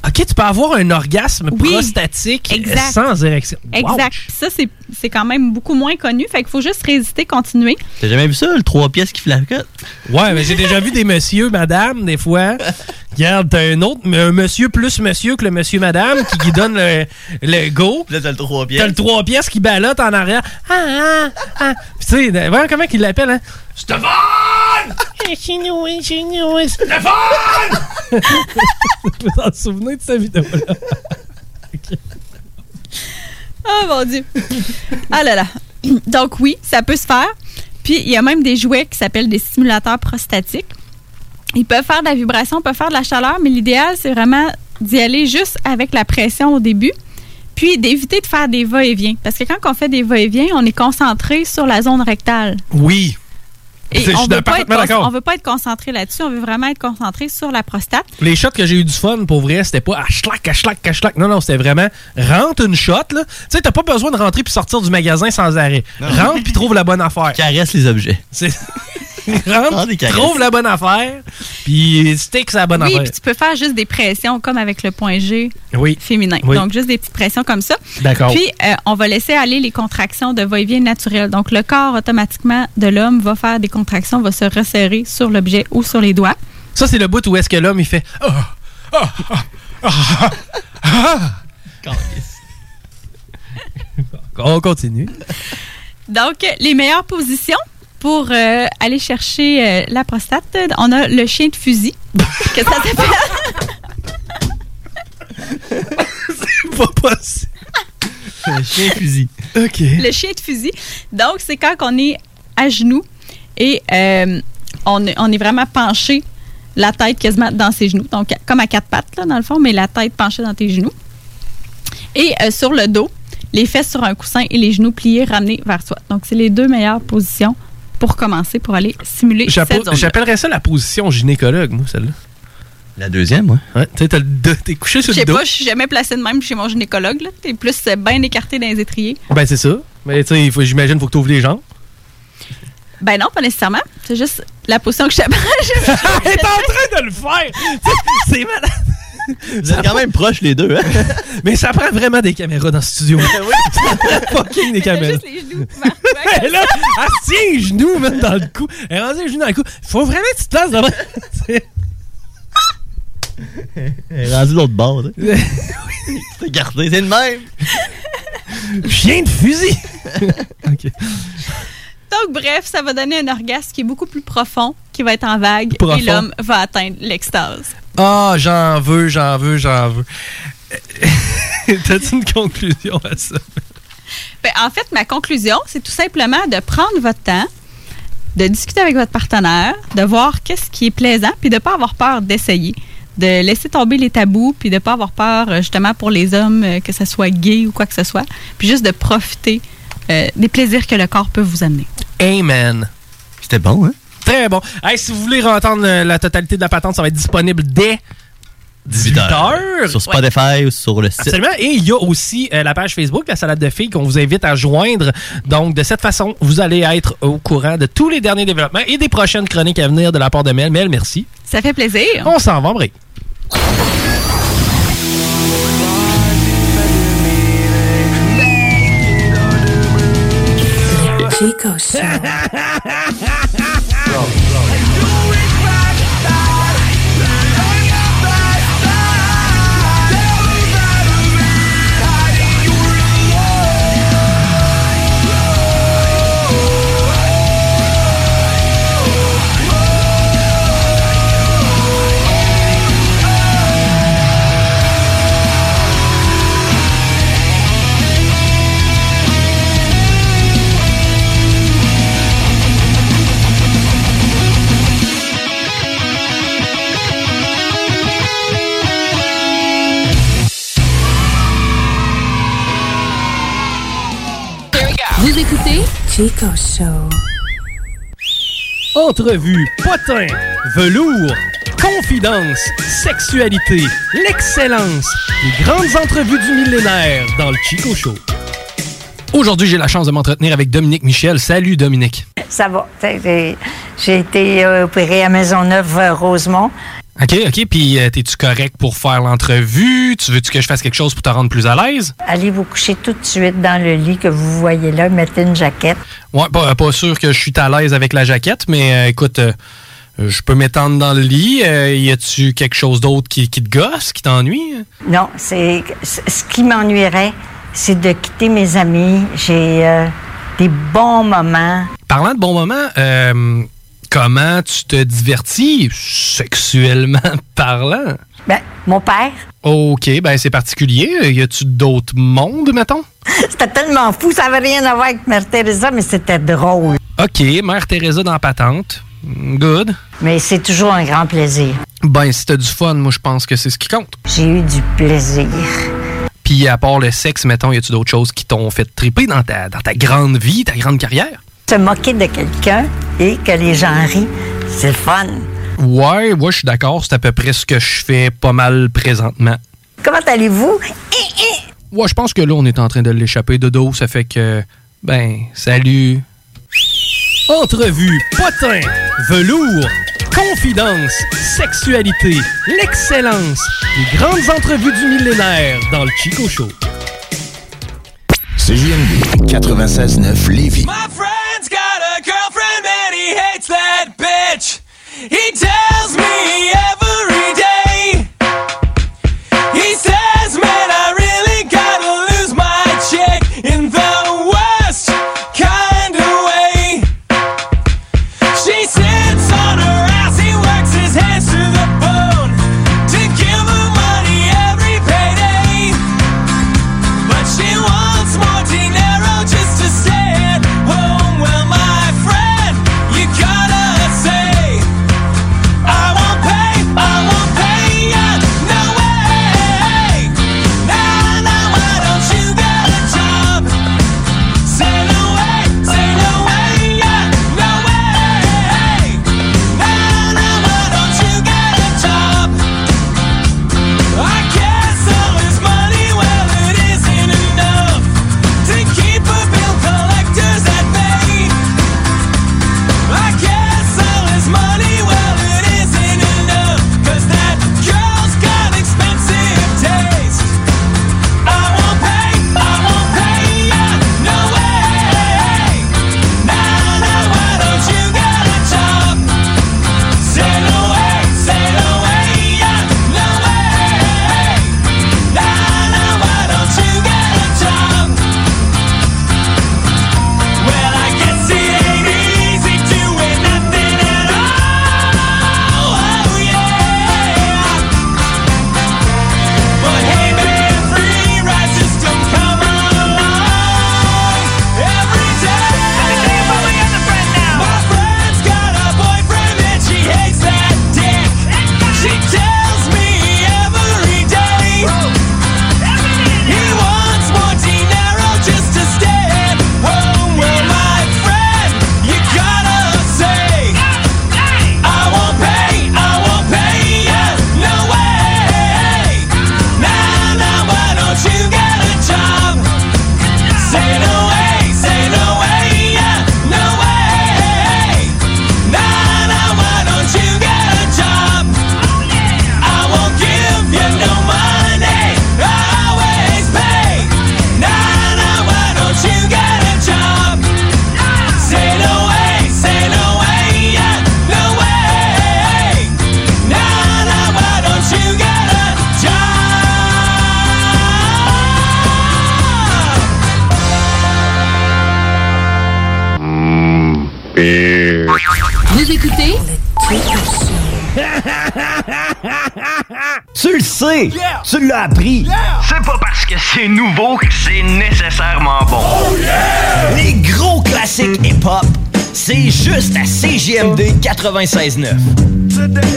OK, tu peux avoir un orgasme Oui. prostatique euh, Exact. sans érection. Wow. Exact. Puis Ça, c'est- c'est quand même beaucoup moins connu. Fait qu'il faut juste résister, continuer. T'as jamais vu ça, le trois pièces qui flacote? Ouais, mais j'ai déjà vu des messieurs, madame, des fois. Regarde, t'as un autre, un monsieur plus monsieur que le monsieur, madame, qui, qui donne le, le go. Là, t'as le trois pièces. T'as le trois pièces qui balotte en arrière. Ah, ah, ah. Puis tu sais, de- voyons comment qu'il l'appelle, hein? [LAUGHS] Stéphane! Chinois, chinois. Stéphane! Tu peux t'en souvenir de cette vidéo-là? Oh mon Dieu! Ah là là! Donc oui, ça peut se faire. Puis il y a même des jouets qui s'appellent des stimulateurs prostatiques. Ils peuvent faire de la vibration, peuvent faire de la chaleur, mais l'idéal, c'est vraiment d'y aller juste avec la pression au début, puis d'éviter de faire des va-et-vient. Parce que quand on fait des va-et-vient, on est concentré sur la zone rectale. Oui. Et Je suis on veut pas parfaitement être con- d'accord. on veut pas être concentré là-dessus, on veut vraiment être concentré sur la prostate. Les shots que j'ai eu du fun, pour vrai, c'était pas ah, schlac, ah, schlac, ah, schlac. Non, non, c'était vraiment rentre une shot, là. Tu sais, t'as pas besoin de rentrer puis sortir du magasin sans arrêt. Rentre puis trouve la bonne affaire. Caresse les objets. [LAUGHS] Ah, C'est. [LAUGHS] rentre, des caresses. trouve la bonne affaire, puis stick sa bonne oui, affaire. puis tu peux faire juste des pressions comme avec le point G Oui. féminin. Oui. Donc juste des petites pressions comme ça. D'accord. Puis euh, on va laisser aller les contractions de va-et-vient naturel. Donc le corps automatiquement de l'homme va faire des contractions, va se resserrer sur l'objet ou sur les doigts. Ça, c'est le bout où est-ce que l'homme, il fait. Ah, ah, ah, ah, ah. On continue. Donc euh, les meilleures positions pour euh, aller chercher euh, la prostate, on a le chien de [LAUGHS] fusil. que ça s'appelle Pas possible. [LAUGHS] Chien fusil. OK. le chien de fusil. Donc, c'est quand on est à genoux et euh, on, est- on est vraiment penché, la tête quasiment dans ses genoux. Donc, comme à quatre pattes, là, dans le fond, mais la tête penchée dans tes genoux. Et euh, sur le dos, les fesses sur un coussin et les genoux pliés ramenés vers toi. Donc, c'est les deux meilleures positions pour commencer, pour aller simuler J'appo- cette zone J'appellerais ça la position gynécologue, moi, celle-là. La deuxième, ouais. Ouais, tu sais, t'as le dos- t'es couché Je sur le sais dos. pas, je suis jamais placée de même chez mon gynécologue. là. T'es plus euh, bien écarté dans les étriers. Ben, c'est ça. Mais tu sais, il faut- j'imagine, faut que tu ouvres les jambes. Ben non, pas nécessairement. C'est juste la position que [LAUGHS] je suis Elle est en train de le faire! C'est malade! Vous êtes quand même proches les deux, hein? [LAUGHS] Mais ça prend vraiment des caméras dans [LAUGHS] ce studio. Fucking [LAUGHS] des caméras. [LAUGHS] Elle là, elle se tient les genoux, même dans le cou. Elle rentre les genoux dans le cou. Faut vraiment que tu te [LAUGHS] lances devant. C'est- Elle est rendue de l'autre bord, là. [LAUGHS] Regardez, c'est le même. Chien de fusil! [LAUGHS] Donc, bref, ça va donner un orgasme qui est beaucoup plus profond, qui va être en vague, Profond. et l'homme va atteindre l'extase. Ah, j'en veux, j'en veux, j'en veux. [LAUGHS] T'as-tu une conclusion à ça? Ben, en fait, ma conclusion, c'est tout simplement de prendre votre temps, de discuter avec votre partenaire, de voir qu'est-ce qui est plaisant, puis de ne pas avoir peur d'essayer. De laisser tomber les tabous, puis de ne pas avoir peur, euh, justement, pour les hommes, euh, que ce soit gay ou quoi que ce soit. Puis juste de profiter euh, des plaisirs que le corps peut vous amener. Amen. C'était bon, hein? Très bon. Hey, si vous voulez entendre euh, la totalité de la patente, ça va être disponible dès 18 heures. Sur Spotify ou sur le site. Absolument. Et il y a aussi euh, la page Facebook, la salade de filles, qu'on vous invite à joindre. Donc, de cette façon, vous allez être au courant de tous les derniers développements et des prochaines chroniques à venir de la part de Mel. Mel, merci. Ça fait plaisir. On s'en va, en break. Chico Show. [LAUGHS] Vous écoutez Chico Show. Entrevue, potin, velours, confidence, sexualité, l'excellence, les grandes entrevues du millénaire dans le Chico Show. Aujourd'hui, j'ai la chance de m'entretenir avec Dominique Michel. Salut Dominique. Ça va. T'sais, J'ai j'ai été euh, opérée à Maisonneuve euh, Rosemont. OK, OK. Puis, euh, t'es-tu correct pour faire l'entrevue? Tu veux-tu que je fasse quelque chose pour te rendre plus à l'aise? Allez vous coucher tout de suite dans le lit que vous voyez là, mettez une jaquette. Ouais, pas, euh, pas sûr que je suis à l'aise avec la jaquette, mais euh, écoute, euh, euh, je peux m'étendre dans le lit. Euh, y a-tu quelque chose d'autre qui, qui te gosse, qui t'ennuie? Non, c'est c- ce qui m'ennuierait, c'est de quitter mes amis. J'ai euh, des bons moments. Parlant de bons moments, euh, comment tu te divertis sexuellement [LAUGHS] parlant? Ben, mon père. OK, ben c'est particulier. Y a-tu d'autres mondes, mettons? C'était tellement fou, ça n'avait rien à voir avec Mère Teresa, mais c'était drôle. OK, Mère Teresa dans Patente. Good. Mais c'est toujours un grand plaisir. Ben, si t'as du fun, moi, je pense que c'est ce qui compte. J'ai eu du plaisir. Puis, à part le sexe, mettons, y a-tu d'autres choses qui t'ont fait triper dans ta, dans ta grande vie, ta grande carrière? Se moquer de quelqu'un et que les gens rient, c'est le fun. Ouais, ouais, je suis d'accord. C'est à peu près ce que je fais pas mal présentement. Comment allez-vous? Ouais, je pense que là, on est en train de l'échapper de dos. Ça fait que, ben, salut. Entrevue, potin, velours, confidence, sexualité, l'excellence, les grandes entrevues du millénaire dans le Chico Show. CJMD 96.9 Lévis. My friend's got a girlfriend and he hates that bitch. He tells me every day. He says, man, I really gotta lose my chick in the worst kind of way. She sits on her ass, he works his hands to the bone to give her money every payday. But she wants more dinero just to stay at home Oh, Vous écoutez Tu le sais! Tu l'as appris! C'est pas parce que c'est nouveau que c'est nécessairement bon. Les gros classiques hip-hop, c'est juste à CGMD 96.9.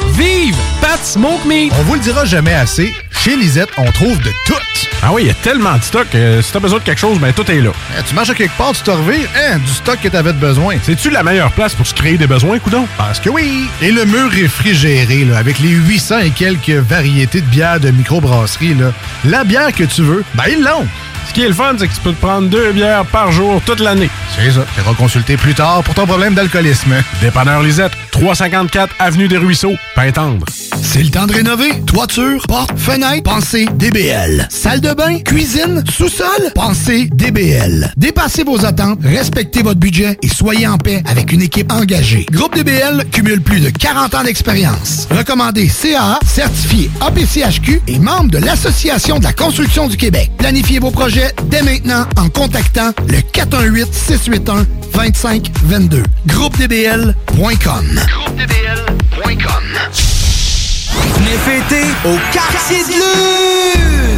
Vive Pat Smoke Meat! On vous le dira jamais assez, chez Lisette, on trouve de tout. Ah oui, il y a tellement de stock. euh, si t'as besoin de quelque chose, ben tout est là. tu marches à quelque part, tu te revires, hein, du stock que t'avais de besoin. C'est-tu la meilleure place pour se créer des besoins, coudon? Parce que oui! Et le mur réfrigéré, là, avec les 800 et quelques variétés de bières de microbrasserie, là, la bière que tu veux, ben ils l'ont! Ce qui est le fun, c'est que tu peux te prendre deux bières par jour toute l'année. C'est ça. Tu consulter plus tard pour ton problème d'alcoolisme. Dépanneur Lisette, 354 Avenue des Ruisseaux, Pintendre. C'est le temps de rénover. Toiture, porte, fenêtre, pensez DBL. Salle de bain, cuisine, sous-sol, pensez DBL. Dépassez vos attentes, respectez votre budget et soyez en paix avec une équipe engagée. Groupe DBL cumule plus de 40 ans d'expérience. Recommandé CAA, certifié APCHQ et membre de l'Association de la construction du Québec. Planifiez vos projets dès maintenant en contactant le 418-681-2522. GroupeDBL.com. Venez fêter au Quartier de Lune!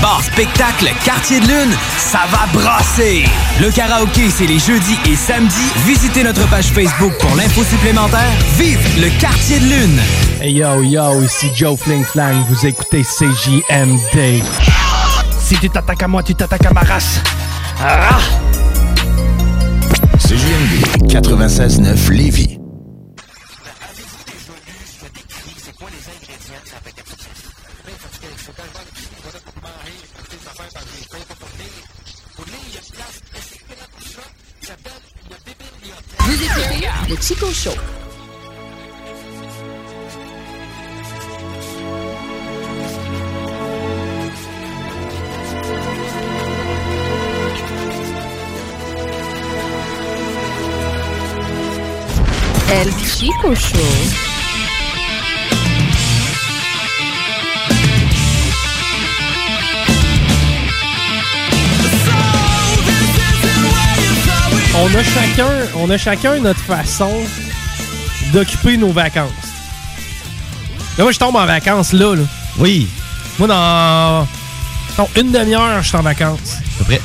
Bar spectacle Quartier de Lune, ça va brasser! Le karaoké, c'est les jeudis et samedis. Visitez notre page Facebook pour l'info supplémentaire. Vive le Quartier de Lune! Hey yo yo, ici Joe Fling Flang, vous écoutez CJMD. Si tu t'attaques à moi, tu t'attaques à ma race. Ah! CJMD 96.9 Lévis. Vous écoutez le Chico Show. El Chico Show. On a chacun, on a chacun notre façon d'occuper nos vacances. Là, moi, je tombe en vacances là, là. Oui. Moi, dans, dans une demi-heure, je suis en vacances. peu près.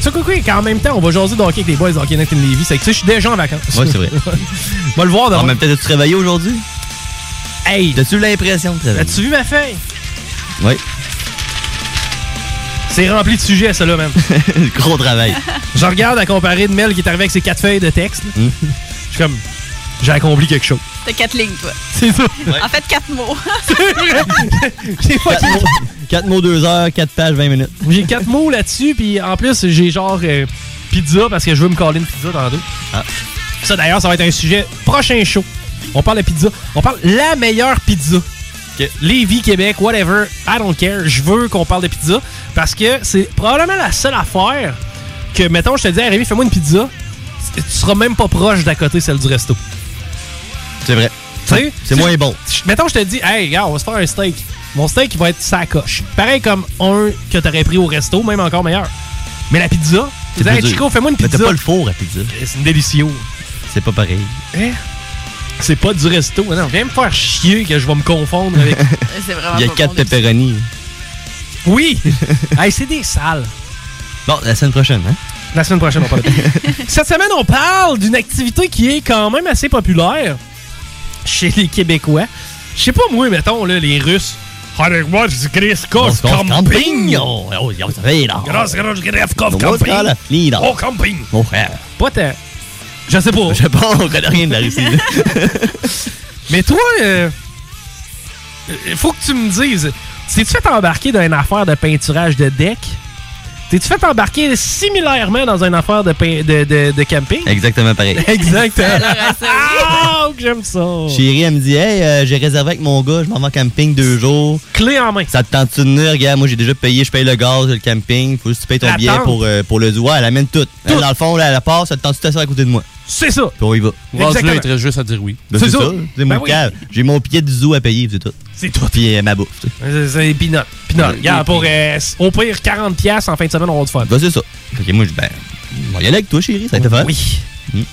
Ça, coucou, et qu'en même temps, on va jaser de hockey avec les boys de Hockey Night in Lévis. C'est que, tu sais, je suis déjà en vacances. Ouais, [LAUGHS] c'est vrai. Va le voir demain. On même peut-être travailler aujourd'hui. Hey! T'as-tu l'impression de travailler? As-tu vu ma feuille? Oui. C'est rempli de sujets, ça, là, même. [LAUGHS] Gros travail. [LAUGHS] Je regarde à comparer de Mel qui est arrivé avec ses quatre feuilles de texte. Mm. Je suis comme, j'ai accompli quelque chose. [LAUGHS] T'as quatre lignes, toi. C'est ça. En fait, quatre [LAUGHS] mots. Quatre mots- Quatre mots, deux heures, quatre pages, 20 minutes. J'ai quatre mots là-dessus, puis en plus, j'ai genre euh, pizza parce que je veux me coller une pizza dans deux. Ah. Ça, d'ailleurs, ça va être un sujet prochain show. On parle de pizza. On parle la meilleure pizza. Lévis, Québec, whatever, I don't care. Je veux qu'on parle de pizza parce que c'est probablement la seule affaire que, mettons, je te dis, hey, Rémi, fais-moi une pizza. Tu seras même pas proche d'à côté celle du resto. C'est vrai. Tu sais, C'est tu- moins bon. je- Mettons, je te dis, hey, regarde, on va se faire un steak. Mon steak, il va être sacoche. Pareil comme un que t'aurais pris au resto, même encore meilleur. Mais la pizza, tu dis, plus hey, dur. Chico, fais-moi une Mais pizza. t'as pas le four à pizza. C'est une délicieux. C'est pas pareil. Hein? C'est pas du resto. Non, viens me faire chier que je vais me confondre [LAUGHS] avec. C'est Il y a quatre pepperoni. Oui! [LAUGHS] hey, c'est des sales. Bon, la semaine prochaine, hein? La semaine prochaine, on parle. [LAUGHS] Cette semaine, on parle d'une activité qui est quand même assez populaire chez les Québécois. Je sais pas, moi, mettons, là, les Russes. Avec moi, c'est Chris Cos Cos Campigno. Campigno. Oh, vous savez, là. Grâce, grâce, grâce, Mon Cos frère, là, Campigno. lui, là. Oh, Campigno. Mon frère. Pas tant. Je sais [LAUGHS] pas. Je pense, on connaît rien de la Russie. [LAUGHS] Mais toi, euh, euh, faut que tu me dises, t'es-tu fait embarquer dans une affaire de peinturage de deck? T'es-tu fait embarquer similairement dans une affaire de, pein- de, de, de camping? Exactement pareil. Exactement. Ah, que j'aime ça. Chérie, elle me dit Hey, euh, j'ai réservé avec mon gars, je m'en vais en camping deux jours. Clé en main. Ça te tente de venir Regarde, moi j'ai déjà payé, je paye le gaz, le camping. Faut juste que tu payes ton La billet tente. pour, euh, pour le doigt. Elle amène tout. Elle, dans le fond, là, elle part, ça te tente de t'asseoir à côté de moi. C'est ça. Puis on y va. Rendu là, Exactement. il te juste à dire oui. C'est c'est ça. ça. C'est mon Ben oui. cave. J'ai mon pied du zoo à payer, puis c'est tout. C'est tout. Puis euh, ma bouffe. tu sais. C'est- [LAUGHS] C'est peanut. Peanut. Regarde, pour euh, au pire 40$ piastres en fin de semaine, on va te faire. Ben, c'est ça. Fait que moi, je dis, ben, on va y aller avec toi, chérie, ça va être le fun. Hmm. Oui.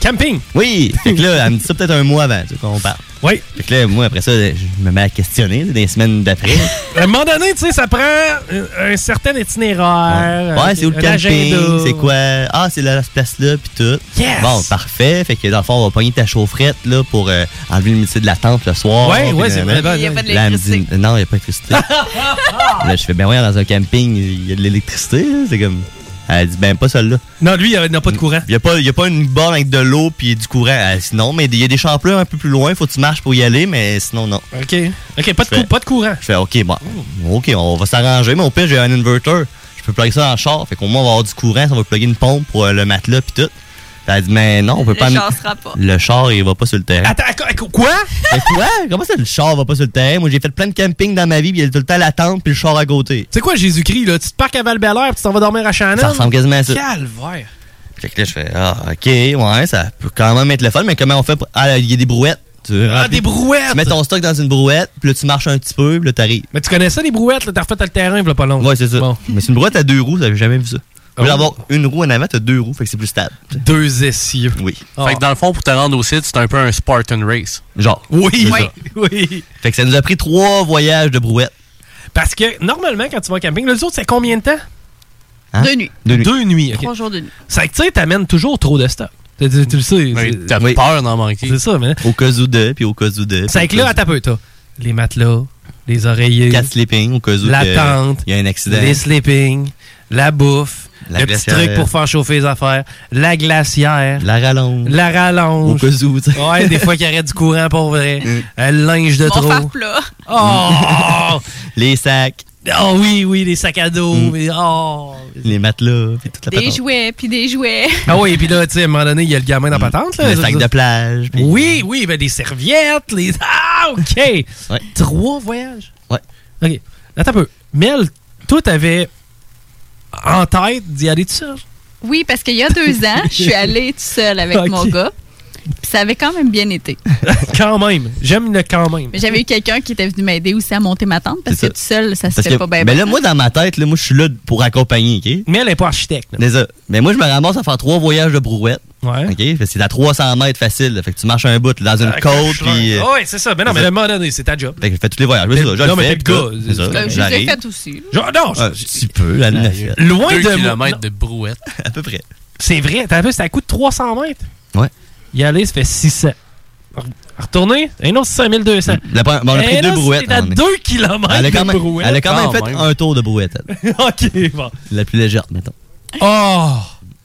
Camping. Oui. Fait que là, elle me dit ça peut-être un mois avant, tu sais, qu'on parle. Oui. Fait que là, moi, après ça, je me mets à questionner tu sais, des semaines [LAUGHS] d'après. À un moment donné, tu sais, ça prend euh, un certain itinéraire. Ouais, c'est où le un camping? agenda. C'est quoi? Ah, c'est la, cette place-là, puis tout. Yes! Bon, parfait. Fait que dans le fond, on va pogner ta chaufferette là, pour euh, enlever le métier de la tente le soir. Ouais, Puis ouais, c'est nanana. vrai, ben, Il y a pas de Là, elle me dit, Non, il n'y a pas d'électricité. là, je fais, ben ouais, dans un camping, il y a de l'électricité. là. C'est comme. Elle dit, ben pas celle-là. Non, lui, il n'a pas de courant. Il n'y a, pas- il y a pas une borne avec de l'eau puis du courant. Elle dit, non, mais il y a des champlains un peu plus loin, faut que tu marches pour y aller, mais sinon, non. OK. OK, pas de, cou- pas de courant. Oh. Je fais OK, bon, OK, on va s'arranger, mais au pire, j'ai un inverter. Je peux plugger ça en char. Fait qu'au moins, on va avoir du courant. Ça va plugger une pompe pour euh, le matelas puis tout. Puis Elle dit, mais non, on peut Le pas. char sera pas. Le char, il va pas sur le terrain. Attends, qu- qu- quoi? Fait quoi? Comment ça, le char va pas sur le terrain? Moi, j'ai fait plein de camping dans ma vie, puis il y a tout le temps la tente, puis le char à côté. C'est quoi Jésus-Christ, là? Tu te parques à val puis tu t'en vas dormir à Shannon? Ça ressemble quasiment à ça. Calvaire. Fait que là, je fais, ah, OK, ouais, ça peut quand même être le fun, mais comment on fait? pour- Ah, il y a des brouettes. Tu Ah, remplis- des brouettes! Tu mets ton stock dans une brouette, puis là, tu marches un petit peu, puis là, t'arrives. Mais tu connais ça, les brouettes, là? T'as refait le terrain, il pas long. Ouais, c'est ça. Mais c'est une brouette à deux roues, j'avais jamais vu ça. Au lieu Oh. d'avoir une roue en avant, t'as deux roues, fait que c'est plus stable. Deux essieux. Oui. E. Ah. Fait que dans le fond, pour te rendre au site, c'est un peu un Spartan Race. Genre. Oui, C'est oui, ça. [LAUGHS] oui. Fait que ça nous a pris trois voyages de brouette. Parce que normalement, quand tu vas au camping, là, les autres, c'est combien de temps? Hein? Deux nuits. Deux nuits. ok. Trois jours de nuit. C'est que tu sais, t'amènes toujours trop de stock. Tu, tu- tu le sais. c'est- Ben, T'as peur d'en manquer. C'est ça, mais. Au cas où de, puis au cas où de. C'est que là, à ta peu, t'as les matelas, les oreillers, Quatre sleeping, au cas où La que tente. Il y a un accident. les sleeping, la bouffe, La le petit glacière. truc pour faire chauffer les affaires, la glacière, La rallonge. la rallonge. Au cas où, tu sais. Mm. Ouais, des fois qu'il y aurait du courant pour vrai. Un linge de Mon trop. faire plat. [LAUGHS] Oh! les sacs, Oh oui, oui, les sacs à dos. mais- oh. les matelas, puis toute la Des patente. jouets, puis des jouets. Ah oui, puis là, tu sais, à un moment donné, il y a le gamin dans la patente. Là, Mm. Le Ça, sac ça- de plage. puis- Oui, oui, ben des serviettes, les. [LAUGHS] Ah, OK! Trois voyages? Ouais. OK. Attends un peu. Mel, toi, t'avais en tête d'y aller tout seul? [LAUGHS] Oui, parce qu'il y a deux ans, je suis allée toute seule avec Ok. mon gars. Puis ça avait quand même bien [LAUGHS] été. quand même. J'aime le quand même. Mais j'avais eu quelqu'un qui était venu m'aider aussi à monter ma tente parce que C'est tout seul, ça se Parce fait que, Ah, pas bien. hein? ben là, moi, dans ma tête, là, moi, je suis là pour accompagner, OK? Mais elle est pas architecte. Désolé. Mais moi, je me ramasse à faire trois voyages de brouette. Ouais. OK? Fait que C'est à 300 mètres facile. là. Fait que tu marches un bout là, dans une côte, puis... euh, Ah ouais, c'est ça. Ben non, mais à un moment donné, c'est ta job. Fait que je fais tous les voyages. Mais ça, je non, le mais fais, t'es puis le tout. gars. C'est ça, Euh, je les ai j'arrive. faites aussi. Genre, non, Un petit peu, la lunette. Loin Deux de moi- kilomètres de non. brouette. [LAUGHS] À peu près. c'est vrai. T'as vu, c'est à coût de 300 mètres. Ouais. Y aller, ça fait 600. Re- Retourner, un autre 5200. La première- bon, on a Et pris là, deux brouettes, C'est à on est- 2 km Elle a quand de même, brouette. elle a quand Ah, même fait un tour de brouette. elle. [LAUGHS] OK, bon. La plus légère, mettons. Oh!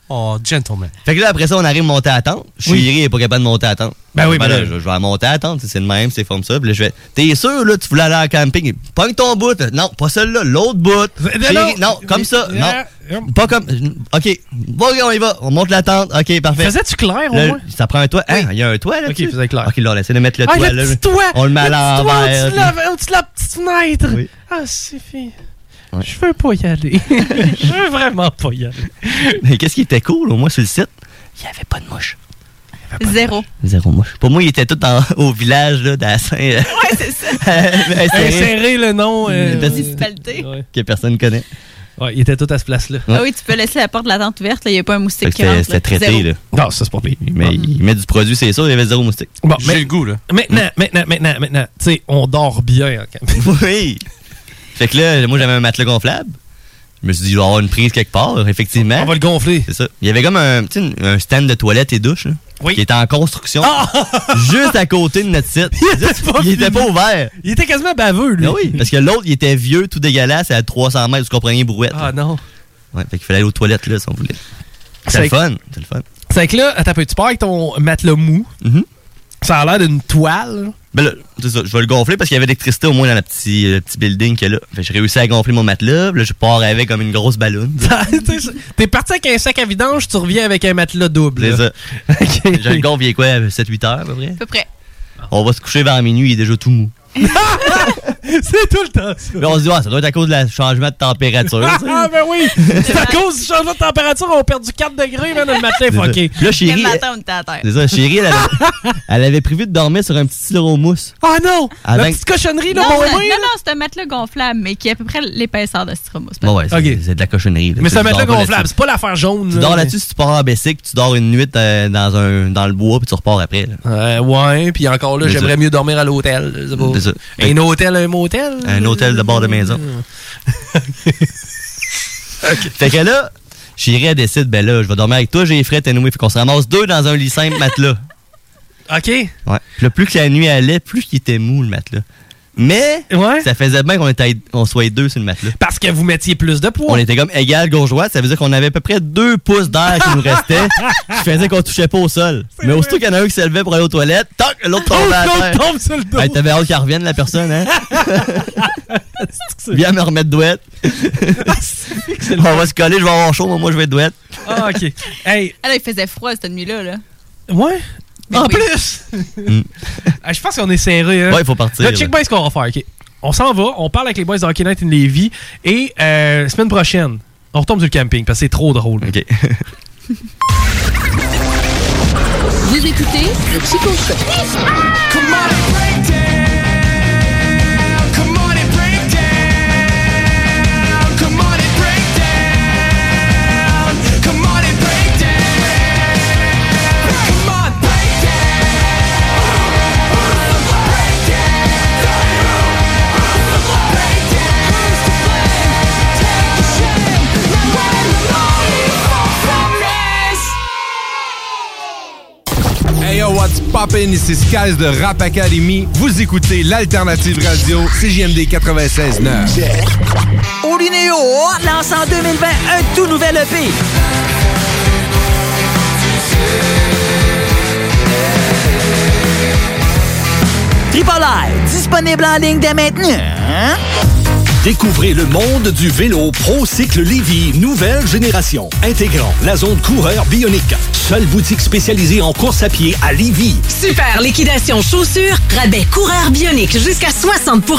Oh, gentleman. Fait que là, après ça, on arrive à monter à la tente. Je suis il est pas capable de monter à la tente. Ben oui, ben ben là, oui. je, je vais la monter à la tente. C'est le même, c'est comme ça. Puis là, je vais. T'es sûr, là, tu voulais aller en camping? Pogne ton bout. Non, pas celle-là, l'autre Euh, bout. Chérie, non, comme ça. Non. Pas comme. OK. Bon, on y va. On monte la tente. OK, parfait. Faisais-tu clair, au Là, moins? Ça prend un toit. Hein, il y a un toit, là. OK, faisait clair. OK, là, on essaie de mettre le Ah, toit, le là. petit toit! On le met à petit toit l'envers. au-dessus de la- Au-dessus de la petite fenêtre! Oui. Ah, c'est fini. Ouais. Je veux pas y aller. Je veux vraiment pas y aller. [LAUGHS] Mais qu'est-ce qui était cool, au moins, sur le site? Il n'y avait pas de mouche. Zéro. Zéro mouche. Pour moi, il était tout en- [LAUGHS] au village, là, d'Assin. [LAUGHS] euh, [LAUGHS] Ouais, c'est [LAUGHS] ça. inséré. Insérer le nom. [LAUGHS] euh, Parce- Municipalité. que personne connaît. Ouais, il était tout à ce place-là. Ah oui, tu peux laisser la porte de la tente ouverte, là, il n'y a pas un Fait moustique que qui rentre. C'était c'était là. traité, Zéro. là. Non, ça, c'est pas pire. Mais il met du produit, c'est sûr, il y avait zéro moustique. Bon, mais- goût, là. Maintenant, maintenant, maintenant, maintenant. Tu sais, on dort bien hein, en camping. Oui! Fait que là, moi, j'avais un matelas gonflable. Je me suis dit, il va y avoir une prise quelque part, effectivement. On va le gonfler. C'est ça. Il y avait comme un, tu sais, un stand de toilette et douche, là, qui était en construction, Ah! [LAUGHS] juste à côté de notre [LAUGHS] site. il était pas, ouvert. Il était quasiment baveux, lui. Ah oui, parce que l'autre, il était vieux, tout dégueulasse, à 300 mètres, tu comprends rien, brouette. Ah non. Ouais, fait qu'il fallait aller aux toilettes, là, si on voulait. C'est- C'est le fun, c'est le [LAUGHS] fun. Mm-hmm. C'est que là, attends, un peu, tu pars avec ton matelas mou. Ça a l'air d'une toile. Ben là, c'est ça, je vais le gonfler parce qu'il y avait de l'électricité au moins dans le petit, le petit building qu'il y a là. Fait que j'ai réussi à gonfler mon matelas, puis là, je pars avec comme une grosse ballonne. T'sais, c'est- T'es parti avec un sac à vidange, tu reviens avec un matelas double. C'est là. ça. [LAUGHS] Je le gonfle, il est quoi, 7-8 heures à peu près? À peu près. On va se coucher vers minuit, il est déjà tout mou. c'est tout le temps ça. Là, on se dit, ah, ça doit être à cause du changement de température. [LAUGHS] tu sais. Ah ben oui! C'est à cause du changement de température, on a perdu 4 degrés, man, le matin, C'est ça. fucké. Puis là, chérie, Le matin, on était à terre. C'est ça, chérie, [LAUGHS] elle avait, elle avait prévu de dormir sur un petit sirop mousse. Ah non! Ah, ben- cochonnerie, non, mon c'est- non, bain, là. non, c'est un matelas gonflable, mais qui est à peu près l'épaisseur de styromousse. Bon, ouais, c'est c'est de la cochonnerie. là. Mais Tu ça dors matelas pas là-dessus. gonflable, c'est pas l'affaire jaune. Tu là, dors mais- là-dessus, si tu pars en Bessic, puis tu dors une nuit euh, dans, un, dans le bois, puis tu repars après. là. Euh, ouais, puis encore là, C'est j'aimerais ça. mieux dormir à l'hôtel. c'est pas- C'est ça. Un hôtel, un motel? Hmm. Un hôtel de bord de maison. Fait que là, chérie, elle décide, ben là, je vais dormir avec toi, j'ai les frais, t'es noué. Fait qu'on se ramasse deux dans un lit simple matelas. [LAUGHS] OK. Ouais. Puis là, plus que la nuit allait, plus il était mou, le matelas. Mais ça faisait bien qu'on était- on soit deux sur le matelas. Parce que vous mettiez plus de poids. On était comme égal gourgeois, ça veut dire qu'on avait à peu près deux pouces d'air qui nous [LAUGHS] restait, qui faisait qu'on touchait pas au sol. Mais aussitôt qu'il y en a un qui s'élevait pour aller aux toilettes, toc, l'autre Oh, tombait à l'autre terre. tombe sur le dos. Hey, T'avais hâte qu'elle revienne, la personne, [LAUGHS] hein? c'est- Viens me remettre douette. on va se coller, je vais avoir chaud, mais moi je vais être douette. Ah, OK. Hey. Ah, là, il faisait froid cette nuit-là. Là. Ouais. Mais en oui. plus! Ah, Je pense qu'on est serré. Hein? Ouais, il faut partir, Là, check là. bien ce qu'on va faire. ok. On s'en va, on parle avec les boys de Hockey Night in Lévis et euh, semaine prochaine, on retombe sur le camping parce que c'est trop drôle. OK. Vous écoutez le Chico Show. Come on and break down. Come on and break down. Come on and break down. Come on and break down. Come on, break Hey yo, what's poppin'? Ici Skies de Rap Academy. Vous écoutez l'Alternative Radio, CJMD 96.9. Au Linéo, on lance en 2020 un tout nouvel E EP. Tripolaire, disponible en ligne dès maintenant. hein? Découvrez le monde du vélo ProCycle Lévy, nouvelle génération, intégrant la zone coureur bionique. Seule boutique spécialisée en course à pied à Lévy. Super liquidation chaussures, rabais coureur bionique jusqu'à 60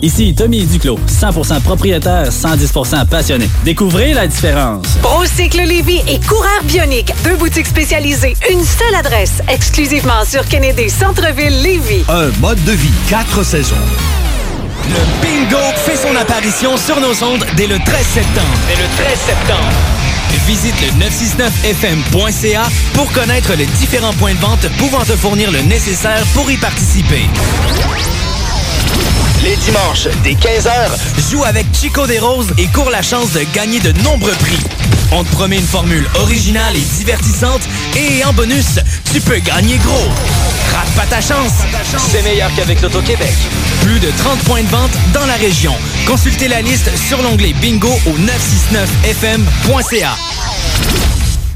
Ici Tommy Duclos, 100% propriétaire, 110% passionné. Découvrez la différence. Procycle Lévy et Coureur Bionique, deux boutiques spécialisées, une seule adresse, exclusivement sur Kennedy Centre-ville Lévy. Un mode de vie, quatre saisons. Le bingo fait son apparition sur nos ondes dès le 13 septembre. Dès le 13 septembre. Visite le 969fm.ca pour connaître les différents points de vente pouvant te fournir le nécessaire pour y participer. Les dimanches, dès 15h, joue avec Chico des Roses et cours la chance de gagner de nombreux prix. On te promet une formule originale et divertissante et en bonus, tu peux gagner gros. Rate pas ta chance. C'est meilleur qu'avec l'Auto-Québec. Plus de 30 points de vente dans la région. Consultez la liste sur l'onglet bingo au 969fm.ca.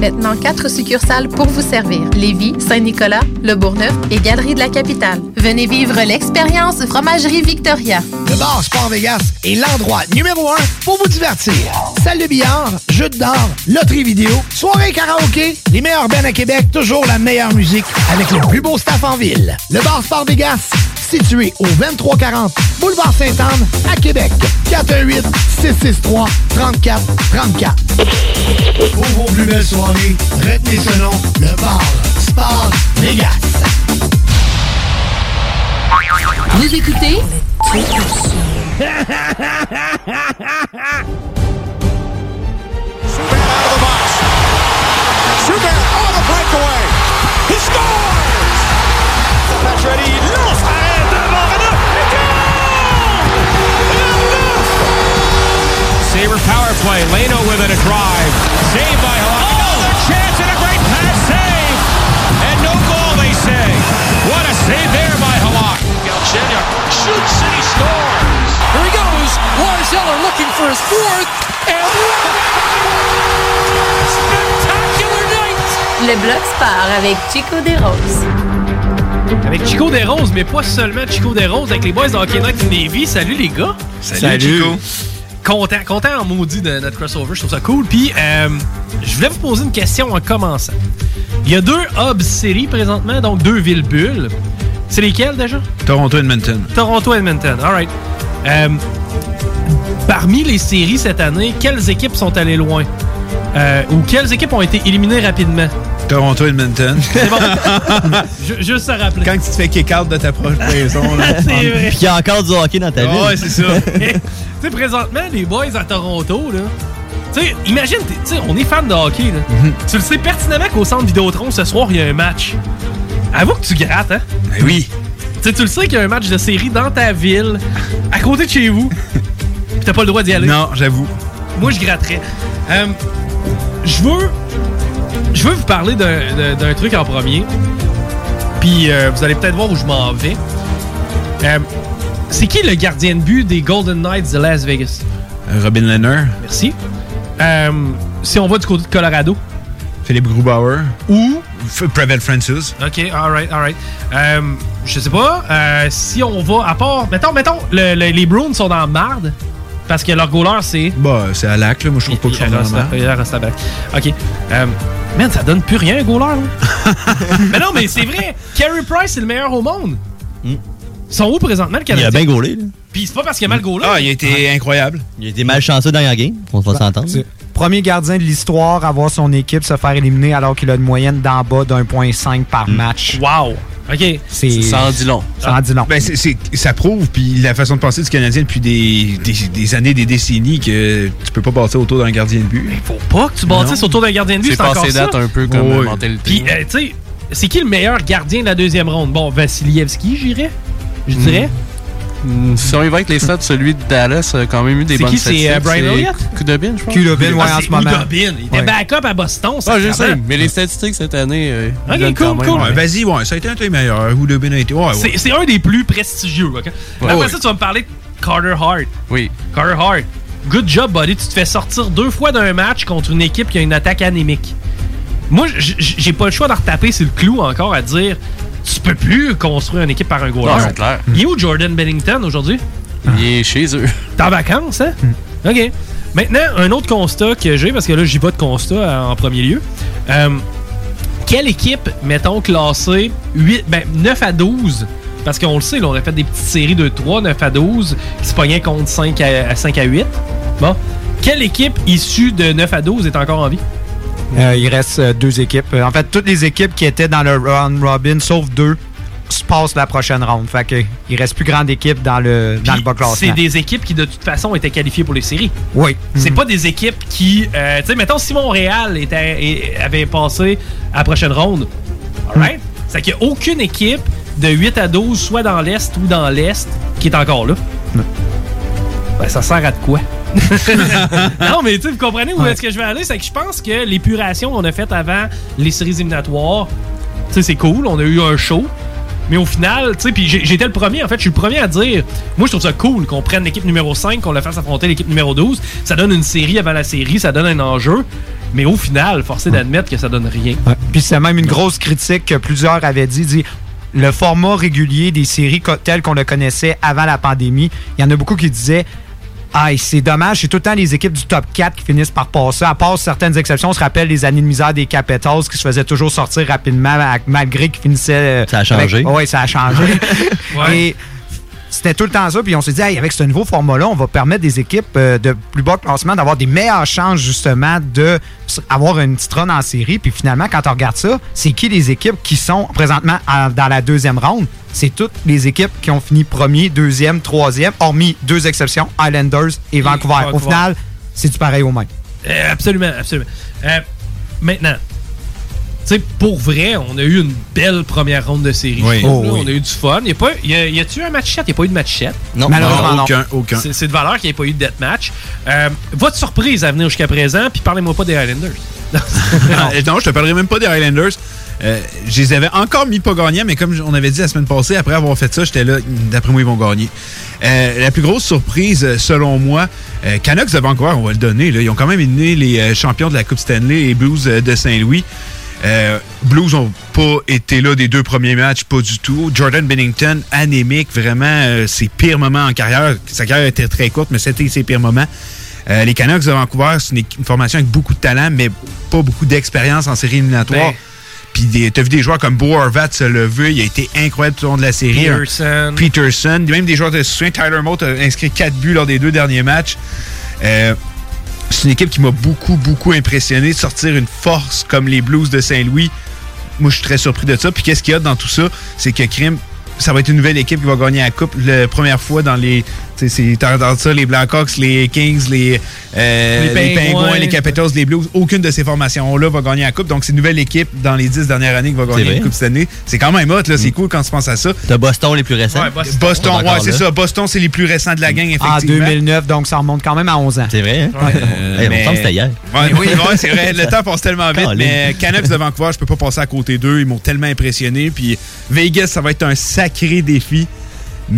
Maintenant, quatre succursales pour vous servir. Lévis, Saint-Nicolas, Le Bourgneuf et Galerie de la Capitale. Venez vivre l'expérience Fromagerie Victoria. Le bar Sport Vegas est l'endroit numéro un pour vous divertir. Salle de billard, jeux de dents, loterie vidéo, soirée karaoké, les meilleurs bennes à Québec, toujours la meilleure musique avec le plus beau staff en ville. Le bar Sport Vegas, situé au 2340 Boulevard Sainte-Anne à Québec. 418 663 34 34. Pour vos plus belles soirées, retenez ce nom, le bar Ah, Sport Vegas. Vous écoutez Schubert on the breakaway. He scores! Patrick lance à elle devant Renaud. Et Sabre power play. Leno with it, a drive. Saved by Halak. Another chance and a great pass save. And no goal, they say. What a save there by Halak. Galchenyuk shoots and he scores. Here he goes. Lars Eller looking for his fourth. And Spectacular night. Le Bloc Sport avec Chico Desroses. Avec Chico des Roses, mais pas seulement Chico des Roses, avec les boys de Hockey Night Navy. Salut les gars! Salut, Chico. Content, content en maudit de notre crossover, je trouve ça cool. Puis, euh, je voulais vous poser une question en commençant. Il y a deux hubs séries présentement, donc deux villes bulles. C'est lesquelles déjà? Toronto Edmonton. Toronto Edmonton, alright. Euh, parmi les séries cette année, quelles équipes sont allées loin? Euh, ou quelles équipes ont été éliminées rapidement? Toronto Edmonton. [LAUGHS] C'est bon. Ju- juste à rappeler. Quand tu te fais kick-out de ta propre maison. là. [LAUGHS] C'est vrai. Puis il y a encore du hockey dans ta Ah Ouais, vie. Ah, ouais, c'est ça. [LAUGHS] tu sais, présentement, les boys à Toronto, là. Tu sais, imagine, t'es- tu sais, on est fan de hockey, là. Tu le sais pertinemment qu'au centre Vidéotron, ce soir, il y a un match. Avoue que tu grattes, hein? oui. Tu sais, tu le sais qu'il y a un match de série dans ta ville, à côté de chez vous. Puis t'as pas le droit d'y aller. Non, j'avoue. Moi, je gratterais. Euh, je veux. Je veux vous parler d'un- d'un d'un truc en premier. Puis euh, vous allez peut-être voir où je m'en vais. Euh, c'est qui le gardien de but des Golden Knights de Las Vegas? Robin Leonard. Merci. Euh, si on va du côté de Colorado. Philippe Grubauer. Ou. Prevel Francis. OK, alright, alright. Euh, je sais pas. euh, si on va, à part. Mettons, mettons, le- le- les Bruins sont dans la marde. Parce que leur goaler, c'est. Bah, c'est à l'acte, là. Moi, je trouve pas que je suis Il reste normal. à- il reste à bac. OK. Euh, man, ça donne plus rien, un goaler. [LAUGHS] là. mais non, mais c'est vrai. Carey Price, c'est le meilleur au monde. Ils sont où présentement, le Canadien? bien gaulé, là. Puis c'est pas parce qu'il a mal gaulé. Ah, il a été incroyable. Il a été malchanceux dans la game, on Bah, va s'entendre. Bah, C'est- Premier gardien de l'histoire à voir son équipe se faire éliminer alors qu'il a une moyenne d'en bas d'1.5 Hmm. par match. Wow! OK. C'est- Ça en dit long. Ça en dit long. Ben, c'est- c'est- ça prouve, puis la façon de penser du Canadien depuis des, des- des années, des décennies, que tu peux pas bâtir autour d'un gardien de but. Mais faut pas que tu bâtisses autour d'un gardien de but, c'est encore ça. Oui. Puis, euh, tu sais, c'est qui le meilleur gardien de la deuxième ronde? Bon, Vassilievski, j'irais. Je dirais. Hmm, Si on y va avec les stats, celui de Dallas a quand même eu des C'est bonnes qui, c'est, statistiques. euh, Brian Elliott? Kudobin, je pense. Kudobin, ouais, Ah, en c'est ce moment. Kudobin. Il était backup à Boston, Ah, je sacrément. sais, mais les statistiques cette année. euh, ils Ok, donnent cool, quand même, cool. ouais. Ouais, Vas-y, ouais, ça a été un des meilleurs. Who the a été. Ouais, ouais. C'est c'est un des plus prestigieux. ok? Ouais. Après Ouais. ça, tu vas me parler de Carter Hart. Oui. Carter Hart. Good job, buddy. Tu te fais sortir deux fois d'un match contre une équipe qui a une attaque anémique. Moi, j- j- j'ai pas le choix de retaper sur le clou encore à dire tu peux plus construire une équipe par un goaler. Non, c'est clair. Il est où Jordan Bennington aujourd'hui? Il est chez eux. Mm. T'es en vacances, hein? OK. Maintenant, un autre constat que j'ai, parce que là, j'y vais de constat euh, en premier lieu. Euh, quelle équipe, mettons, classée 8, ben, 9 à 12? Parce qu'on le sait, là, on a fait des petites séries de 3, 9 à 12, qui se pognaient contre 5 à, à 5 à 8. Bon. Quelle équipe issue de 9 à 12 est encore en vie? Euh, il reste euh, deux équipes. Euh, En fait, toutes les équipes qui étaient dans le round robin, sauf deux, se passent la prochaine ronde. Fait que il reste plus grande équipe dans le, dans le bas C'est classement. des équipes qui, de toute façon, étaient qualifiées pour les séries. Oui. C'est pas des équipes qui. euh, tu sais, mettons, si Montréal était, et- avait passé à la prochaine ronde, alright? C'est qu'il n'y a aucune équipe de 8 à 12, soit dans l'Est ou dans l'Est, qui est encore là. Ben, ça sert à de quoi? [LAUGHS] non, mais tu sais, vous comprenez où est-ce que je vais aller? C'est que je pense que l'épuration qu'on a faite avant les séries éliminatoires, tu sais, c'est cool, on a eu un show. Mais au final, tu sais, puis j'ai- j'étais le premier, en fait, je suis le premier à dire, moi je trouve ça cool qu'on prenne l'équipe numéro 5, qu'on la fasse affronter l'équipe numéro 12. Ça donne une série avant la série, ça donne un enjeu. Mais au final, forcé d'admettre que ça donne rien. Puis c'est même une grosse critique que plusieurs avaient dit, dit le format régulier des séries co- telles qu'on le connaissait avant la pandémie, il y en a beaucoup qui disaient Aïe, c'est dommage, c'est tout le temps les équipes du top 4 qui finissent par passer. À part certaines exceptions, on se rappelle les années de misère des Capitals qui se faisaient toujours sortir rapidement à- malgré qu'ils finissaient. Ça a changé. Oui, ça a changé. Et c'était tout le temps ça. Puis on s'est dit, Hey, avec ce nouveau format-là, on va permettre des équipes euh, de plus bas classement d'avoir des meilleures chances, justement, de s- avoir une petite run en série. Puis finalement, quand on regarde ça, c'est qui les équipes qui sont présentement en- dans la deuxième ronde? C'est toutes les équipes qui ont fini premier, deuxième, troisième, hormis deux exceptions, Islanders et Vancouver. Au Vancouver. final, c'est du pareil au même. Euh, absolument, absolument. Euh, maintenant, tu sais, pour vrai, on a eu une belle première ronde de série. Oui. je trouve, Oh, là. oui. On a eu du fun. Y a pas, y a, y a-tu eu un match 7? Y a pas eu de match 7? Non. Malheureusement, Non, non. aucun, aucun. C'est, c'est de valeur qu'il n'y ait pas eu de death match. Euh, votre surprise à venir jusqu'à présent, puis parlez-moi pas des Highlanders. [LAUGHS] non. je te parlerai même pas des Highlanders. Euh, je les avais encore mis pas gagnants, mais comme on avait dit la semaine passée, après avoir fait ça, j'étais là, d'après moi, ils vont gagner. Euh, la plus grosse surprise, euh, selon moi, euh, Canucks de Vancouver, on va le donner. là. ils ont quand même éliminé les euh, champions de la Coupe Stanley et Blues euh, de Saint-Louis. Euh, Blues n'ont pas été là des deux premiers matchs, pas du tout. Jordan Bennington, anémique, vraiment, euh, ses pires moments en carrière. Sa carrière était très courte, mais c'était ses pires moments. Euh, les Canucks de Vancouver, c'est une, équ- une formation avec beaucoup de talent, mais pas beaucoup d'expérience en série éliminatoire. Ben. Puis des- t'as vu des joueurs comme Bo Horvat se lever, il a été incroyable tout au long de la série. Peterson. Peterson. Même des joueurs de soutien. Tyler Mote a inscrit 4 buts lors des deux derniers matchs. Euh, c'est une équipe qui m'a beaucoup, beaucoup impressionné. Sortir une force comme les Blues de Saint-Louis, moi, je suis très surpris de ça. Puis qu'est-ce qu'il y a dans tout ça? C'est que Crime, ça va être une nouvelle équipe qui va gagner la Coupe. La première fois dans les. Tu sais, c'est- t'as entendu ça, les Blackhawks, les Kings, les, euh, Les les Pingouins, Pingouins. les Capitals, les Blues. Aucune de ces formations-là va gagner la Coupe. Donc, c'est une nouvelle équipe dans les dix dernières années qui va C'est gagner la vrai. Mm. Coupe cette année. C'est quand même hot, là. C'est cool quand tu penses à ça. T'as Boston les plus récents. Mm. Boston, ouais, c'est ça. Boston, c'est les plus récents de la gang, Ah, effectivement. En 2009, donc ça remonte quand même à 11 ans. C'est vrai, hein? Ouais. Euh, Hey, on semble que c'était hier. Ouais, [LAUGHS] oui, ouais, c'est vrai. [LAUGHS] Le temps passe tellement vite. Colin. Mais Canucks de Vancouver, je peux pas passer à côté d'eux. Ils m'ont tellement impressionné. Puis Vegas, ça va être un sacré défi.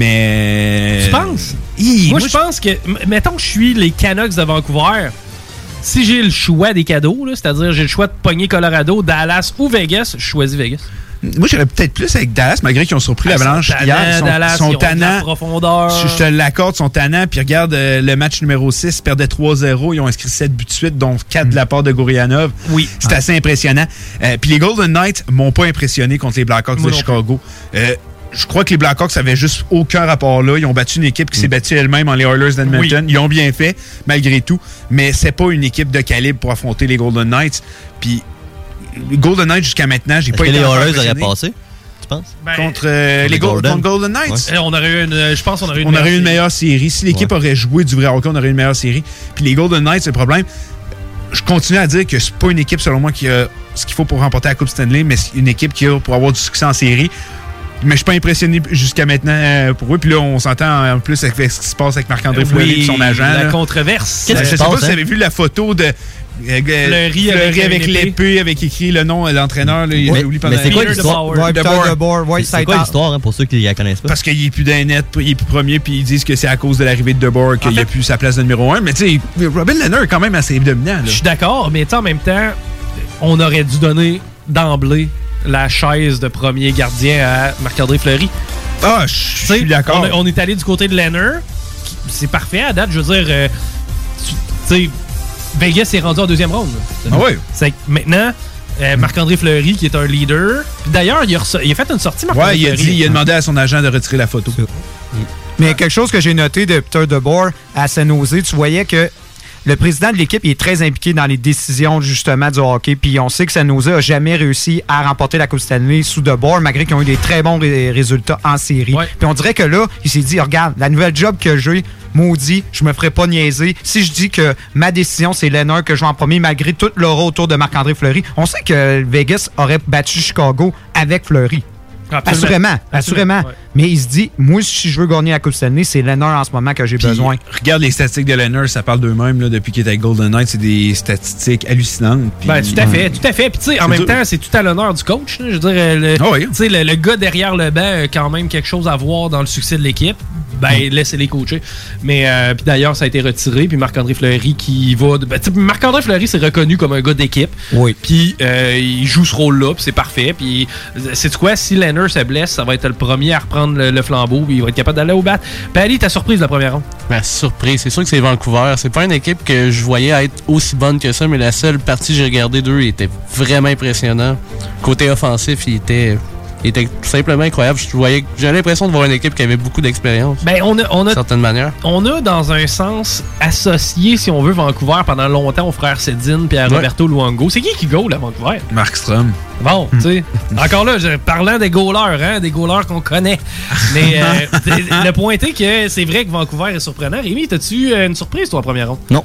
Mais. Tu penses? Euh, Hi, moi, moi, je pense que. m- Mettons que je suis les Canucks de Vancouver. Si j'ai le choix des cadeaux, là, c'est-à-dire j'ai le choix de pogner Colorado, Dallas ou Vegas, je choisis Vegas. Moi, j'irais peut-être plus avec Dallas, malgré qu'ils ont surpris l'avalanche Ah, ils sont hier. tannants, Ils sont, Dallas, ils sont ils ont de la tannants. profondeur. Je, je te l'accorde, ils sont tannants. Puis regarde, euh, le match numéro 6, ils perdaient 3-0. Ils ont inscrit 7 buts de suite, dont 4 de la part de Gourianov. Oui. C'est Ah. assez impressionnant. Euh, puis les Golden Knights m'ont pas impressionné contre les Blackhawks Moi de non Chicago. Euh, je crois que les Blackhawks avaient juste aucun rapport là. Ils ont battu une équipe Mm. qui s'est battue elle-même en les Oilers d'Edmonton. Ils ont bien fait, malgré tout. Mais c'est pas une équipe de calibre pour affronter les Golden Knights. Puis les Golden Knights, jusqu'à maintenant, j'ai Est-ce pas que été les encore Oilers auraient impressionné. passé, tu penses? Contre, euh, Contre les les Go- Golden. contre Golden Knights. Eh, on aurait eu une. Ben, euh, Je pense qu'on aurait eu une. On aurait eu une meilleure meilleure série. Si l'équipe aurait joué du vrai hockey, on aurait eu une meilleure série. Puis les Golden Knights, c'est le problème. Je continue à dire que c'est pas une équipe, selon moi, qui a ce qu'il faut pour remporter la Coupe Stanley, mais c'est une équipe qui a pour avoir du succès en série. Mais je suis pas impressionné jusqu'à maintenant euh, pour eux. Puis là, on s'entend en plus avec ce qui se passe avec Marc-André Euh, Oui, Fleury et son agent. la là. controverse. Je Qu'est-ce qui sais se pas passe, si vous hein? avez vu la photo de euh, euh, Fleury Fleury avec avec, une épée. l'épée, avec écrit le nom de l'entraîneur. là, il Mais- avait oublié pendant mais c'est quoi Peter l'histoire? DeBoer. Ouais, Peter DeBoer. DeBoer, ouais, C'est- ça a c'est quoi été- l'histoire, hein, pour ceux qui la connaissent pas? Parce qu'il est plus d'un net, il est plus premier, puis ils disent que c'est à cause de l'arrivée de DeBoer qu'il a plus sa place de numéro 1. Mais tu sais, Robin Lehner est quand même assez dominant. Je suis d'accord, mais tu sais, en même temps, on aurait dû donner d'emblée la chaise de premier gardien à Marc-André Fleury. Ah, je suis d'accord. On, on est allé du côté de Leonard. qui- C'est parfait à date. Je veux dire, euh, tu tu sais, Vegas est rendu en deuxième ronde. Ah oui. C'est que maintenant, euh, Marc-André Fleury, qui est un leader. Puis D'ailleurs, il, a reço- il a fait une sortie, Marc-André Ouais, il a, Fleury. dit, il a demandé à son agent de retirer la photo. Mais quelque chose que j'ai noté de Peter DeBoer à San Jose, tu voyais que le président de l'équipe il est très impliqué dans les décisions justement du hockey. Puis on sait que San Jose a jamais réussi à remporter la Coupe Stanley sous DeBoer, malgré qu'ils ont eu des très bons ré- résultats en série. Puis on dirait que là, il s'est dit, regarde, la nouvelle job que j'ai, maudit, je me ferai pas niaiser. Si je dis que ma décision, c'est Leonard que je vais en premier, malgré tout l'aura autour de Marc-André Fleury, on sait que Vegas aurait battu Chicago avec Fleury. Absolument. Assurément, Absolument, assurément. Mais il se dit, moi, si je veux gagner la Coupe Stanley, c'est l'honneur en ce moment que j'ai Puis, besoin. Regarde les statistiques de Lehner, ça parle d'eux-mêmes là, depuis qu'il est avec Golden Knights. C'est des statistiques hallucinantes. puis- Ben, tout à fait, tout à fait. Puis, tu sais, en C'est même dur. temps, c'est tout à l'honneur du coach. là. Je veux dire, euh, le, Ah oui. tu sais, le, le gars derrière le banc a quand même quelque chose à voir dans le succès de l'équipe. Mm. ben laissez-les coacher. Mais euh, puis d'ailleurs, ça a été retiré. Puis Marc-André Fleury qui va. de- ben, tu sais, Marc-André Fleury s'est reconnu comme un gars d'équipe. Oui. Puis euh, il joue ce rôle-là, puis c'est parfait. Puis c'est quoi, si Leonard se blesse, ça va être le premier à reprendre le, le flambeau, puis il va être capable d'aller au bat. Pally, ta surprise de la première ronde. Ma surprise, c'est sûr que c'est Vancouver. C'est pas une équipe que je voyais être aussi bonne que ça, mais la seule partie que j'ai regardée d'eux il était vraiment impressionnant. Côté offensif, il était, il était tout simplement incroyable. Je voyais- J'avais l'impression de voir une équipe qui avait beaucoup d'expérience. Ben, on a, on D'une a certaine manière. on a dans un sens associé, si on veut, Vancouver pendant longtemps aux frères Sedin puis à Ouais. Roberto Luongo. C'est qui qui goal à Vancouver? Mark Strom. Bon, tu sais, encore là, je- parlant des goalers, hein, des goalers qu'on connaît. Mais euh, t- le point est que c'est vrai que Vancouver est surprenant. Rémi, t'as-tu euh, une surprise, toi, en première ronde? Non.